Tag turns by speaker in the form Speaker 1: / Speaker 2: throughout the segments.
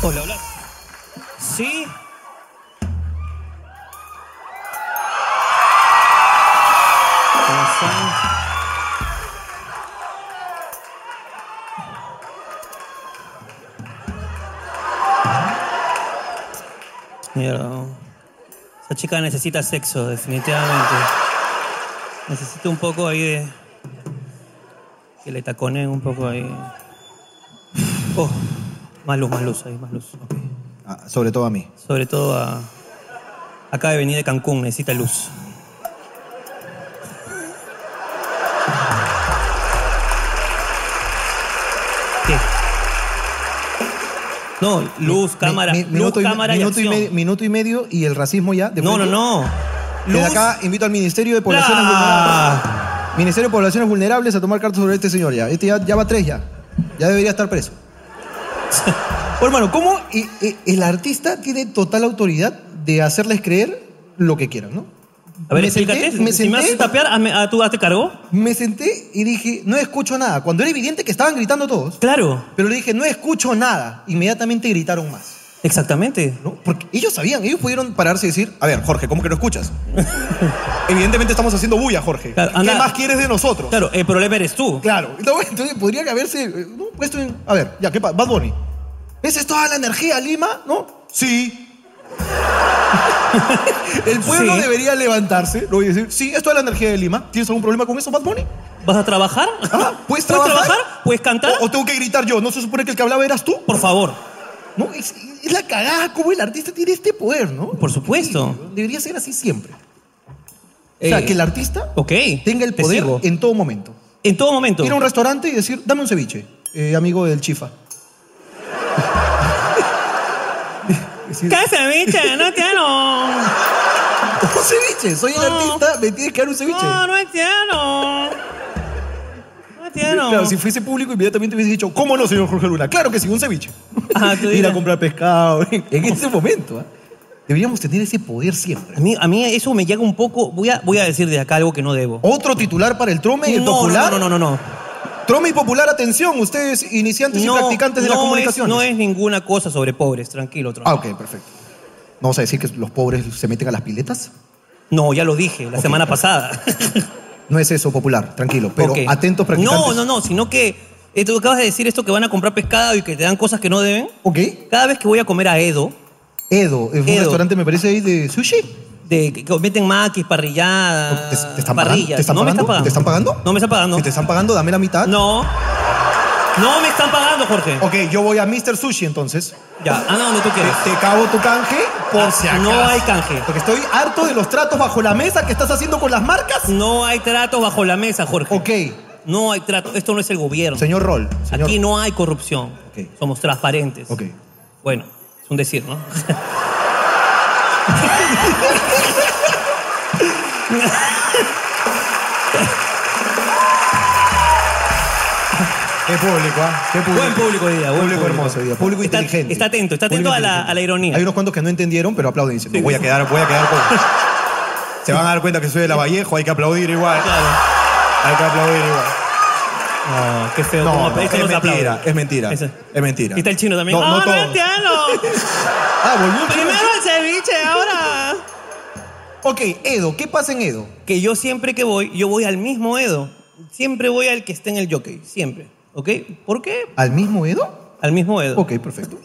Speaker 1: Pablo Blas. ¿Sí? ¿Cómo están? Mierda. ¿no? Esa chica necesita sexo, definitivamente. Necesita un poco ahí de. Que le taconeen un poco ahí. Oh, más luz, más luz, ahí, más luz. ok.
Speaker 2: Ah, sobre todo a mí.
Speaker 1: Sobre todo a. Acaba de venir de Cancún, necesita luz. ¿Qué? No, luz, cámara,
Speaker 2: Mi- mi-
Speaker 1: luz,
Speaker 2: minuto y-
Speaker 1: cámara y
Speaker 2: minuto, y
Speaker 1: acción.
Speaker 2: medio, minuto y medio y el racismo ya. de
Speaker 1: No, no,
Speaker 2: frente.
Speaker 1: no.
Speaker 2: Desde
Speaker 1: Luz.
Speaker 2: acá invito al Ministerio de Poblaciones
Speaker 1: Bla.
Speaker 2: Vulnerables. Ministerio de Poblaciones Vulnerables a tomar cartas sobre este señor ya. Este ya, ya va tres ya. Ya debería estar preso. Oh, hermano, ¿cómo e- e- el artista tiene total autoridad de hacerles creer lo que quieran, no?
Speaker 1: A ver,
Speaker 2: Me senté,
Speaker 1: explícate.
Speaker 2: me
Speaker 1: si me
Speaker 2: senté.
Speaker 1: haces tapear, hazme- ah, ¿tú hazte cargo?
Speaker 2: Me senté y dije, no escucho nada. Cuando era evidente que estaban gritando todos,
Speaker 1: Claro,
Speaker 2: pero le dije, no escucho nada. Inmediatamente gritaron más.
Speaker 1: exactamente.
Speaker 2: ¿no? Porque ellos sabían, ellos pudieron pararse y decir, a ver, Jorge, ¿cómo que no escuchas? Evidentemente estamos haciendo bulla, Jorge.
Speaker 1: Claro,
Speaker 2: ¿Qué
Speaker 1: anda-
Speaker 2: más quieres de nosotros?
Speaker 1: Claro, el problema eres tú.
Speaker 2: Claro. No, entonces podrían haberse eh, ¿no? puesto en... A ver, ya, ¿qué pasa? Bad Bunny. ¿Esa es toda la energía, Lima? ¿No? Sí. El pueblo
Speaker 1: Sí.
Speaker 2: debería levantarse ¿no? y decir, sí, esto es la energía de Lima. ¿Tienes algún problema con eso, Bad Bunny?
Speaker 1: ¿Vas a trabajar?
Speaker 2: Ah, ¿puedes trabajar?
Speaker 1: ¿Puedes cantar?
Speaker 2: ¿O, o tengo que gritar yo? ¿No se supone que el que hablaba eras tú?
Speaker 1: Por favor.
Speaker 2: No, es, es la cagada como el artista tiene este poder, ¿no?
Speaker 1: Por supuesto.
Speaker 2: Debería ser así siempre. O sea,
Speaker 1: Eh,
Speaker 2: que el artista
Speaker 1: Ok.
Speaker 2: tenga el
Speaker 1: te
Speaker 2: poder
Speaker 1: sigo. En,
Speaker 2: en todo momento.
Speaker 1: todo momento.
Speaker 2: Ir a un restaurante y decir, dame un ceviche, eh, amigo del chifa. Decir,
Speaker 1: Casa, bicha, no te alo.
Speaker 2: un ceviche, soy el
Speaker 1: No.
Speaker 2: artista, me tienes que dar un ceviche.
Speaker 1: No, no te alo. No te alo.
Speaker 2: Claro, si fuese público, inmediatamente hubiese dicho, ¿cómo no, señor Jorge Luna? Claro que sí, un ceviche.
Speaker 1: Ah, tú
Speaker 2: Ir a
Speaker 1: dirás.
Speaker 2: comprar pescado, en, en ese momento. ¿ah? Deberíamos tener ese poder siempre.
Speaker 1: A mí, a mí eso me llega un poco. Voy a, voy a decir de acá algo que no debo.
Speaker 2: Otro titular para el Trome y el
Speaker 1: no,
Speaker 2: Popular.
Speaker 1: no, no, no, no, no.
Speaker 2: Trome y Popular, atención, ustedes iniciantes y practicantes de
Speaker 1: no
Speaker 2: la
Speaker 1: es,
Speaker 2: comunicación.
Speaker 1: no es ninguna cosa sobre pobres, tranquilo, otro.
Speaker 2: Ah, ok, perfecto. ¿No vas a decir que los pobres se meten a las piletas?
Speaker 1: No, ya lo dije la semana pasada.
Speaker 2: No es eso popular, tranquilo. Pero
Speaker 1: Ok.
Speaker 2: atentos practicantes.
Speaker 1: No, no, no, sino que eh, tú acabas de decir esto que van a comprar pescado y que te dan cosas que no deben.
Speaker 2: Ok.
Speaker 1: Cada vez que voy a comer a Edo,
Speaker 2: Edo, es un
Speaker 1: Edo.
Speaker 2: restaurante, me parece, ahí de sushi.
Speaker 1: de, que meten maquis, parrilladas,
Speaker 2: ¿Te, te están pagando?
Speaker 1: parrillas.
Speaker 2: ¿Te
Speaker 1: Ah,
Speaker 2: están
Speaker 1: no
Speaker 2: pagando?
Speaker 1: me
Speaker 2: ¿Te
Speaker 1: están
Speaker 2: están
Speaker 1: pagando.
Speaker 2: pagando?
Speaker 1: No me están pagando.
Speaker 2: Si te están pagando, dame la mitad.
Speaker 1: No. No me están pagando, Jorge.
Speaker 2: Ok, yo voy a Mr. Sushi entonces.
Speaker 1: Ya, anda donde tú
Speaker 2: Te,
Speaker 1: quieras.
Speaker 2: te cago tu canje por
Speaker 1: Ah,
Speaker 2: si acaso.
Speaker 1: no hay canje.
Speaker 2: Porque estoy harto de los tratos bajo la mesa que estás haciendo con las marcas.
Speaker 1: No hay trato bajo la mesa, Jorge.
Speaker 2: Ok,
Speaker 1: No hay trato. Esto no es el gobierno.
Speaker 2: señor Roll. señor-
Speaker 1: Aquí no hay corrupción.
Speaker 2: Ok.
Speaker 1: Somos transparentes.
Speaker 2: Ok.
Speaker 1: Bueno, es un decir, ¿no?
Speaker 2: Qué público, ¿ah? Qué público.
Speaker 1: Buen público hoy día. Buen
Speaker 2: Público hermoso hoy día, público
Speaker 1: está,
Speaker 2: inteligente.
Speaker 1: Está atento, está atento
Speaker 2: Público
Speaker 1: a, la,
Speaker 2: inteligente.
Speaker 1: a la ironía.
Speaker 2: Hay unos cuantos que no entendieron, pero aplauden. dicen, "No, voy a quedar, voy a quedar con... Se van a dar cuenta que soy de la Vallejo, hay que aplaudir igual.
Speaker 1: Claro.
Speaker 2: Hay que aplaudir igual. Ah,
Speaker 1: No, qué feo. ¿Cómo?
Speaker 2: No, no,
Speaker 1: Eso
Speaker 2: es
Speaker 1: nos aplaude.
Speaker 2: mentira, es mentira.
Speaker 1: Eso.
Speaker 2: Es mentira.
Speaker 1: Y está el chino también.
Speaker 2: No,
Speaker 1: ¡Ah,
Speaker 2: no
Speaker 1: no,
Speaker 2: todo.
Speaker 1: entiendo!
Speaker 2: Ah, volvió un chino.
Speaker 1: Primero el ceviche, ahora.
Speaker 2: Ok, Edo, ¿qué pasa en Edo?
Speaker 1: Que yo siempre que voy, yo voy al mismo Edo. Siempre voy al que esté en el jockey. Siempre. ¿Ok? ¿Por qué?
Speaker 2: ¿Al mismo Edo?
Speaker 1: Al mismo Edo.
Speaker 2: Ok, perfecto.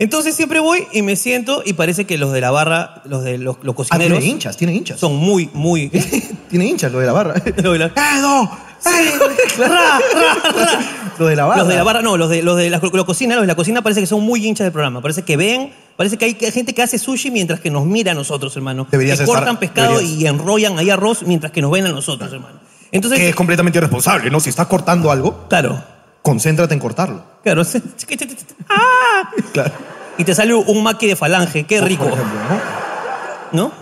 Speaker 1: Entonces siempre voy y me siento y parece que los de la barra, los de los, los
Speaker 2: Ah, tiene
Speaker 1: cocineros,
Speaker 2: hinchas, tiene hinchas.
Speaker 1: son muy, muy...
Speaker 2: tiene hinchas, lo de la barra.
Speaker 1: Lo de la-
Speaker 2: ¡Edo! ¡Edo!
Speaker 1: Ra, ra, ra.
Speaker 2: Lo de la barra.
Speaker 1: Los de la barra, no, los de, los de la, la cocina, los de la cocina parece que son muy hinchas del programa. Parece que ven, parece que hay que- gente que hace sushi mientras que nos mira a nosotros, hermano.
Speaker 2: Deberías
Speaker 1: que
Speaker 2: estar-
Speaker 1: cortan pescado
Speaker 2: deberías.
Speaker 1: y enrollan ahí arroz mientras que nos ven a nosotros, hermano. Entonces,
Speaker 2: Que es completamente irresponsable, ¿no? Si estás cortando algo,
Speaker 1: claro,
Speaker 2: concéntrate en cortarlo.
Speaker 1: claro. ¡Ah!
Speaker 2: Claro.
Speaker 1: Y te sale un maqui de falange, qué rico,
Speaker 2: Por ejemplo, ¿no?
Speaker 1: ¿no?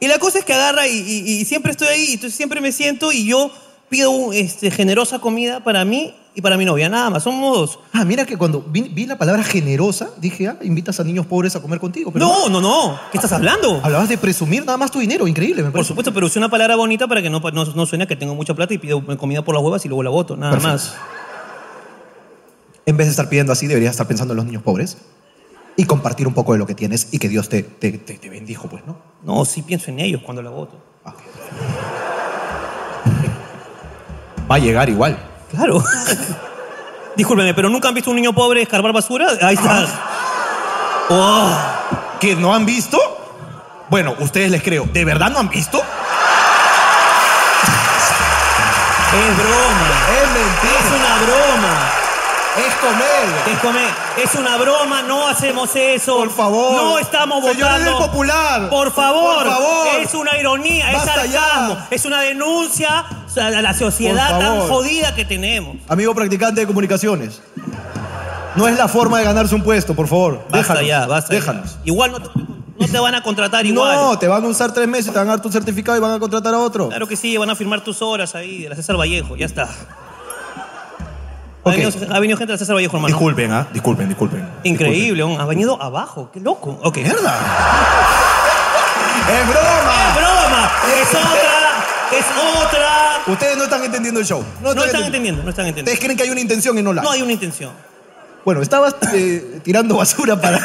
Speaker 1: Y la cosa es que agarra y, y- y siempre estoy ahí, entonces siempre me siento y yo pido un, este, generosa comida para mí y para mi novia, nada más, somos dos.
Speaker 2: Ah, mira que cuando vi, vi la palabra generosa, dije, ah, invitas a niños pobres a comer contigo. Pero
Speaker 1: No, no, no, ¿qué estás hablando?
Speaker 2: Hablabas de presumir nada más tu dinero, increíble, me
Speaker 1: Por
Speaker 2: parece.
Speaker 1: supuesto, pero usé una palabra bonita para que no, no, no suene a que tengo mucha plata y pido comida por las huevas y luego la voto, nada
Speaker 2: Perfecto.
Speaker 1: más.
Speaker 2: en vez de estar pidiendo así, deberías estar pensando en los niños pobres y compartir un poco de lo que tienes y que Dios te, te, te- te bendijo, pues, ¿no?
Speaker 1: No, sí pienso en ellos cuando la voto.
Speaker 2: Ah. Va a llegar igual.
Speaker 1: Claro. Discúlpeme, pero nunca han visto un niño pobre escarbar basura. Ahí está. Oh,
Speaker 2: ¿Que no han visto? Bueno, ustedes les creo. ¿De verdad no han visto?
Speaker 1: es broma.
Speaker 2: Es
Speaker 1: Es
Speaker 2: mentira.
Speaker 1: una broma.
Speaker 2: Es comedia.
Speaker 1: Es come- es una broma, no hacemos eso.
Speaker 2: Por favor.
Speaker 1: No estamos votando.
Speaker 2: Señores del Popular.
Speaker 1: Por favor.
Speaker 2: Por favor.
Speaker 1: Es una ironía,
Speaker 2: Basta
Speaker 1: es sarcasmo,
Speaker 2: ya.
Speaker 1: es una denuncia a la sociedad
Speaker 2: Por
Speaker 1: tan
Speaker 2: favor.
Speaker 1: jodida que tenemos.
Speaker 2: Amigo practicante de comunicaciones. No es la forma de ganarse un puesto, por favor.
Speaker 1: Basta
Speaker 2: déjanos.
Speaker 1: ya, basta. ya.
Speaker 2: Déjanos.
Speaker 1: Igual no, no te van a contratar igual.
Speaker 2: No, te van a usar tres meses, te van a dar tu certificado y van a contratar a otro.
Speaker 1: Claro que sí, van a firmar tus horas ahí, de la César Vallejo, ya está.
Speaker 2: Ok.
Speaker 1: Ha, venido, ha venido gente de la César Vallejo, hermano.
Speaker 2: Disculpen, ¿ah? Disculpen, disculpen.
Speaker 1: Increíble, ha venido abajo, qué loco. Ok.
Speaker 2: Disculpen. ¡Mierda! ¡Es broma!
Speaker 1: ¡Es broma! ¡Es otra! ¡Es otra!
Speaker 2: Ustedes no están entendiendo el show.
Speaker 1: No, están
Speaker 2: entendiendo.
Speaker 1: entendiendo, no están entendiendo.
Speaker 2: Ustedes creen que hay una intención y no la.
Speaker 1: No hay una intención.
Speaker 2: Bueno, estabas eh, tirando basura para.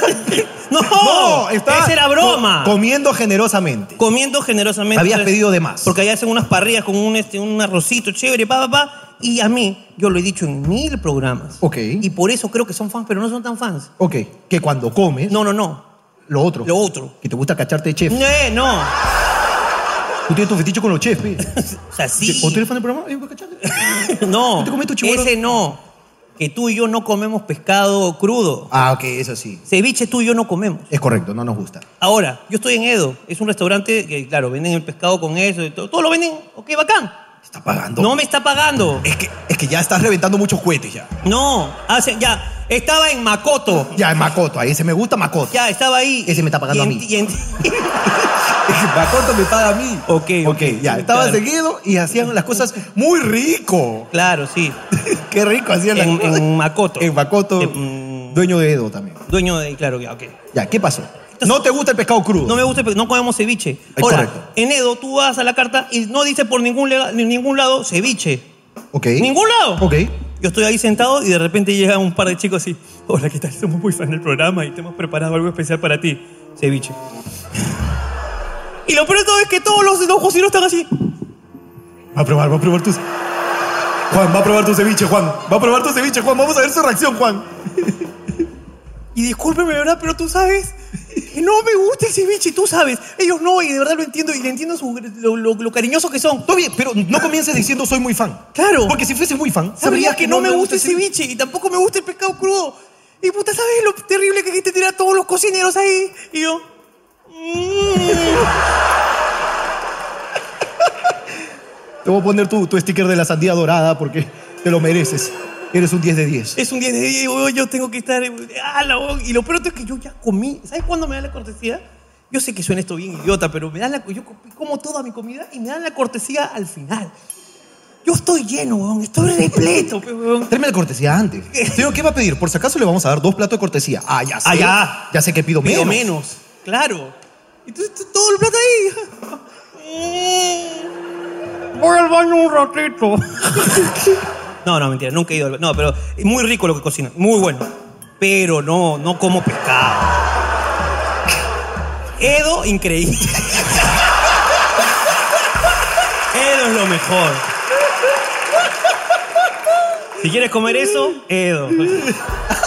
Speaker 1: ¡No!
Speaker 2: estabas
Speaker 1: ¡Esa era broma!
Speaker 2: co- comiendo generosamente.
Speaker 1: Comiendo generosamente.
Speaker 2: Habías pedido de más.
Speaker 1: Porque allá hacen unas parrillas con un, este, un arrocito chévere, pa, pa, pa. Y a mí, yo lo he dicho en mil programas.
Speaker 2: Ok.
Speaker 1: Y por eso creo que son fans, pero no son tan fans.
Speaker 2: Ok, que cuando comes,
Speaker 1: No, no, no.
Speaker 2: lo otro.
Speaker 1: Lo otro.
Speaker 2: Que te gusta cacharte de chef.
Speaker 1: Eh, no. O
Speaker 2: Tú tienes tu fetiche con los chefs, pe.
Speaker 1: sea, sí.
Speaker 2: ¿O tú eres fan del programa? Ay, cachate.
Speaker 1: No.
Speaker 2: ¿Tú te comes tu chibolo?
Speaker 1: Ese no. Que tú y yo no comemos pescado crudo.
Speaker 2: Ah, ok, eso sí.
Speaker 1: Ceviche tú y yo no comemos.
Speaker 2: Es correcto, no nos gusta.
Speaker 1: Ahora, yo estoy en Edo. Es un restaurante que, claro, venden el pescado con eso. y todo, todo lo venden. Ok, bacán.
Speaker 2: Te está pagando.
Speaker 1: No me está pagando.
Speaker 2: es, que, es que ya estás reventando muchos cohetes ya.
Speaker 1: No, hace, ya, estaba en Makoto.
Speaker 2: Ya, en Makoto, ahí se me gusta Makoto.
Speaker 1: Ya, estaba ahí.
Speaker 2: Ese me está pagando
Speaker 1: Y
Speaker 2: a
Speaker 1: en-
Speaker 2: mí.
Speaker 1: y en-
Speaker 2: Makoto me paga a mí.
Speaker 1: Ok,
Speaker 2: Ok, ya. Estaba
Speaker 1: Claro.
Speaker 2: seguido y hacían las cosas muy rico.
Speaker 1: claro, sí.
Speaker 2: Qué rico hacían las
Speaker 1: En,
Speaker 2: cosas.
Speaker 1: en Makoto.
Speaker 2: En Makoto,
Speaker 1: En- mm.
Speaker 2: dueño de Edo también.
Speaker 1: Dueño de, claro, ya, ok.
Speaker 2: Ya, ¿qué pasó? no te gusta el pescado crudo.
Speaker 1: No me gusta, el pe- no comemos ceviche.
Speaker 2: Es
Speaker 1: Ahora,
Speaker 2: correcto.
Speaker 1: en Edo tú vas a la carta y no dice por ningún, lega- ni- ningún lado ceviche.
Speaker 2: Ok.
Speaker 1: ¿Ningún lado?
Speaker 2: Ok.
Speaker 1: Yo estoy ahí sentado y de repente llega un par de chicos así. Hola, ¿qué tal? Somos muy fan del programa y te hemos preparado algo especial para ti. Ceviche. Y lo peor de todo es que todos los dos cocineros están así.
Speaker 2: Va a probar, va a probar tus. Juan, va a probar tu ceviche, Juan. Va a probar tu ceviche, Juan. Vamos a ver su reacción, Juan.
Speaker 1: Y discúlpeme, de ¿verdad? Pero tú sabes que no me gusta el ceviche, tú sabes. Ellos no, y de verdad lo entiendo, y le entiendo su- lo, lo- lo cariñosos que son.
Speaker 2: Todo bien, pero no comiences diciendo soy muy fan.
Speaker 1: Claro.
Speaker 2: Porque si fueses muy fan,
Speaker 1: Sabrías que no me gusta el
Speaker 2: ese ceviche.
Speaker 1: ceviche, y tampoco me gusta el pescado crudo. Y puta, ¿sabes lo terrible que es que te tirar todos los cocineros ahí? Y yo... mm.
Speaker 2: Te voy a poner tu, tu sticker de la sandía dorada porque te lo mereces. Eres un 10 de 10.
Speaker 1: Es un 10 de 10, y, weón, yo tengo que estar... ah, la weón. Y lo peor de todo es que yo ya comí. ¿Sabes cuándo me da la cortesía? Yo sé que suena esto bien idiota, pero me dan la... Yo como toda mi comida y me dan la cortesía al final. Yo estoy lleno, weón. Estoy repleto, pe, weón.
Speaker 2: Tráeme la cortesía antes. Eh, Señor, ¿qué va a pedir? Por si acaso le vamos a dar dos platos de cortesía. Ah, ya sé.
Speaker 1: Ah, ya.
Speaker 2: sé que pido,
Speaker 1: Pido
Speaker 2: menos.
Speaker 1: menos, claro. Entonces t- todo el plato ahí. Voy al baño un ratito. No, no, mentira, nunca he ido al baño. No, pero es muy rico lo que cocina, muy bueno. Pero no, no como pescado. Edo, increíble. Edo es lo mejor. Si quieres comer eso, Edo.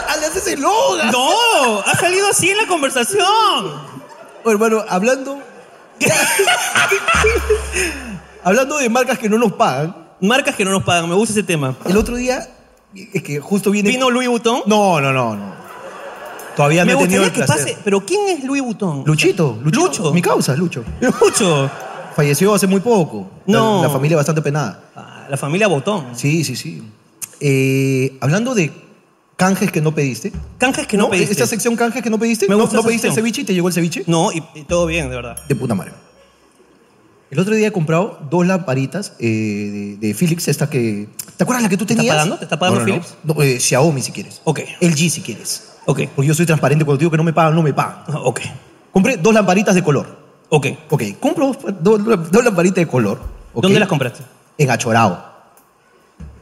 Speaker 2: Ah, le haces el hoga.
Speaker 1: ¡No! ¡Ha salido así en la conversación!
Speaker 2: Bueno, hermano, hablando. hablando de marcas que no nos pagan,
Speaker 1: Marcas que no nos pagan, me gusta ese tema.
Speaker 2: el otro día. Es que justo viene.
Speaker 1: Vino Louis Vuitton.
Speaker 2: No, no, no, no. Todavía
Speaker 1: me
Speaker 2: no he tenido el
Speaker 1: gustaría que
Speaker 2: placer.
Speaker 1: pase. Pero ¿quién es Louis Vuitton?
Speaker 2: Luchito, Luchito.
Speaker 1: Lucho.
Speaker 2: Mi causa, Lucho.
Speaker 1: Lucho.
Speaker 2: Falleció hace muy poco. La-
Speaker 1: No.
Speaker 2: La, familia bastante penada.
Speaker 1: Ah, la familia Botón.
Speaker 2: Sí, sí, sí. Eh, hablando de canjes que no pediste.
Speaker 1: Canjes que no, pediste.
Speaker 2: Esta sección canjes que no pediste.
Speaker 1: Me
Speaker 2: ¿No,
Speaker 1: gusta
Speaker 2: no
Speaker 1: esa
Speaker 2: pediste el
Speaker 1: sección.
Speaker 2: ceviche y te llegó el ceviche?
Speaker 1: No, y, y todo bien, de verdad.
Speaker 2: De puta madre. El otro día he comprado dos lamparitas eh, de, de Philips, esta que... ¿Te acuerdas la que tú tenías?
Speaker 1: pagando? ¿Te está pagando
Speaker 2: No, no, no.
Speaker 1: Philips?
Speaker 2: No, eh, Xiaomi si quieres.
Speaker 1: Ok.
Speaker 2: LG si quieres.
Speaker 1: Ok.
Speaker 2: Porque yo soy transparente, cuando digo que no me pagan, no me pagan.
Speaker 1: Ah, Ok.
Speaker 2: Compré dos lamparitas de color.
Speaker 1: Ok.
Speaker 2: Ok, compro dos, dos- dos lamparitas de color. ok,
Speaker 1: ¿Dónde las compraste?
Speaker 2: En Achorao.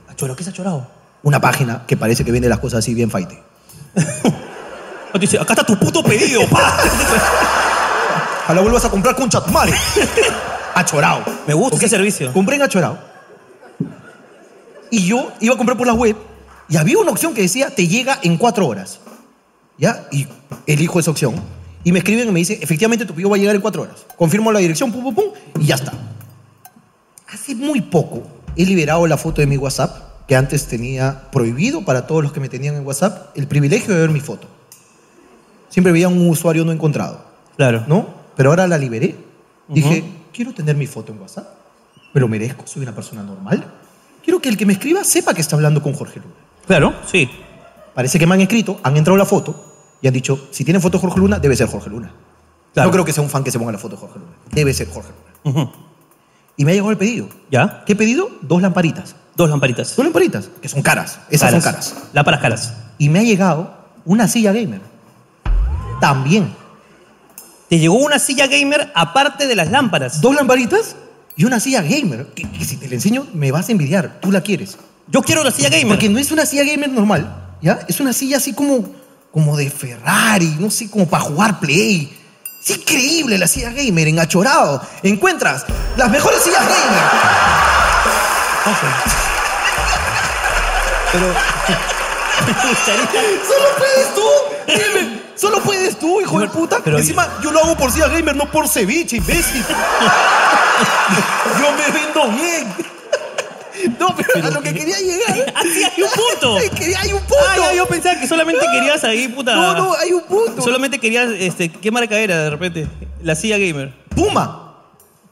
Speaker 1: ¿Achorao? Ah, ¿Qué es achorao?
Speaker 2: una página que parece que vende las cosas así bien fighting.
Speaker 1: No, te dice, acá está tu puto pedido, pa.
Speaker 2: Ojalá vuelvas a comprar con Chatmare. Achorao.
Speaker 1: Me gusta
Speaker 2: Ok,
Speaker 1: ese servicio.
Speaker 2: Compré en Achorao. Y yo iba a comprar por la web y había una opción que decía te llega en cuatro horas. ¿Ya? Y elijo esa opción. Y me escriben y me dicen, efectivamente tu pedido va a llegar en cuatro horas. Confirmo la dirección, pum, pum, pum, y ya está. Hace muy poco he liberado la foto de mi WhatsApp, que antes tenía prohibido para todos los que me tenían en WhatsApp, el privilegio de ver mi foto. Siempre veía un usuario no encontrado.
Speaker 1: Claro.
Speaker 2: ¿no? Pero ahora la liberé. Dije, quiero tener mi foto en WhatsApp. Me lo merezco, soy una persona normal. Quiero que el que me escriba sepa que está hablando con Jorge Luna.
Speaker 1: Claro, sí.
Speaker 2: Parece que me han escrito, han entrado la foto y han dicho, si tiene foto de Jorge Luna, debe ser Jorge Luna.
Speaker 1: Claro.
Speaker 2: No creo que sea un fan que se ponga la foto de Jorge Luna. Debe ser Jorge Luna.
Speaker 1: Ujú.
Speaker 2: Y me ha llegado el pedido.
Speaker 1: ¿Ya?
Speaker 2: ¿Qué he pedido? Dos lamparitas.
Speaker 1: Dos lamparitas.
Speaker 2: Dos lamparitas, que son caras. Esas son caras.
Speaker 1: Lámparas caras.
Speaker 2: Y me ha llegado una silla gamer. También.
Speaker 1: Te llegó una silla gamer aparte de las lámparas.
Speaker 2: dos lamparitas y una silla gamer. Que, que si te la enseño, me vas a envidiar. Tú la quieres.
Speaker 1: Yo quiero la silla gamer.
Speaker 2: Porque no es una silla gamer normal, ¿ya? Es una silla así como, como de Ferrari, no sé, como para jugar Play. Es increíble la silla gamer en Achorado. Encuentras las mejores sillas gamer.
Speaker 1: Pero. Me gustaría-
Speaker 2: Solo puedes tú, dime. Solo puedes tú, hijo de puta.
Speaker 1: Pero-
Speaker 2: Encima, yo lo hago por silla gamer, no por ceviche, imbécil. yo me vendo bien. No, pero, a lo que quería llegar.
Speaker 1: Así Ah, hay un punto.
Speaker 2: Es que hay un punto.
Speaker 1: Ah, ya, yo pensaba que solamente querías ahí, puta.
Speaker 2: ¡Ah! No, no, hay un punto.
Speaker 1: Solamente querías, este, ¿qué marca era de repente? La silla gamer.
Speaker 2: Puma.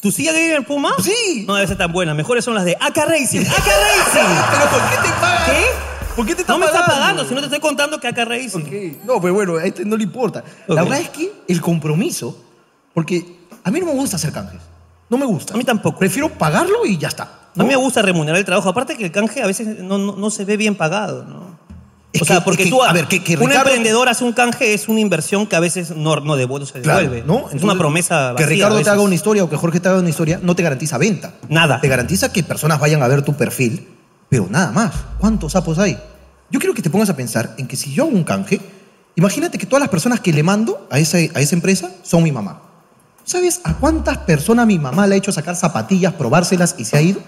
Speaker 1: ¿Tu silla gamer Puma?
Speaker 2: Sí.
Speaker 1: No debe ser tan buena. Mejores son las de AK Racing. AK Racing.
Speaker 2: ¿Pero por qué te pagan?
Speaker 1: ¿Qué?
Speaker 2: ¿Por qué te
Speaker 1: No
Speaker 2: están
Speaker 1: me estás
Speaker 2: pagando?
Speaker 1: pagando, si no te estoy contando que AK Racing.
Speaker 2: Ok. No, pero bueno, a este no le importa. La
Speaker 1: Ok.
Speaker 2: verdad es que el compromiso, porque a mí no me gusta hacer canjes. No me gusta.
Speaker 1: A mí tampoco.
Speaker 2: Prefiero pagarlo y ya está.
Speaker 1: A mí me gusta remunerar el trabajo. Aparte que el canje a veces no, no- no se ve bien pagado, ¿no?
Speaker 2: Es
Speaker 1: o
Speaker 2: que-
Speaker 1: sea, porque
Speaker 2: es que,
Speaker 1: tú,
Speaker 2: a ver, que- que
Speaker 1: un
Speaker 2: Ricardo-
Speaker 1: emprendedor hace un canje, es una inversión que a veces no, no devuelve, no se
Speaker 2: Claro,
Speaker 1: devuelve.
Speaker 2: ¿no?
Speaker 1: es
Speaker 2: Entonces,
Speaker 1: una promesa
Speaker 2: Que
Speaker 1: vacía a
Speaker 2: Ricardo te
Speaker 1: veces.
Speaker 2: haga una historia o que Jorge te haga una historia no te garantiza venta.
Speaker 1: Nada.
Speaker 2: Te garantiza que personas vayan a ver tu perfil, pero nada más. ¿Cuántos sapos hay? Yo quiero que te pongas a pensar en que si yo hago un canje, imagínate que todas las personas que le mando a esa, a esa empresa son mi mamá. ¿Sabes a cuántas personas mi mamá le ha hecho sacar zapatillas, probárselas y se ha ido?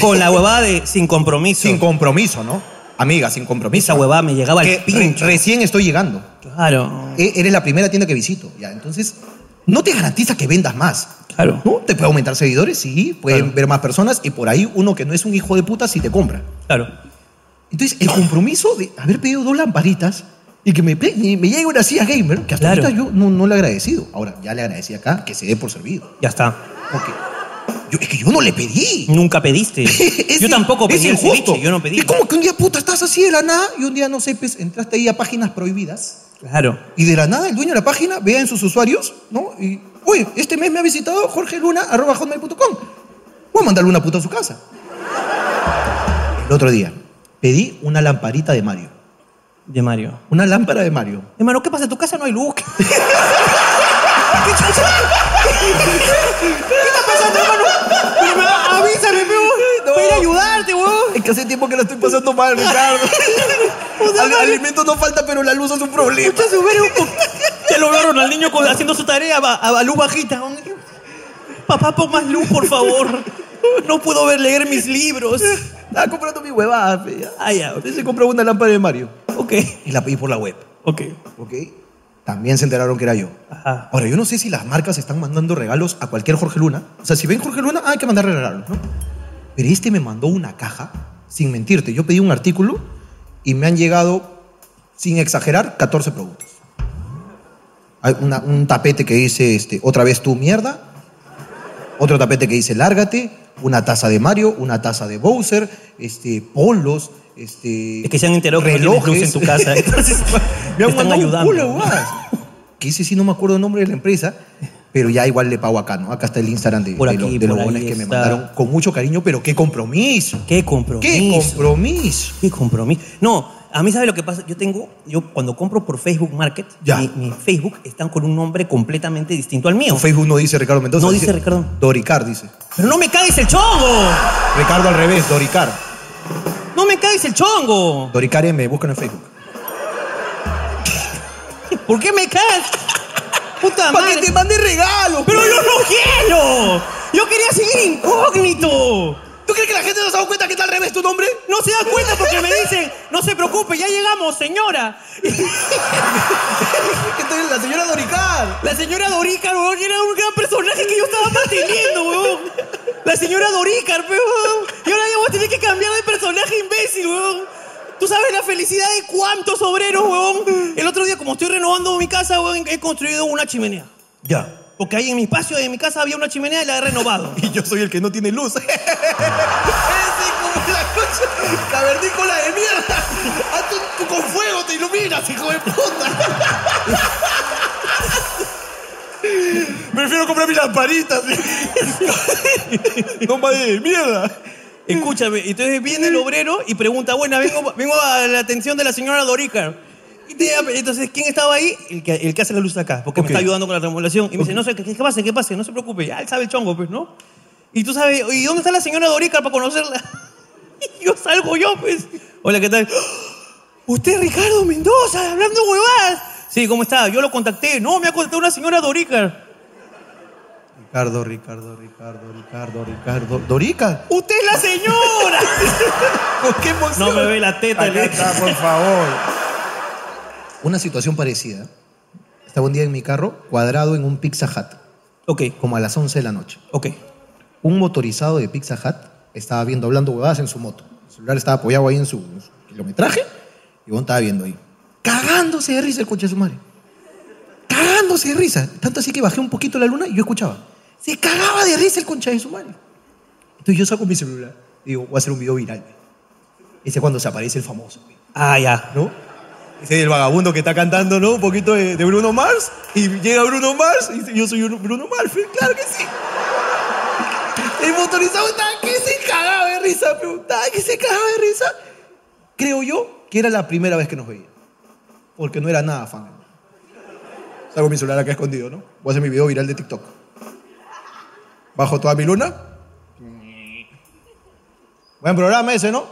Speaker 1: Con la huevada de sin compromiso.
Speaker 2: Sin compromiso, ¿no? Amiga, sin compromiso.
Speaker 1: Esa huevada me llegaba al
Speaker 2: Que re-
Speaker 1: pincho.
Speaker 2: recién estoy llegando.
Speaker 1: Claro,
Speaker 2: E- Eres la primera tienda que visito. Ya, entonces, no te garantiza que vendas más.
Speaker 1: claro.
Speaker 2: ¿No? Te puede aumentar seguidores, sí, pueden
Speaker 1: Claro.
Speaker 2: ver más personas y por ahí uno que no es un hijo de puta sí te compra.
Speaker 1: Claro.
Speaker 2: Entonces, el compromiso de haber pedido dos lamparitas y que me, pe- y me llegue una silla gamer, que hasta
Speaker 1: Claro.
Speaker 2: ahorita yo no, no le he agradecido. Ahora, ya le agradecí acá que se dé por servido.
Speaker 1: Ya está.
Speaker 2: Porque yo- es que yo no le pedí.
Speaker 1: Nunca pediste.
Speaker 2: Es
Speaker 1: yo
Speaker 2: in-
Speaker 1: tampoco pedí
Speaker 2: es
Speaker 1: el
Speaker 2: injusto.
Speaker 1: ceviche, yo no pedí.
Speaker 2: Es como que un día puta estás así de la nada y un día no sé, pues, entraste ahí a páginas prohibidas
Speaker 1: Claro.
Speaker 2: y de la nada el dueño de la página vea en sus usuarios, ¿no? Y, oye, este mes me ha visitado Jorge Luna, arroba hotmail.com. Voy a mandarle una puta a su casa. El otro día pedí una lamparita de Mario.
Speaker 1: De Mario.
Speaker 2: Una lámpara de Mario.
Speaker 1: Hermano, ¿qué pasa? En tu casa no hay luz.
Speaker 2: ¡Avísame,
Speaker 1: No. Voy a ir a ayudarte, huevón.
Speaker 2: Es que hace tiempo que la estoy pasando mal, Ricardo. Al- alimento no falta, pero la luz es un problema.
Speaker 1: Te lograron al niño con- haciendo su tarea a, a luz bajita. Papá, pon más luz, por favor. No puedo ver leer mis libros.
Speaker 2: Estaba comprando mi huevada, fe, ya.
Speaker 1: Ah, ya.
Speaker 2: Entonces se compró una lámpara de Mario.
Speaker 1: Ok.
Speaker 2: Y la pedí por la web.
Speaker 1: Ok.
Speaker 2: ¿Ok? También se enteraron que era yo.
Speaker 1: Ajá.
Speaker 2: Ahora, yo no sé si las marcas están mandando regalos a cualquier Jorge Luna. O sea, si ven Jorge Luna, ah, hay que mandar regalos, ¿no? Pero este me mandó una caja, sin mentirte. Yo pedí un artículo y me han llegado, sin exagerar, 14 productos. Hay una- un tapete que dice, este, otra vez tú mierda. Otro tapete que dice, lárgate. Una taza de Mario, una taza de Bowser, este, polos, este...
Speaker 1: Es que se han enterado que no tienes luz en tu casa. Entonces,
Speaker 2: Me
Speaker 1: te
Speaker 2: han
Speaker 1: están
Speaker 2: mandado un
Speaker 1: ayudando.
Speaker 2: culo, guas. Que ese sí no me acuerdo el nombre de la empresa, pero ya igual le pago acá, ¿no? Acá está el Instagram de,
Speaker 1: Por
Speaker 2: de lo-
Speaker 1: aquí,
Speaker 2: de los
Speaker 1: por ahí
Speaker 2: buenos que me
Speaker 1: está.
Speaker 2: mandaron con mucho cariño, pero qué compromiso.
Speaker 1: Qué compromiso.
Speaker 2: Qué compromiso.
Speaker 1: Qué compromiso. No, a mí, ¿sabes lo que pasa? Yo tengo, yo cuando compro por Facebook Market,
Speaker 2: Ya.
Speaker 1: Mi, mi Facebook están con un nombre completamente distinto al mío.
Speaker 2: En Facebook no dice Ricardo Mendoza.
Speaker 1: No dice Ricardo.
Speaker 2: Doricar dice.
Speaker 1: Pero no me cagues el chongo.
Speaker 2: Ricardo al revés, Doricar.
Speaker 1: No me cagues el chongo.
Speaker 2: Doricare me buscan en Facebook.
Speaker 1: ¿Por qué me cagas? Puta
Speaker 2: ¡Para
Speaker 1: madre.
Speaker 2: que te mande regalos!
Speaker 1: Pero yo no quiero. Yo quería seguir incógnito.
Speaker 2: ¿Tú crees que la gente no se ha dado cuenta que está al revés tu nombre?
Speaker 1: No se dan cuenta porque me dicen, no se preocupe, ya llegamos, señora.
Speaker 2: Que tú eres la señora Doricar.
Speaker 1: La señora Doricar, weón, era un gran personaje que yo estaba manteniendo, weón. La señora Doricar, pe, weón. Y ahora ya voy a tener que cambiar de personaje, imbécil, weón. Tú sabes la felicidad de cuántos obreros, weón. El otro día, como estoy renovando mi casa, weón, he construido una chimenea.
Speaker 2: Ya.
Speaker 1: Porque ahí en mi espacio, en mi casa, había una chimenea y la he renovado.
Speaker 2: Y yo soy el que no tiene luz. Ese como la concha cavernícola de mierda. Ah, tú, tú con fuego te iluminas, hijo de puta. Prefiero comprar mis lamparitas. no madre de mierda.
Speaker 1: Escúchame, entonces viene el obrero y pregunta, bueno, vengo, vengo a la atención de la señora Doricar. Y te- Entonces, ¿quién estaba ahí? El que, el que hace la luz acá, porque
Speaker 2: Ok.
Speaker 1: me está ayudando con la remodelación. Y me dice, no sé, que, que pase, que pase, no se preocupe. Ya él sabe el chongo, pues, ¿no? Y tú sabes, ¿y dónde está la señora Doricar para conocerla? Y yo salgo yo, pues. Hola, ¿qué tal? Usted es Ricardo Mendoza, hablando huevadas. Sí, ¿cómo está? Yo lo contacté. No, me ha contactado una señora Doricar.
Speaker 2: Ricardo, Ricardo, Ricardo, Ricardo, Ricardo. Dorica.
Speaker 1: ¡Usted es la señora!
Speaker 2: ¿Con qué emoción?
Speaker 1: no me ve la teta.
Speaker 2: Acá
Speaker 1: le-
Speaker 2: está, por favor. Una situación parecida. Estaba un día en mi carro, cuadrado en un Pizza Hut,
Speaker 1: Ok,
Speaker 2: como a las 11 de la noche.
Speaker 1: ok.
Speaker 2: Un motorizado de Pizza Hut estaba viendo, hablando huevadas en su moto. El celular estaba apoyado ahí en su, en su kilometraje y uno estaba viendo ahí. Cagándose de risa el coche de su madre. Cagándose de risa. Tanto así que bajé un poquito la luna y yo escuchaba. Se cagaba de risa el concha de su madre. Entonces yo saco mi celular y digo, voy a hacer un video viral. Ese es cuando se aparece el famoso.
Speaker 1: Ah, ya.
Speaker 2: ¿no? Ese es el vagabundo que está cantando, ¿no? Un poquito de, de Bruno Mars. Y llega Bruno Mars y dice, yo soy un- Bruno Mars. Fe, Claro que sí. El motorizado estaba que se cagaba de risa, pero estaba que se cagaba de risa. Creo yo que era la primera vez que nos veía. Porque no era nada fan. Salgo mi celular acá escondido, ¿no? Voy a hacer mi video viral de TikTok. Bajo toda mi luna. Buen programa ese, ¿no?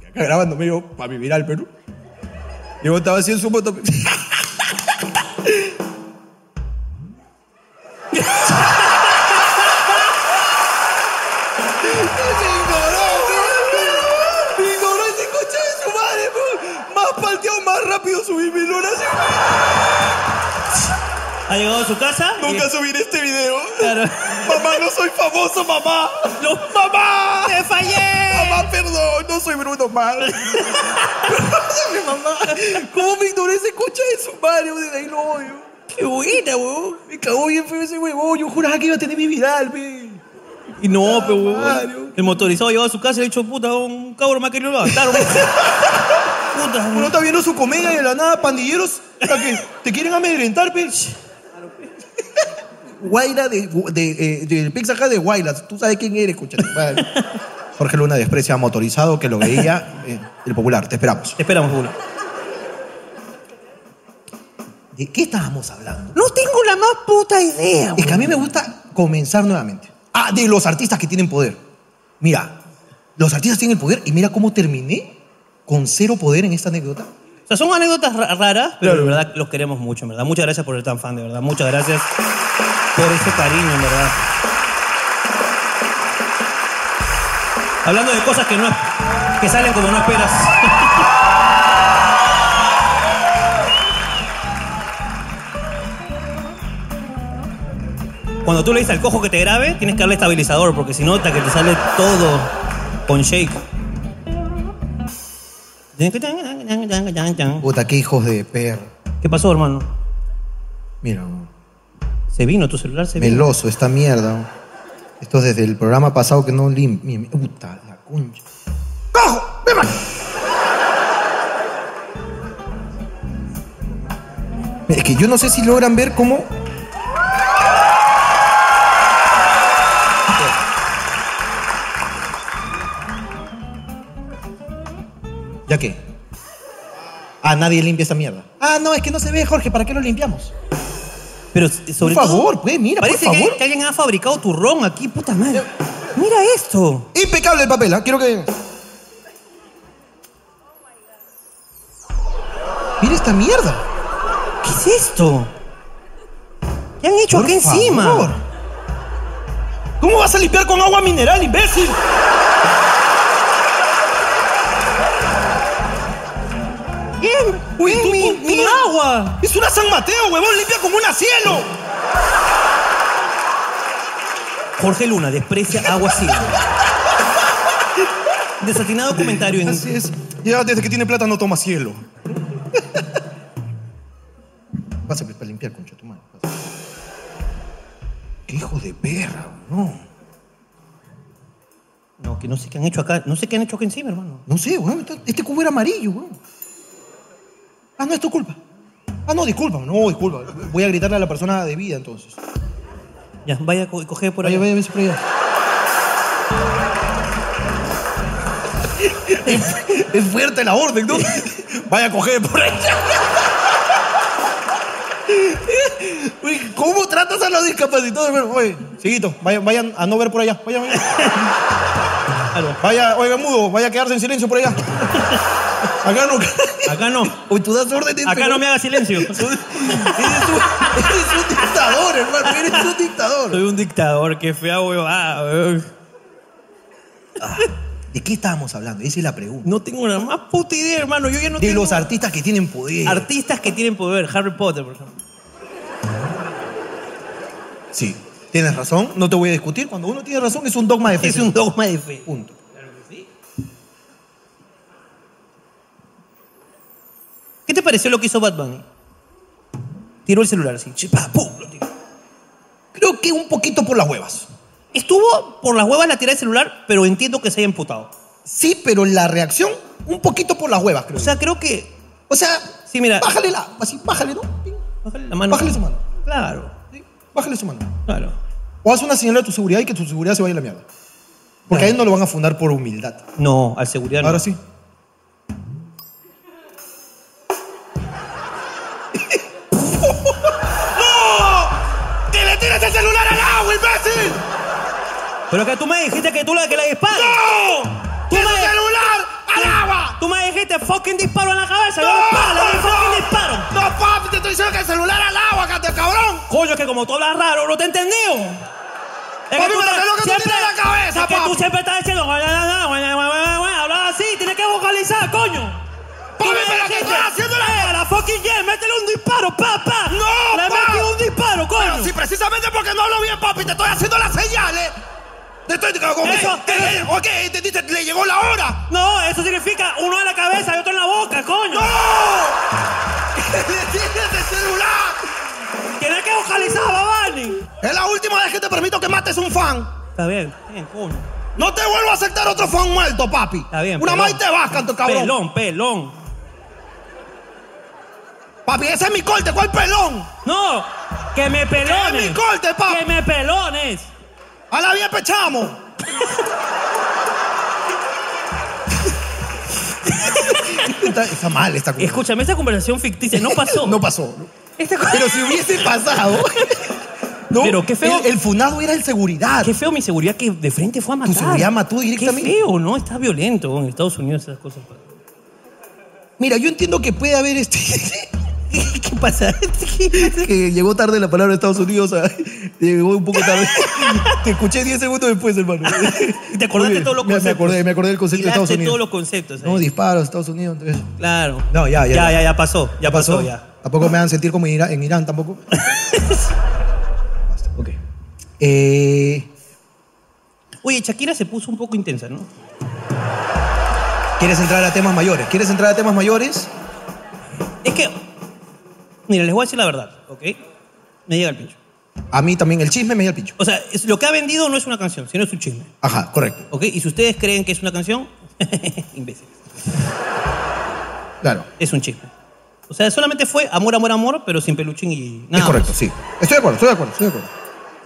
Speaker 2: Y acá grabando medio para mi viral, Perú. Y yo estaba así en su moto. Se ignoró, pe. Me ignoró ese coche de su madre, pe. Más palteado, más rápido subí mi luna. así.
Speaker 1: ¿Ha llegado a su casa?
Speaker 2: Nunca subiré este video.
Speaker 1: Claro.
Speaker 2: Mamá, no soy famoso, mamá.
Speaker 1: No.
Speaker 2: ¡Mamá!
Speaker 1: ¡Te fallé!
Speaker 2: Mamá, perdón, no soy Bruno Mars. Perdóname, mamá. ¿Cómo me ignoré ese coche de su madre? weón? Desde ahí lo odio.
Speaker 1: ¡Qué buena, weón!
Speaker 2: Me cagó bien feo ese huevón. Yo juraba que iba a tener mi viral, pe.
Speaker 1: Y no, pero
Speaker 2: Mario.
Speaker 1: weón. El motorizado llegó a su casa y le dijo, puta, un cabrón me ha querido levantar. weón. puta,
Speaker 2: Uno
Speaker 1: weón.
Speaker 2: está viendo su comedia y de la nada, pandilleros, hasta que te quieren amedrentar, pe. Guaira de, de, eh, del Pizza Hut de Guaylas. Tú sabes quién eres, escucha. Jorge Luna desprecia a motorizado que lo veía. eh, el popular, te esperamos.
Speaker 1: Te esperamos, Julio.
Speaker 2: ¿De qué estábamos hablando?
Speaker 1: No tengo la más puta idea,
Speaker 2: Es que a mí me gusta comenzar nuevamente. Ah, de los artistas que tienen poder. Mira, los artistas tienen el poder y mira cómo terminé con cero poder en esta anécdota.
Speaker 1: O sea, son anécdotas ra- raras, pero
Speaker 2: Claro.
Speaker 1: de verdad los queremos mucho, en ¿verdad? Muchas gracias por ser tan fan, de verdad. Muchas gracias por ese cariño, en verdad. Hablando de cosas que no que salen como no esperas. Cuando tú le dices al cojo que te grabe, tienes que darle estabilizador, porque si no, hasta que te sale todo con shake.
Speaker 2: Puta, qué hijos de perro.
Speaker 1: ¿Qué pasó, hermano?
Speaker 2: Mira,
Speaker 1: Se vino tu celular, se vino.
Speaker 2: meloso esta mierda. Esto es desde el programa pasado que no limpia. Puta, la concha. ¡Cojo! ¡Ven más! Es que yo no sé si logran ver cómo... ¿Ya qué? Ah, nadie limpia esta mierda. Ah, no, es que no se ve, Jorge. ¿Para qué lo limpiamos?
Speaker 1: Pero sobre
Speaker 2: Por
Speaker 1: todo-
Speaker 2: favor, pues, mira, por
Speaker 1: parece
Speaker 2: favor.
Speaker 1: Que, que alguien ha fabricado turrón aquí, puta madre. Mira esto.
Speaker 2: Impecable el papel, ¿ah? Quiero que... Mira esta mierda.
Speaker 1: ¿Qué es esto? ¿Qué han hecho
Speaker 2: Por
Speaker 1: acá
Speaker 2: favor.
Speaker 1: encima?
Speaker 2: ¿Cómo vas a limpiar con agua mineral, imbécil?
Speaker 1: ¿Quién?
Speaker 2: Uy, tú-
Speaker 1: mi,
Speaker 2: tú- tú
Speaker 1: mi
Speaker 2: no-
Speaker 1: agua!
Speaker 2: Es una San Mateo, huevón, limpia como una cielo.
Speaker 1: Jorge Luna desprecia agua silva. Desatinado comentario en.
Speaker 2: Así es. Ya desde que tiene plata no toma cielo. Pásame para limpiar, concha, tu madre. Pásame. Qué hijo de perra, no.
Speaker 1: No, que no sé qué han hecho acá. No sé qué han hecho acá encima, hermano.
Speaker 2: No sé, weón. está- Este cubo era amarillo, weón. Ah, no, es tu culpa. Ah, no, disculpa, no, disculpa. Voy a gritarle a la persona de vida entonces.
Speaker 1: Ya, vaya, co- coge por ahí.
Speaker 2: Vaya, vaya, vaya, por allá. Es- Es fuerte la orden, ¿no? Vaya a coger por allá. Uy, ¿Cómo tratas a los discapacitados, hermano? Oye, siguito, vayan, vayan a no ver por allá. Vayan, vayan.
Speaker 1: Algo.
Speaker 2: Vaya, oiga, mudo, vaya a quedarse en silencio por allá. Acá no.
Speaker 1: Acá no.
Speaker 2: Uy, tú das órdenes.
Speaker 1: Acá
Speaker 2: pero-
Speaker 1: no me haga silencio.
Speaker 2: Eres un, eres un dictador, hermano. Eres un dictador.
Speaker 1: Soy un dictador, qué fea huevada. weón.
Speaker 2: ¿De qué estábamos hablando? Esa es la pregunta.
Speaker 1: No tengo la más puta idea, hermano. Yo ya no
Speaker 2: De
Speaker 1: tengo.
Speaker 2: los artistas que tienen poder.
Speaker 1: artistas que tienen poder. Harry Potter, por ejemplo.
Speaker 2: sí, tienes razón. No te voy a discutir. Cuando uno tiene razón es un dogma de fe.
Speaker 1: Es un dogma de fe.
Speaker 2: punto.
Speaker 1: ¿Qué te pareció lo que hizo Batman? Tiró el celular así. chi, pa, pum, lo tiró.
Speaker 2: Creo que un poquito por las huevas.
Speaker 1: Estuvo por las huevas la tirada del celular, pero entiendo que se haya emputado.
Speaker 2: Sí, pero la reacción un poquito por las huevas, creo.
Speaker 1: O sea, creo que.
Speaker 2: O sea,
Speaker 1: Sí, mira.
Speaker 2: bájale la, así, bájale, ¿no?
Speaker 1: Bájale la mano.
Speaker 2: Bájale su mano.
Speaker 1: Claro,
Speaker 2: Sí, Bájale su mano.
Speaker 1: claro.
Speaker 2: O haz una señal de tu seguridad y que tu seguridad se vaya a la mierda. Porque a él no lo van a fundar por humildad.
Speaker 1: No, al seguridad no.
Speaker 2: Ahora sí. ¡No! ¡Que le tires el celular al agua, imbécil!
Speaker 1: Pero que tú me dijiste que tú la que la disparas.
Speaker 2: ¡No!
Speaker 1: ¡Que tu
Speaker 2: celular al agua!
Speaker 1: Tú me dijiste fucking disparo en la cabeza. No, disparo, no, fucking disparo.
Speaker 2: ¡No, papi! ¡Te estoy diciendo que el celular al agua, cabrón!
Speaker 1: Coño, que como tú hablas raro, no te he entendido. Es
Speaker 2: Papi, pero
Speaker 1: tra-
Speaker 2: ¿qué es lo que tú tienes en la cabeza,
Speaker 1: es que tú
Speaker 2: papi?
Speaker 1: siempre estás diciendo, "Guay, guay, guay, guay, guay, guay, guay", hablas así, tienes que vocalizar, coño. Tú
Speaker 2: Papi,
Speaker 1: me
Speaker 2: pero ¿qué
Speaker 1: dijiste,
Speaker 2: estás haciendo la-
Speaker 1: "Eh, a la fucking yes, métele un disparo, pa, pa.
Speaker 2: ¡No,
Speaker 1: Le
Speaker 2: pa!
Speaker 1: metí un disparo, coño.
Speaker 2: Si precisamente porque no hablo bien, papi, te estoy haciendo las señales. Te estoy como
Speaker 1: Eso,
Speaker 2: que-
Speaker 1: eso.
Speaker 2: eh, Ok, entendiste, le llegó la hora.
Speaker 1: No, eso significa uno en la cabeza y otro en la boca, coño.
Speaker 2: ¡No! ¡Que le tires el celular!
Speaker 1: Tienes que vocalizar, babani.
Speaker 2: Es la última vez que te permito que mates un fan.
Speaker 1: Está bien, está bien, coño.
Speaker 2: No te vuelvo a aceptar otro fan muerto, papi.
Speaker 1: Está bien,
Speaker 2: Una
Speaker 1: pelón.
Speaker 2: más y te vas, canto cabrón.
Speaker 1: Pelón, pelón.
Speaker 2: Papi, ese es mi corte, ¿cuál pelón?
Speaker 1: No, que me pelones.
Speaker 2: mi corte, papi.
Speaker 1: Que me pelones.
Speaker 2: A la vía pechamos. está, está mal esta conversación.
Speaker 1: Escúchame, esa conversación ficticia no pasó.
Speaker 2: No pasó.
Speaker 1: Esta co-
Speaker 2: Pero si hubiese pasado. ¿no?
Speaker 1: Pero qué feo.
Speaker 2: El, el funado era el seguridad.
Speaker 1: Qué feo mi seguridad que de frente fue a matar.
Speaker 2: seguridad mató directamente.
Speaker 1: Qué feo, ¿no? Está violento en Estados Unidos esas cosas.
Speaker 2: Mira, yo entiendo que puede haber este.
Speaker 1: ¿Qué pasa?
Speaker 2: que llegó tarde la palabra de Estados Unidos. o sea, Llegó un poco tarde. Te escuché 10 segundos después, hermano.
Speaker 1: Y te acordaste
Speaker 2: Muy bien.
Speaker 1: todos los
Speaker 2: Me- Me
Speaker 1: conceptos.
Speaker 2: acordé, me acordé del concepto de
Speaker 1: Hilaste
Speaker 2: Estados Unidos.
Speaker 1: todos los conceptos. ahí.
Speaker 2: No, disparos, Estados Unidos. entonces-
Speaker 1: claro.
Speaker 2: No, ya, ya,
Speaker 1: Ya,
Speaker 2: ya.
Speaker 1: ya, ya pasó. Ya pasó, ya.
Speaker 2: Tampoco me van a sentir como en Irán, en Irán tampoco. Basta, ok. Eh,
Speaker 1: Oye, Shakira se puso un poco intensa, ¿no?
Speaker 2: ¿Quieres entrar a temas mayores? ¿Quieres entrar a temas mayores?
Speaker 1: Es que. Mira, les voy a decir la verdad, ¿ok? Me llega el pincho.
Speaker 2: A mí también el chisme me da el pincho.
Speaker 1: O sea, es- lo que ha vendido no es una canción, sino es un chisme.
Speaker 2: Ajá, correcto.
Speaker 1: ¿Ok? Y si ustedes creen que es una canción, imbéciles.
Speaker 2: Claro.
Speaker 1: Es un chisme. O sea, solamente fue amor, amor, amor, pero sin peluchín y nada.
Speaker 2: es correcto,
Speaker 1: más.
Speaker 2: sí. Estoy de acuerdo, estoy de acuerdo, estoy de acuerdo.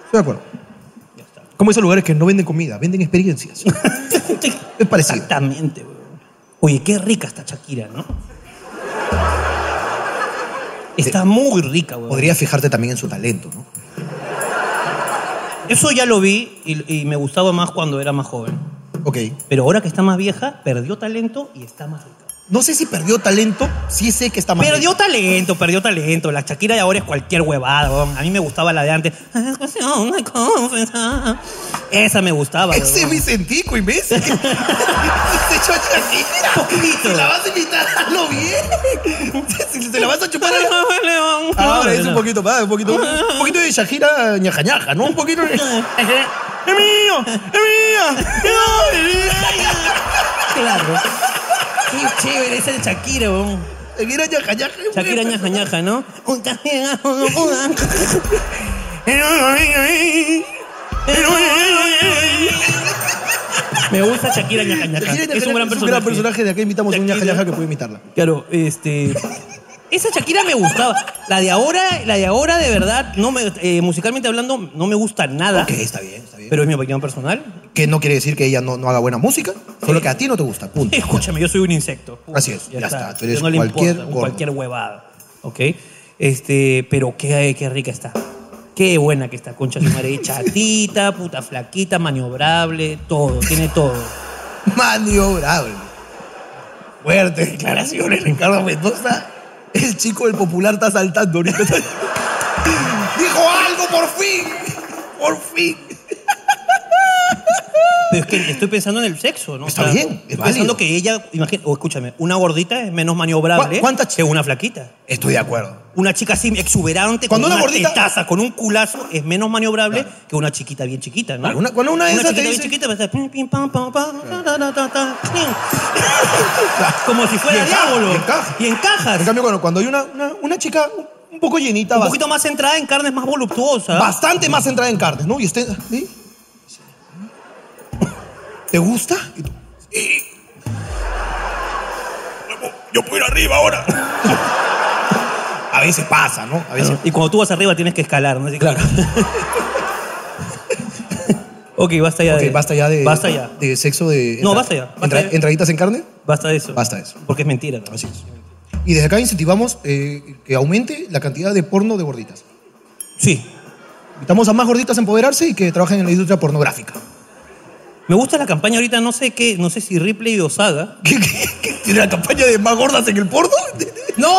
Speaker 2: Estoy de acuerdo.
Speaker 1: Ya está.
Speaker 2: Como esos lugares que no venden comida, venden experiencias. Es parecido.
Speaker 1: Exactamente, weón. Oye, qué rica está Shakira, ¿no? Está muy rica, weón.
Speaker 2: Podrías fijarte también en su talento, ¿no?
Speaker 1: Eso ya lo vi y, y me gustaba más cuando era más joven.
Speaker 2: Ok. Ok.
Speaker 1: Pero ahora que está más vieja, perdió talento y está más rica.
Speaker 2: No sé si perdió talento, sí sé que está mal.
Speaker 1: Perdió talento, perdió talento. La Shakira de ahora es cualquier huevada. weón. A mí me gustaba la de antes. "Es cuestión de confesar". Esa me gustaba.
Speaker 2: Ese
Speaker 1: weón.
Speaker 2: Vicentico, imbécil. Ese chocha así, mira.
Speaker 1: Poquito.
Speaker 2: Se la vas a invitar a lo bien. Se, se la vas a chupar a la...
Speaker 1: Ah,
Speaker 2: Ahora es un poquito más, un poquito, un poquito de Shakira ñaja ñaja, ¿no? Un poquito de... ¡Es mío! ¡Es mío!
Speaker 1: Claro. Qué chévere esa de Shakira, weón.
Speaker 2: Shakira ñaja ñaja.
Speaker 1: Shakira ñaja ñaja, ¿no? Me gusta Shakira ñaja ñaja.
Speaker 2: Shakira
Speaker 1: Es un gran personaje.
Speaker 2: personaje de acá invitamos a un ñaja
Speaker 1: Shakira.
Speaker 2: ñaja que puede imitarla.
Speaker 1: Claro, este. Esa Shakira me gustaba. La de ahora, la de ahora de verdad, no me, eh, musicalmente hablando, no me gusta nada.
Speaker 2: Ok, está bien, está bien.
Speaker 1: Pero es mi opinión personal.
Speaker 2: Que no quiere decir que ella no, no haga buena música, solo
Speaker 1: Sí.
Speaker 2: que a ti no te gusta, punto.
Speaker 1: Escúchame, yo soy un insecto. Punto.
Speaker 2: Así es, ya está. Tú eres
Speaker 1: Yo no le
Speaker 2: cualquier
Speaker 1: importa, un
Speaker 2: gordo.
Speaker 1: cualquier huevada. ¿Ok? Este, pero qué, qué rica está. Qué buena que está, concha de su madre. Chatita, puta flaquita, maniobrable, todo, tiene todo.
Speaker 2: Maniobrable. Fuertes declaraciones, Ricardo Mendoza. El chico del popular está saltando ahorita. Dijo algo, por fin. Por fin.
Speaker 1: Pero es que estoy pensando en el sexo, ¿no?
Speaker 2: Está bien, es
Speaker 1: estoy
Speaker 2: válido.
Speaker 1: pensando que ella, imagínate, o escúchame, una gordita es menos maniobrable
Speaker 2: ¿Cu- cuántas chi-
Speaker 1: que una flaquita.
Speaker 2: Estoy de acuerdo.
Speaker 1: Una chica así exuberante,
Speaker 2: Cuando
Speaker 1: con
Speaker 2: una
Speaker 1: una,
Speaker 2: gordita-
Speaker 1: tetaza, con un culazo, es menos maniobrable que una chiquita bien chiquita, ¿no?
Speaker 2: Claro, una- cuando una de esas te
Speaker 1: chiquita bien
Speaker 2: dice-
Speaker 1: chiquita va a estar pim, pim, pam, pam, pam, ta, ta, ta, ta, pim. Como si
Speaker 2: Y
Speaker 1: fuera
Speaker 2: encaja,
Speaker 1: diablo.
Speaker 2: y encaja.
Speaker 1: Y encajas.
Speaker 2: En cambio, cuando, cuando hay una, una, una chica un poco llenita,
Speaker 1: Un
Speaker 2: bas-
Speaker 1: poquito más centrada en carnes más voluptuosas.
Speaker 2: bastante más centrada en carnes, ¿no? Y usted. ¿sí? ¿Te gusta? Y tú, "Sí". Yo puedo ir arriba ahora. A veces pasa, ¿no? A veces
Speaker 1: Y cuando tú vas arriba tienes que escalar, ¿no? Así que- ok, basta ya
Speaker 2: Ok,
Speaker 1: de...
Speaker 2: basta ya de.
Speaker 1: Basta ya.
Speaker 2: De sexo de.
Speaker 1: No, basta ya, basta
Speaker 2: entra-
Speaker 1: ya.
Speaker 2: entraditas en carne.
Speaker 1: Basta de eso.
Speaker 2: Basta de eso.
Speaker 1: Porque es mentira, ¿no?
Speaker 2: Así es. Y desde acá incentivamos eh, que aumente la cantidad de porno de gorditas.
Speaker 1: Sí.
Speaker 2: Invitamos a más gorditas a empoderarse y que trabajen en la industria pornográfica.
Speaker 1: Me gusta la campaña ahorita, no sé qué, no sé si Ripley o Saga.
Speaker 2: ¿Qué, qué, qué? tiene la campaña de más gordas en el porno?
Speaker 1: ¡No!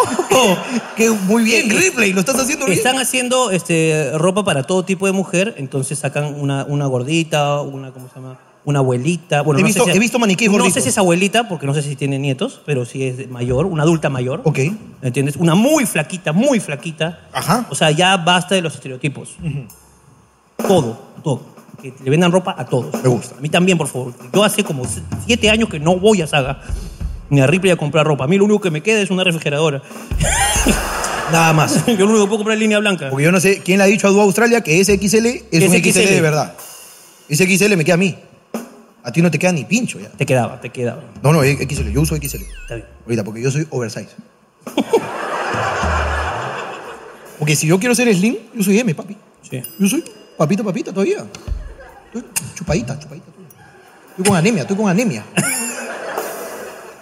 Speaker 2: que muy bien, Ripley, lo estás haciendo bien.
Speaker 1: Están haciendo este, ropa para todo tipo de mujer, entonces sacan una, una gordita, una, ¿cómo se llama? Una abuelita. Bueno,
Speaker 2: He
Speaker 1: no
Speaker 2: visto-
Speaker 1: sé
Speaker 2: he visto maniquís
Speaker 1: No
Speaker 2: gorditos.
Speaker 1: sé si es abuelita, porque no sé si tiene nietos, pero si es mayor, una adulta mayor.
Speaker 2: Ok.
Speaker 1: ¿Me entiendes? Una muy flaquita, muy flaquita.
Speaker 2: Ajá.
Speaker 1: O sea, ya basta de los estereotipos. Todo, todo. Que le vendan ropa a todos.
Speaker 2: Me gusta.
Speaker 1: A mí también, por favor. Yo hace como s- siete años que no voy a Saga ni a Ripley a comprar ropa. A mí lo único que me queda es una refrigeradora.
Speaker 2: Nada más.
Speaker 1: Yo lo único que puedo comprar es línea blanca.
Speaker 2: Porque yo no sé quién le ha dicho a Dua Australia que ese XL es un
Speaker 1: Ese
Speaker 2: XL de
Speaker 1: XL.
Speaker 2: verdad. Ese XL me queda a mí. A ti no te queda ni pincho ya.
Speaker 1: Te quedaba, te quedaba.
Speaker 2: No, no, es XL. Yo uso XL.
Speaker 1: Está bien.
Speaker 2: Ahorita, porque yo soy oversize. Porque si yo quiero ser slim, yo soy M, papi.
Speaker 1: Sí.
Speaker 2: Yo soy papita, papita todavía. Estoy chupadita, chupadita. todavía. Estoy con anemia, estoy con anemia.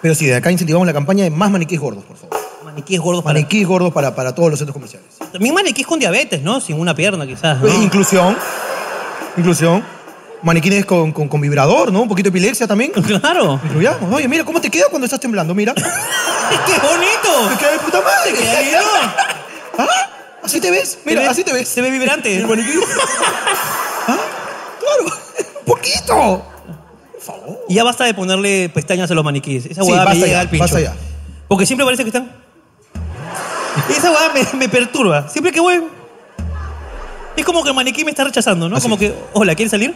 Speaker 2: Pero sí, de acá incentivamos la campaña de más maniquíes gordos, por favor.
Speaker 1: Maniquíes gordos para...
Speaker 2: Maniquíes gordos para, para todos los centros comerciales.
Speaker 1: También maniquíes con diabetes, ¿no? Sin una pierna, quizás. ¿no?
Speaker 2: Eh, Inclusión. Inclusión. Maniquines con, con, con vibrador, ¿no? Un poquito de epilepsia también.
Speaker 1: Claro.
Speaker 2: Incluyamos. Oye, mira cómo te queda cuando estás temblando, mira. Te
Speaker 1: ¡Qué bonito!
Speaker 2: queda de puta madre.
Speaker 1: ¡Qué lindo!
Speaker 2: ¿Ah? Así te ves. Mira,
Speaker 1: Se ve-
Speaker 2: así te ves.
Speaker 1: Se ve vibrante. ¿Ah?
Speaker 2: Claro. Un poquito. Por favor.
Speaker 1: Y ya basta de ponerle pestañas a los maniquíes. Esa
Speaker 2: Sí,
Speaker 1: hueá me
Speaker 2: basta
Speaker 1: llega
Speaker 2: ya,
Speaker 1: al pincho.
Speaker 2: basta ya.
Speaker 1: Porque siempre parece que están. Y esa hueá me, me perturba. Siempre que voy. Es como que el maniquí me está rechazando, ¿no?
Speaker 2: Así
Speaker 1: como
Speaker 2: es.
Speaker 1: que, hola, ¿quieres salir?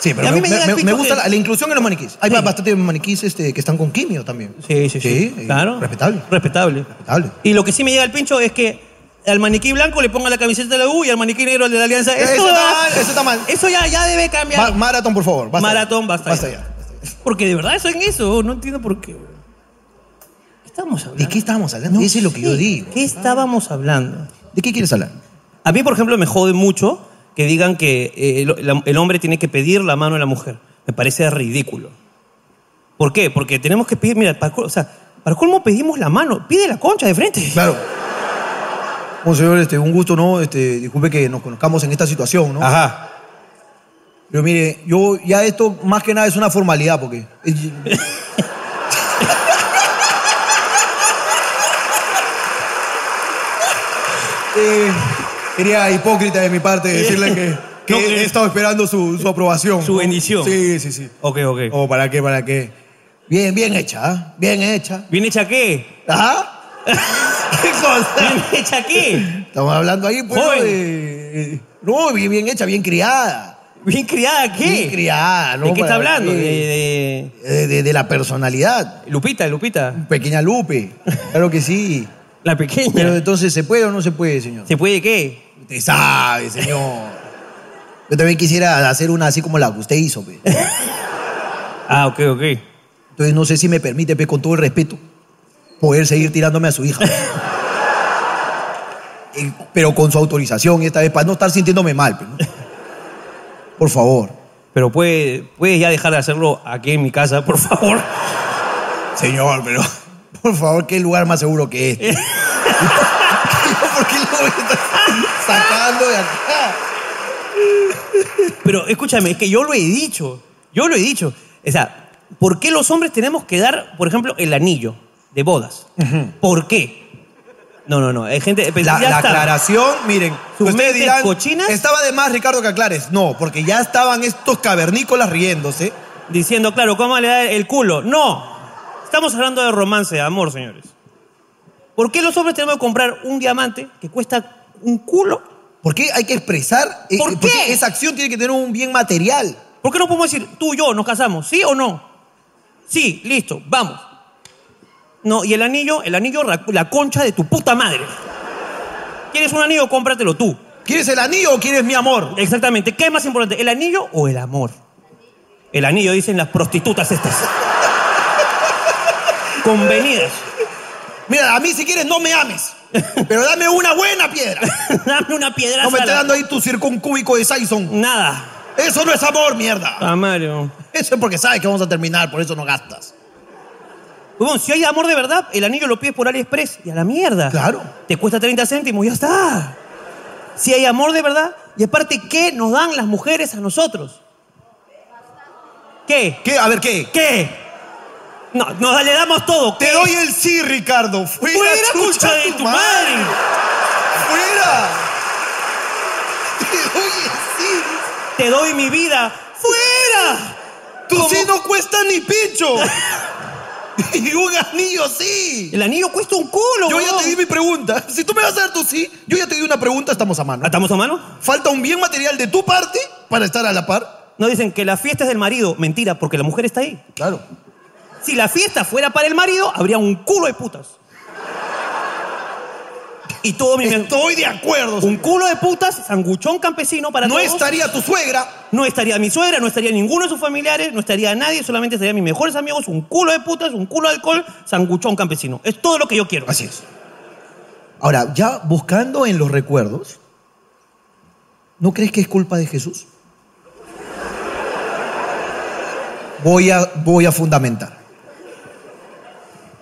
Speaker 2: Sí,
Speaker 1: Y
Speaker 2: pero
Speaker 1: a
Speaker 2: me,
Speaker 1: mí me
Speaker 2: me-
Speaker 1: llega el
Speaker 2: me-
Speaker 1: pincho
Speaker 2: me gusta
Speaker 1: que-
Speaker 2: la, la inclusión en los maniquís. Hay
Speaker 1: Sí.
Speaker 2: ba- bastante maniquís este, que están con quimio también.
Speaker 1: Sí, sí, sí.
Speaker 2: eh,
Speaker 1: claro.
Speaker 2: Respetable.
Speaker 1: Respetable.
Speaker 2: Respetable.
Speaker 1: Y lo que sí me llega al pincho es que al maniquí blanco le ponga la camiseta de la U y al maniquí negro el de la Alianza.
Speaker 2: Eso
Speaker 1: Eso,
Speaker 2: está
Speaker 1: ya-
Speaker 2: mal, eso está mal.
Speaker 1: Eso ya, ya debe cambiar.
Speaker 2: Ma- maratón, por favor. Basta
Speaker 1: Maratón,
Speaker 2: ya.
Speaker 1: basta
Speaker 2: Basta
Speaker 1: ya.
Speaker 2: ya.
Speaker 1: Porque de verdad eso en eso. No entiendo por qué. bro. ¿Qué estamos hablando?
Speaker 2: ¿De qué estábamos hablando? Eso es lo que yo
Speaker 1: Sí,
Speaker 2: digo.
Speaker 1: ¿Qué estábamos hablando?
Speaker 2: ¿De qué quieres hablar?
Speaker 1: A mí, por ejemplo, me jode mucho que digan que eh, el, la- el hombre tiene que pedir la mano de la mujer. Me parece ridículo. ¿Por qué? Porque tenemos que pedir, mira, para, col- o sea, para colmo pedimos la mano, pide la concha de frente.
Speaker 2: Claro. Bueno, señor, este, un gusto, ¿no? Este, disculpe que nos conozcamos en esta situación, ¿no?
Speaker 1: Ajá.
Speaker 2: Pero mire, yo ya esto más que nada es una formalidad porque... Eh, sería hipócrita de mi parte decirle que, que
Speaker 1: No,
Speaker 2: he
Speaker 1: que-
Speaker 2: estado esperando su, su aprobación.
Speaker 1: Su bendición.
Speaker 2: Sí, sí, sí.
Speaker 1: Ok, ok.
Speaker 2: ¿O para qué, para qué? Bien, bien hecha, ¿ah? Bien hecha.
Speaker 1: ¿Bien hecha qué?
Speaker 2: ¿Ah? ¿Qué
Speaker 1: ¿Bien
Speaker 2: cosa?
Speaker 1: hecha qué?
Speaker 2: Estamos hablando ahí, pues,
Speaker 1: Joven.
Speaker 2: de- eh, No, bien, bien hecha, bien criada.
Speaker 1: ¿Bien criada
Speaker 2: Bien
Speaker 1: qué?
Speaker 2: criada, ¿no?
Speaker 1: ¿De qué está
Speaker 2: Para-
Speaker 1: hablando? De,
Speaker 2: eh,
Speaker 1: de-
Speaker 2: de- de- de la personalidad.
Speaker 1: Lupita, Lupita.
Speaker 2: Pequeña Lupe. Claro que sí.
Speaker 1: La pequeña.
Speaker 2: Pero entonces, ¿se puede o no se puede, señor?
Speaker 1: ¿Se puede qué?
Speaker 2: Usted sabe, señor. Yo también quisiera hacer una así como la que usted hizo, pe.
Speaker 1: Ah, ok, ok.
Speaker 2: Entonces no sé si me permite, pe, con todo el respeto, poder seguir tirándome a su hija. Eh, Pero con su autorización esta vez, para no estar sintiéndome mal, pe, ¿no? Por favor.
Speaker 1: Pero puede, puede ya dejar de hacerlo aquí en mi casa, por favor.
Speaker 2: Señor, pero... Por favor, qué lugar más seguro que este. ¿Por qué lo voy a estar sacando de acá?
Speaker 1: Pero escúchame, es que yo lo he dicho. Yo lo he dicho. O sea, ¿por qué los hombres tenemos que dar, por ejemplo, el anillo de bodas? ¿Por qué? No, no, no. Hay gente. pues,
Speaker 2: La,
Speaker 1: ya
Speaker 2: la
Speaker 1: está.
Speaker 2: aclaración, miren,
Speaker 1: Sus
Speaker 2: ustedes
Speaker 1: mentes
Speaker 2: dirán,
Speaker 1: cochinas.
Speaker 2: estaba de más Ricardo que aclares. No, porque ya estaban estos cavernícolas riéndose.
Speaker 1: Diciendo, claro, ¿cómo le da el culo? ¡No! Estamos hablando de romance, de amor, señores. ¿Por qué los hombres tenemos que comprar un diamante que cuesta un culo?
Speaker 2: ¿Por qué hay que expresar? eh,
Speaker 1: ¿Por
Speaker 2: porque
Speaker 1: qué?
Speaker 2: Esa acción tiene que tener un bien material.
Speaker 1: ¿Por qué no podemos decir, tú y yo nos casamos, sí o no? Sí, listo, vamos. No, y el anillo, el anillo, la- la concha de tu puta madre. ¿Quieres un anillo? Cómpratelo tú.
Speaker 2: ¿Quieres el anillo o quieres mi amor?
Speaker 1: Exactamente. ¿Qué es más importante, el anillo o el amor? El anillo, dicen las prostitutas estas. Convenidas.
Speaker 2: Mira, a mí si quieres no me ames, pero dame una buena piedra.
Speaker 1: Dame una piedra.
Speaker 2: No me estés dando ahí tu circuncúbico de Saison.
Speaker 1: Nada.
Speaker 2: Eso no es amor, mierda.
Speaker 1: Ah, Mario.
Speaker 2: Eso es porque sabes que vamos a terminar, por eso no gastas.
Speaker 1: Huevón, si hay amor de verdad, el anillo lo pides por AliExpress y a la mierda.
Speaker 2: Claro.
Speaker 1: Te cuesta 30 céntimos, ya está. Si hay amor de verdad, y aparte, ¿qué nos dan las mujeres a nosotros? ¿Qué?
Speaker 2: ¿Qué? A ver, ¿qué?
Speaker 1: ¿Qué? No, nos le damos todo.
Speaker 2: Te doy el sí, Ricardo. Fuera,
Speaker 1: ¡Fuera,
Speaker 2: chucha,
Speaker 1: concha de tu madre!
Speaker 2: ¡Fuera! Te doy el sí.
Speaker 1: Te doy mi vida. ¡Fuera!
Speaker 2: Tu
Speaker 1: ¿Cómo?
Speaker 2: sí no cuesta ni pincho. y un anillo sí.
Speaker 1: El anillo cuesta un culo,
Speaker 2: Yo ya
Speaker 1: huevón.
Speaker 2: te di mi pregunta. Si tú me vas a dar tu sí, yo ya te di una pregunta, estamos a
Speaker 1: ¿Ah,
Speaker 2: mano.
Speaker 1: ¿Estamos a mano?
Speaker 2: Falta un bien material de tu parte para estar a la par.
Speaker 1: No dicen que la fiesta es del marido. Mentira, porque la mujer está ahí.
Speaker 2: Claro.
Speaker 1: Si la fiesta fuera para el marido, habría un culo de putas. Y todo mi...
Speaker 2: Estoy de acuerdo.
Speaker 1: Un culo de putas, sanguchón campesino para
Speaker 2: No
Speaker 1: todos.
Speaker 2: estaría tu suegra.
Speaker 1: No estaría mi suegra, no estaría ninguno de sus familiares, no estaría nadie, solamente estarían mis mejores amigos, un culo de putas, un culo de alcohol, sanguchón campesino. Es todo lo que yo quiero.
Speaker 2: Así es. Ahora, ya buscando en los recuerdos, ¿no crees que es culpa de Jesús? Voy a, voy a fundamentar.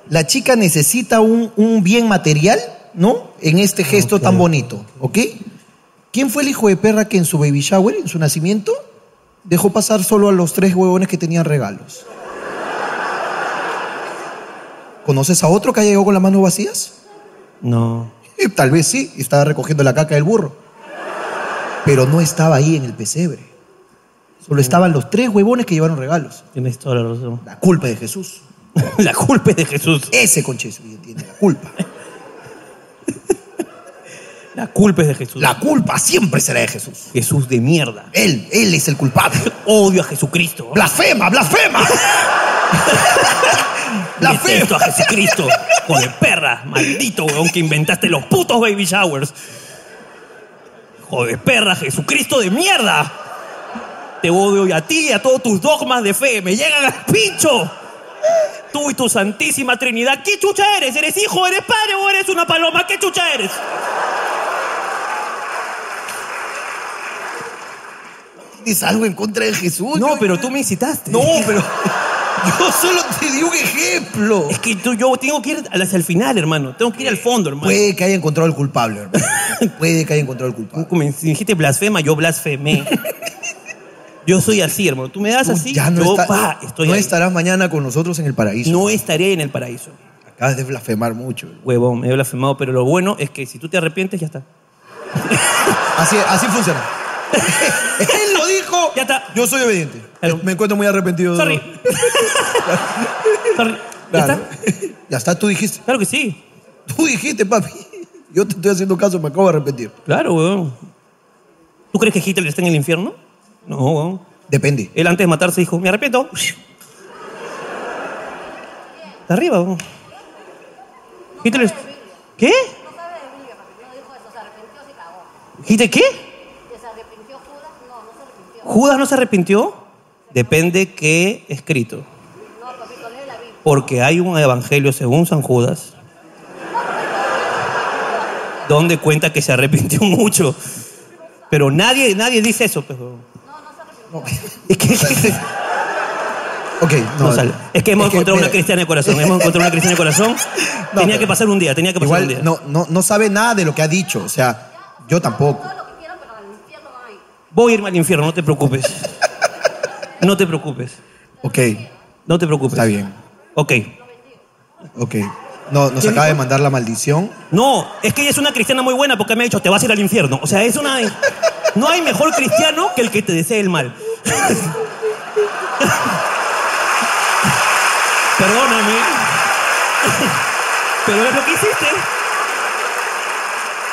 Speaker 2: La chica necesita un, un bien material, ¿no? En este gesto tan bonito, ¿ok? ¿Quién fue el hijo de perra que en su baby shower, en su nacimiento, dejó pasar solo a los tres huevones que tenían regalos? ¿Conoces a otro que haya llegado con las manos vacías?
Speaker 1: No.
Speaker 2: Y Eh, Tal vez sí, estaba recogiendo la caca del burro. Pero no estaba ahí en el pesebre. Solo estaban los tres huevones que llevaron regalos.
Speaker 1: Tienes toda la razón.
Speaker 2: La culpa de Jesús.
Speaker 1: La culpa es de Jesús.
Speaker 2: Ese concheso tiene la culpa.
Speaker 1: La culpa es de Jesús.
Speaker 2: La culpa siempre será de Jesús.
Speaker 1: Jesús de mierda.
Speaker 2: Él, él es el culpable.
Speaker 1: Odio a Jesucristo.
Speaker 2: ¡Blasfema, blasfema!
Speaker 1: Detesto
Speaker 2: ¡Blasfema!
Speaker 1: Este, a Jesucristo. Hijo de perra. Maldito weón que inventaste los putos baby showers. Hijo de perra, Jesucristo de mierda. Te odio y a ti y a todos tus dogmas de fe. Me llegan al pincho. Tú y tu santísima trinidad. ¿Qué chucha eres? ¿Eres hijo? ¿Eres padre o eres una paloma? ¿Qué chucha eres?
Speaker 2: ¿Tienes algo en contra de Jesús?
Speaker 1: No,
Speaker 2: Yo-
Speaker 1: pero tú me incitaste.
Speaker 2: No, pero... Yo solo te di un ejemplo.
Speaker 1: Es que tú- yo tengo que ir hacia el final, hermano. Tengo que ir al fondo, hermano.
Speaker 2: Puede que haya encontrado el culpable, hermano. Puede que haya encontrado el culpable.
Speaker 1: Como me dijiste blasfema, yo blasfemé. Yo soy así, hermano. Tú me das así,
Speaker 2: ya no,
Speaker 1: yo
Speaker 2: está-
Speaker 1: pa, estoy
Speaker 2: no
Speaker 1: ahí.
Speaker 2: estarás mañana con nosotros en el paraíso.
Speaker 1: No estaré en el paraíso.
Speaker 2: Acabas de blasfemar mucho.
Speaker 1: Huevón, me he blasfemado, pero lo bueno es que si tú te arrepientes, ya está.
Speaker 2: Así, así funciona. Él lo dijo.
Speaker 1: Ya está.
Speaker 2: Yo soy obediente.
Speaker 1: Claro.
Speaker 2: Me encuentro muy arrepentido.
Speaker 1: Sorry. Sorry. ¿Ya
Speaker 2: Claro.
Speaker 1: está?
Speaker 2: Ya está, tú dijiste.
Speaker 1: Claro que sí.
Speaker 2: Tú dijiste, papi. Yo te estoy haciendo caso, me acabo de arrepentir.
Speaker 1: Claro, huevón. ¿Tú crees que Hitler está en el infierno? No, huevón.
Speaker 2: Depende.
Speaker 1: Él antes de matarse dijo, me arrepiento. Está arriba, huevón. Hitler... ¿Qué?
Speaker 3: No sabe de Biblia, papi. No dijo eso, se arrepintió, se cagó.
Speaker 1: ¿Hitler qué?
Speaker 3: Que se arrepintió Judas, no, no se arrepintió.
Speaker 1: ¿Judas no se arrepintió? Depende qué escrito.
Speaker 3: No, papito, lee la Biblia.
Speaker 1: Porque hay un evangelio según San Judas donde cuenta que se arrepintió mucho. Pero nadie, nadie dice eso. pues, huevón.
Speaker 2: No.
Speaker 1: Es que,
Speaker 2: Ok, no.
Speaker 1: no sale. Es que hemos
Speaker 2: Ah, Es que,
Speaker 1: encontrado una
Speaker 2: mira,
Speaker 1: cristiana de corazón. Hemos encontrado una cristiana de corazón.
Speaker 2: No,
Speaker 1: tenía
Speaker 2: pero-
Speaker 1: que pasar un día, tenía que pasar un día.
Speaker 2: Igual no, no, no sabe nada de lo que ha dicho. O sea, yo tampoco.
Speaker 3: Todo lo que quieran, pero al infierno van a ir.
Speaker 1: Voy a irme al infierno, no te preocupes. No te preocupes.
Speaker 2: Ok,
Speaker 1: No te preocupes.
Speaker 2: está bien.
Speaker 1: Ok.
Speaker 2: Ok. No, nos
Speaker 1: ¿Qué
Speaker 2: acaba de
Speaker 1: dijo?
Speaker 2: mandar la maldición.
Speaker 1: No, es que ella es una cristiana muy buena porque me ha dicho, te vas a ir al infierno. O sea, es una... No hay mejor cristiano que el que te desee el mal. Perdóname. Pero es lo que hiciste.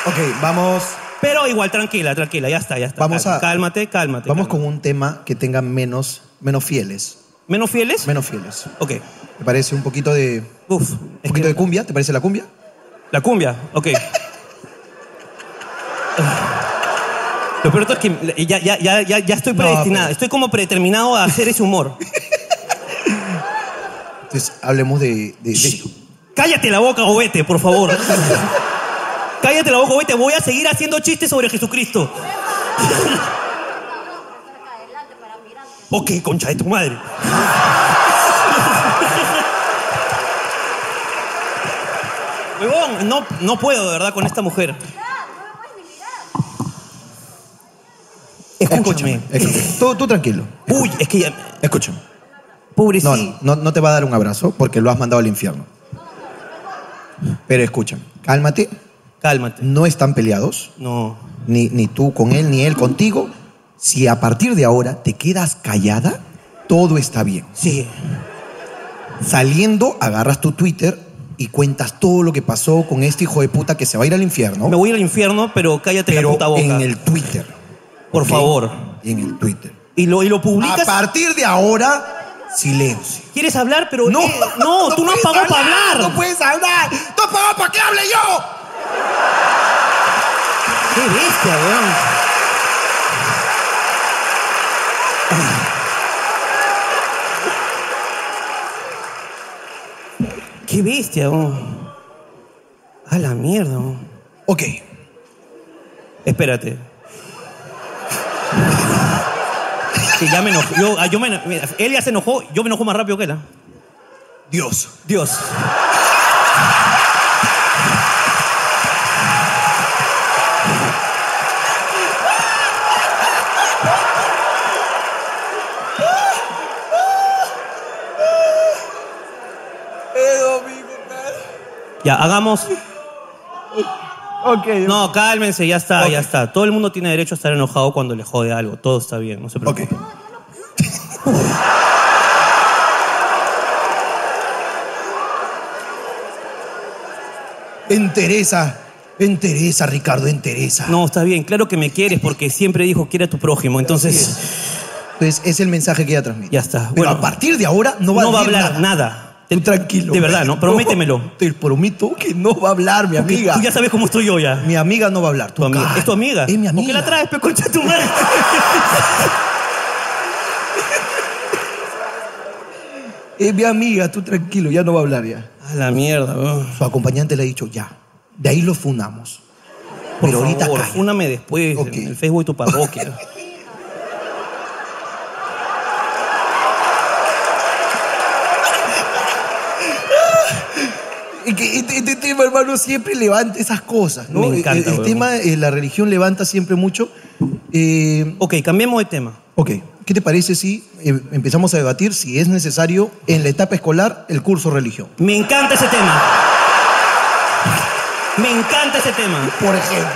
Speaker 2: Ok, vamos,
Speaker 1: Pero igual, tranquila, tranquila, ya está, ya está.
Speaker 2: Vamos
Speaker 1: Cálmate,
Speaker 2: a-
Speaker 1: Cálmate, cálmate.
Speaker 2: vamos
Speaker 1: cálmate.
Speaker 2: con un tema que tenga menos, menos fieles.
Speaker 1: ¿Menos fieles?
Speaker 2: Menos fieles.
Speaker 1: Ok.
Speaker 2: ¿Te parece un poquito de, un
Speaker 1: Uf. es
Speaker 2: poquito
Speaker 1: que-
Speaker 2: de cumbia? ¿Te parece la cumbia?
Speaker 1: La cumbia, ok. Lo peor de todo es que ya, ya, ya, ya, ya estoy
Speaker 2: No,
Speaker 1: predestinada.
Speaker 2: pero-
Speaker 1: Estoy como predeterminado a hacer ese humor.
Speaker 2: Entonces, hablemos de... de- de-
Speaker 1: Cállate la boca o vete, por favor. Cállate la boca o vete. Voy a seguir haciendo chistes sobre Jesucristo.
Speaker 3: Adelante, para migrantes.
Speaker 1: Ok, concha de tu madre. Huevón, no, no puedo, de verdad, con esta mujer. Escúchame.
Speaker 2: Escúchame. Tú, tú tranquilo.
Speaker 1: Uy, es que ya...
Speaker 2: Escúchame. No,
Speaker 1: Pobrecito.
Speaker 2: no, no, no te va a dar un abrazo porque lo has mandado al infierno. Pero escúchame, cálmate.
Speaker 1: Cálmate.
Speaker 2: No están peleados.
Speaker 1: No.
Speaker 2: ni, ni tú con él, ni él contigo, si a partir de ahora te quedas callada, todo está bien.
Speaker 1: Sí.
Speaker 2: Saliendo, agarras tu Twitter y cuentas todo lo que pasó con este hijo de puta que se va a ir al infierno,
Speaker 1: Me voy al infierno, pero cállate la
Speaker 2: pero
Speaker 1: puta boca.
Speaker 2: en el Twitter.
Speaker 1: Por
Speaker 2: ¿ok?
Speaker 1: favor.
Speaker 2: En el Twitter.
Speaker 1: Y lo, y lo
Speaker 2: A
Speaker 1: publicas.
Speaker 2: partir de ahora, silencio.
Speaker 1: ¿Quieres hablar? Pero eh, no, tú no has
Speaker 2: puedes
Speaker 1: pagado para hablar.
Speaker 2: No puedes hablar. No has pagado para que hable yo.
Speaker 1: ¡Qué bestia, weón! ¡Qué bestia, weón! ¡A la mierda, weón!
Speaker 2: Ok,
Speaker 1: Espérate. Que ya me enojó. Yo, ah, yo me, eno- mira, él ya se enojó, yo me enojo más rápido que él. ¿ah?
Speaker 2: Dios.
Speaker 1: Dios. Ya, hagamos.
Speaker 2: Ok.
Speaker 1: No, cálmense, ya está, ya está. Todo el mundo tiene derecho a estar enojado cuando le jode algo. Todo está bien, no se
Speaker 2: Ok.
Speaker 1: preocupen.
Speaker 2: Entereza, entereza, Ricardo, entereza.
Speaker 1: No, está bien, claro que me quieres porque siempre dijo quiere a tu prójimo, entonces
Speaker 2: Entonces, Pues, es el mensaje que ella transmite.
Speaker 1: Ya está.
Speaker 2: Pero
Speaker 1: Bueno,
Speaker 2: a partir de ahora no va
Speaker 1: no va a
Speaker 2: a decir
Speaker 1: hablar
Speaker 2: nada.
Speaker 1: nada.
Speaker 2: Tú tranquilo.
Speaker 1: De verdad, ¿no? Prométemelo.
Speaker 2: Te prometo que no va a hablar, mi
Speaker 1: Que
Speaker 2: amiga.
Speaker 1: Tú ya sabes cómo estoy yo ya.
Speaker 2: Mi amiga no va a hablar. Tú
Speaker 1: Tu amiga.
Speaker 2: cállate.
Speaker 1: ¿Es tu amiga?
Speaker 2: Es mi
Speaker 1: ¿Por qué
Speaker 2: amiga.
Speaker 1: la traes, pe, concha de tu madre?
Speaker 2: Es mi amiga, tú tranquilo, ya no va a hablar ya.
Speaker 1: A la mierda, weón.
Speaker 2: Su acompañante le ha dicho ya. De ahí lo funamos.
Speaker 1: Por
Speaker 2: Pero ahorita
Speaker 1: favor,
Speaker 2: calla.
Speaker 1: úname después
Speaker 2: Ok.
Speaker 1: en el Facebook de tu parroquia.
Speaker 2: Y que este, este tema, hermano, siempre levanta esas cosas, ¿no?
Speaker 1: Me encanta,
Speaker 2: El, el
Speaker 1: huevón.
Speaker 2: tema, eh, la religión levanta siempre mucho. Eh,
Speaker 1: Ok, cambiemos de tema.
Speaker 2: ok, ¿qué te parece si eh, empezamos a debatir si es necesario en la etapa escolar el curso religión?
Speaker 1: Me encanta ese tema. Me encanta ese tema.
Speaker 2: Por ejemplo,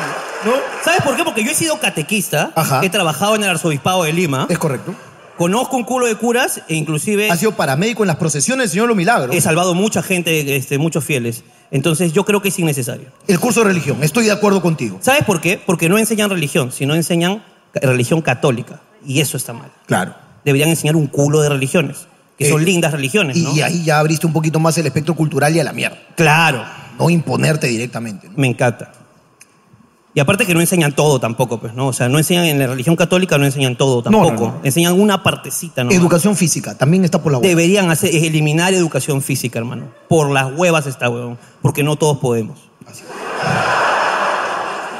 Speaker 2: ¿no?
Speaker 1: ¿Sabes por qué? Porque yo he sido catequista,
Speaker 2: Ajá.
Speaker 1: he trabajado en el arzobispado de Lima,
Speaker 2: Es correcto.
Speaker 1: conozco un culo de curas e inclusive
Speaker 2: Ha sido paramédico en las procesiones del Señor Los Milagros.
Speaker 1: he salvado mucha gente, este, muchos fieles. Entonces yo creo que es innecesario.
Speaker 2: El curso de religión, estoy de acuerdo contigo.
Speaker 1: ¿Sabes por qué? Porque no enseñan religión, sino enseñan ca- religión católica. Y eso está mal.
Speaker 2: Claro.
Speaker 1: Deberían enseñar un culo de religiones, que son
Speaker 2: Eh,
Speaker 1: lindas religiones,
Speaker 2: Y,
Speaker 1: ¿no?
Speaker 2: y ahí ya abriste un poquito más el espectro cultural y a la mierda.
Speaker 1: Claro,
Speaker 2: No imponerte directamente. ¿no?
Speaker 1: me encanta. Y aparte que no enseñan todo tampoco, pues, ¿no? O sea, no enseñan en la religión católica, no enseñan todo
Speaker 2: no,
Speaker 1: tampoco.
Speaker 2: no.
Speaker 1: Enseñan una partecita, ¿no?
Speaker 2: Educación física también está por la boca.
Speaker 1: Deberían hacer, es eliminar educación física, hermano. Por las huevas está, huevón. Porque no todos podemos.